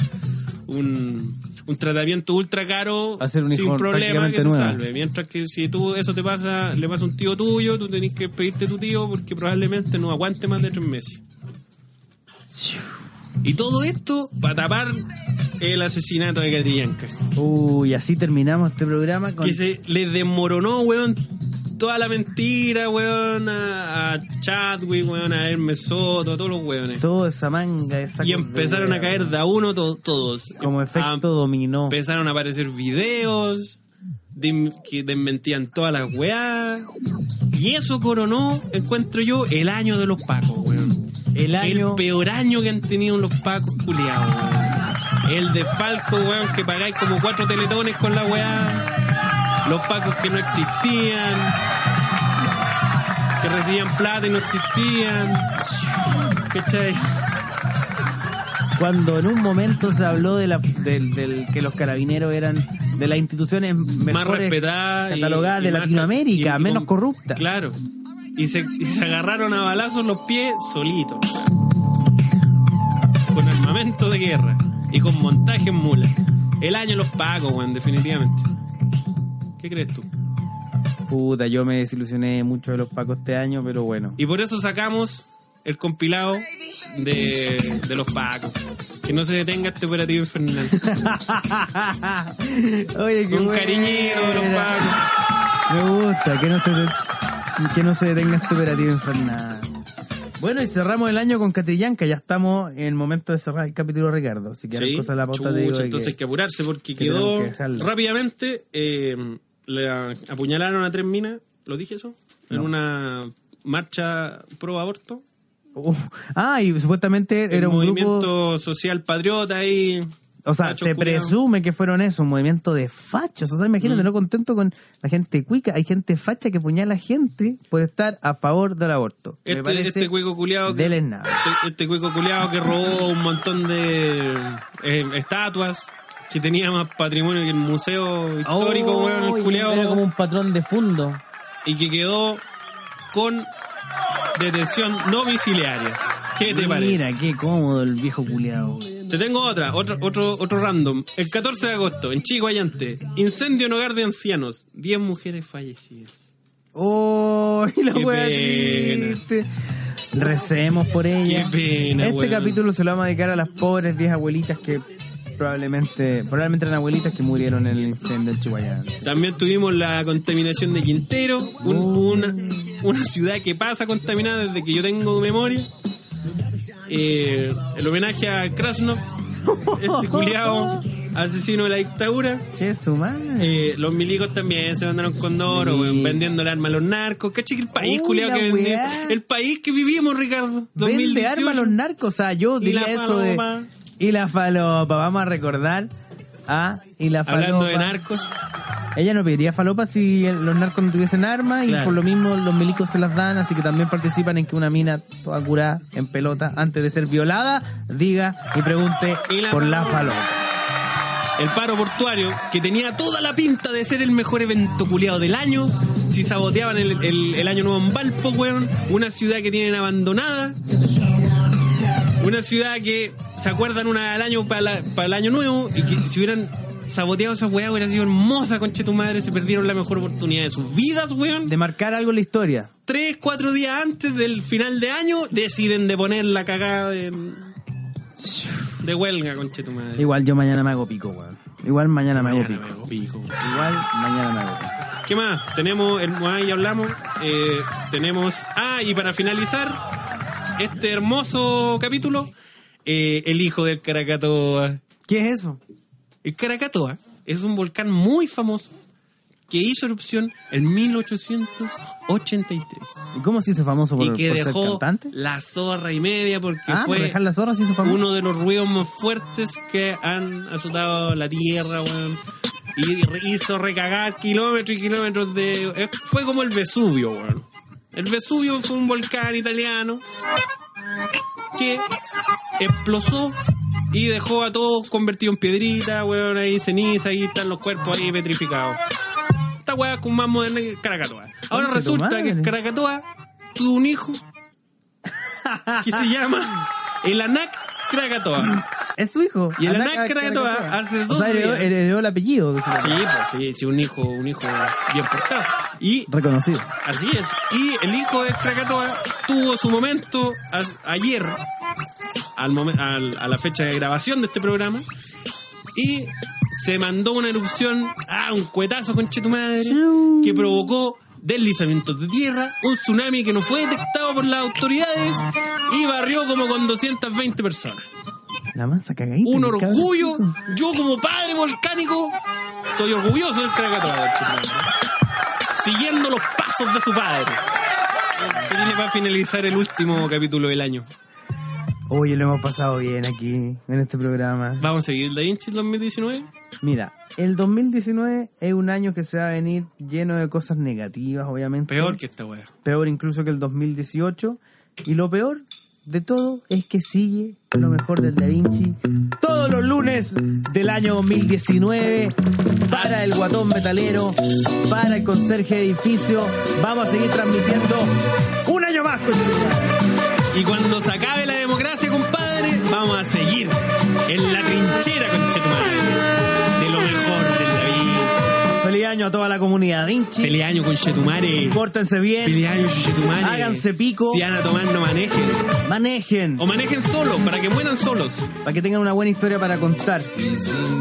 C: un, un tratamiento ultra caro
A: Hacer un hijo
C: sin problema
A: prácticamente
C: que se
A: nuevo.
C: salve. Mientras que si tú eso te pasa, le pasa a un tío tuyo, tú tenés que pedirte a tu tío porque probablemente no aguante más de tres meses. Y todo esto para tapar el asesinato de Catrillanca.
A: Uy, así terminamos este programa con
C: Que se les desmoronó, weón, toda la mentira, weón, a, a Chadwick, weón, a Hermes Soto, a todos los weones.
A: toda esa manga, esa
C: Y empezaron a caer de a uno to- todos.
A: como
C: Ah,
A: efecto dominó.
C: Empezaron a aparecer videos de- que desmentían todas las weás. Y eso coronó, encuentro yo, el año de los pacos, weón.
A: El año-
C: El peor año que han tenido los pacos culiados, weón. El de Falco, weón, que pagáis como cuatro teletones con la weá. Los pacos que no existían. Que recibían plata y no existían. ¿Cachai?
A: Cuando en un momento se habló de la, del, del- que los carabineros eran de las instituciones
C: más
A: mejores
C: respetada y-
A: catalogadas
C: y
A: de
C: más-
A: Latinoamérica,
C: y- y
A: menos
C: con-
A: corruptas.
C: Claro. Y se, y se agarraron a balazos los pies solitos. Con armamento de guerra y con montaje en mula. El año los pagos, weón, definitivamente. ¿Qué crees tú?
A: Puta, yo me desilusioné mucho de los pacos este año, pero bueno.
C: Y por eso sacamos el compilado de, de los pagos. Que no se detenga este operativo infernal.
A: Oye, qué
C: Con un
A: buena.
C: cariñito de los pagos.
A: Me gusta, que no se, que no se detenga este operativo infernal. Bueno, y cerramos el año con Catrillanca. Ya estamos en el momento de cerrar el capítulo, Ricardo. Si quieres
C: Sí,
A: cosas de la pauta, te
C: chucha,
A: digo de
C: entonces
A: que-
C: hay que apurarse porque
A: que
C: quedó
A: tenemos que dejarlo.
C: rápidamente eh, le apuñalaron a tres minas, ¿lo dije eso? En una marcha pro aborto.
A: Uh, ah, y supuestamente
C: el
A: era un
C: movimiento
A: grupo...
C: social patriota ahí.
A: O sea,
C: facho
A: se
C: culiao. Mm.
A: presume que fueron eso, un movimiento de fachos. O sea, imagínate, no contento con la gente cuica, hay gente facha que puñala gente por estar a favor del aborto. Me
C: Este,
A: parece
C: este cuico culiado que,
A: deleznable.
C: este, este cuico culiao que robó un montón de eh, estatuas, que tenía más patrimonio que el museo histórico,
A: Oh,
C: weón, el
A: y
C: culiao.
A: Era como un patrón de fondo.
C: y que quedó con detención domiciliaria. ¿Qué
A: Mira,
C: te parece?
A: qué cómodo el viejo culiado.
C: Te tengo otra, otro, otro, otro random. El 14 de agosto, en Chico Allante, incendio en hogar de ancianos, 10 mujeres fallecidas.
A: Oh, y la
C: Qué
A: wea
C: pena.
A: triste. Recemos por ella.
C: Qué pena,
A: este
C: weón.
A: capítulo se lo vamos a dedicar a las pobres 10 abuelitas que probablemente, probablemente eran abuelitas que murieron en el incendio en Chihuahua.
C: También tuvimos la contaminación de Quintero, un- una, una ciudad que pasa contaminada desde que yo tengo memoria. Eh, el homenaje a Krasnov, este culiao asesino de la dictadura.
A: Che, su madre.
C: Eh, los milicos también se mandaron con Doro,
A: Sí.
C: weón, vendiendo el arma a los narcos. ¿Cachai? que El país,
A: Uy,
C: culiao,
A: la
C: que vendió.
A: weá.
C: El país que vivimos, Ricardo.
A: Vende
C: 2018.
A: armas a los narcos. O sea, yo
C: Y
A: diría
C: la
A: eso de.
C: paloma.
A: Y la falopa. Vamos a recordar a. Y la falopa.
C: Hablando de narcos.
A: Ella no pediría falopa si el- los narcos no tuviesen armas.
C: Claro.
A: Y por lo mismo los milicos se las dan. Así que también participan en que una mina toda curada en pelota antes de ser violada diga y pregunte
C: Y la
A: por la
C: paloma.
A: falopa.
C: El paro portuario, que tenía toda la pinta de ser el mejor evento culiado del año. Si saboteaban el, el- el año nuevo en Valpo, weón. Una ciudad que tienen abandonada. Una ciudad que se acuerdan una al año para el año nuevo y que si hubieran saboteado esa weá hubiera sido hermosa, conche tu madre. Se perdieron la mejor oportunidad de sus vidas, weón.
A: De marcar algo en la historia.
C: Tres, cuatro días antes del final de año, deciden de poner la cagada de. De huelga, conche tu madre.
A: Igual yo mañana me hago pico, weón. Igual mañana, me
C: Mañana
A: hago
C: me
A: pico.
C: hago pico.
A: Igual mañana me hago pico.
C: ¿Qué más? Tenemos, el, ah, ya hablamos. eh, tenemos. Ah, y para finalizar este hermoso capítulo, eh, el hijo del Caracatoa.
A: ¿Qué es eso?
C: El Caracatoa es un volcán muy famoso que hizo erupción en 1883
A: ¿Y cómo se hizo famoso por,
C: y que
A: por ser
C: dejó
A: cantante?
C: la zorra y media porque
A: ah,
C: fue
A: por dejar las zorras se hizo famoso.
C: uno de los ruidos más fuertes que han azotado la tierra, weón. Y re- hizo recagar kilómetros y kilómetros de... eh, Fue como el Vesubio, weón. El Vesubio fue un volcán italiano que explosó y dejó a todos convertidos en piedrita, weón, ahí ceniza, ahí están los cuerpos ahí petrificados. Esta weá con más moderna que Caracatoa.
A: Conche
C: Ahora
A: tu
C: resulta que
A: madre.
C: Caracatoa tuvo un hijo que se llama el Anac Krakatoa.
A: Es su hijo.
C: Y el
A: Anac
C: Anac Krakatoa hace
A: O
C: dos
A: sea, heredó,
C: días.
A: heredó el apellido. de su
C: Sí,
A: papá.
C: pues sí, sí, un hijo, un hijo bien portado. Y
A: Reconocido.
C: así es. Y el hijo de Krakatoa tuvo su momento as- ayer, al momen- al- a la fecha de grabación de este programa, y se mandó una erupción, ah, un cuetazo con tu madre, que provocó deslizamientos de tierra, un tsunami que no fue detectado por las autoridades y barrió como con 220 personas.
A: La mansa cagadita.
C: un
A: que cabrón
C: orgullo.
A: hizo.
C: Yo como padre volcánico estoy orgulloso del Krakatoa, chileno. siguiendo los pasos de su padre. Se viene Este para finalizar el último capítulo del año.
A: Oye, lo hemos pasado bien aquí, en este programa.
C: Vamos a seguir Da Vinci el 2019.
A: Mira, el 2019 es un año que se va a venir lleno de cosas negativas, obviamente.
C: Peor que esta wea.
A: Peor incluso que el 2018. Y lo peor de todo es que sigue lo mejor del Da Vinci todos los lunes del año 2019 para el guatón metalero, para el conserje de edificio. Vamos a seguir transmitiendo un año más. conchetumare.
C: Y cuando se acabe la democracia, compadre, vamos a seguir en la trinchera, conchetumadre. De lo mejor del David.
A: Feliz año a toda la comunidad Da Vinci.
C: Feliz año, conchetumare.
A: Pórtense bien.
C: Feliz año, conchetumare.
A: Háganse pico.
C: Si van a tomar, no manejen.
A: Manejen.
C: O manejen solos, para que mueran solos.
A: para que tengan una buena historia para contar.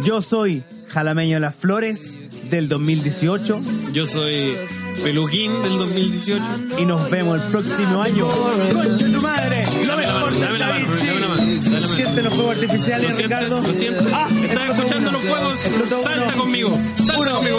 A: Yo soy Jalameño de las Flores del 2018
C: Yo soy Peluquín del 2018.
A: y nos vemos el próximo año. ¡Concha tu madre! ¡Lo
C: Dame la
A: mejor
C: mano,
A: de
C: dame la
A: Da
C: mano,
A: Vinci!
C: dame la mano, dame la mano.
A: Sienten los fuegos
C: Lo
A: artificiales,
C: sientes,
A: Ricardo.
C: lo sientes.
A: Ah,
C: Estás
A: explotó
C: escuchando
A: uno.
C: los fuegos.
A: Explotó
C: Salta
A: uno.
C: conmigo. Salta
A: Uno.
C: conmigo.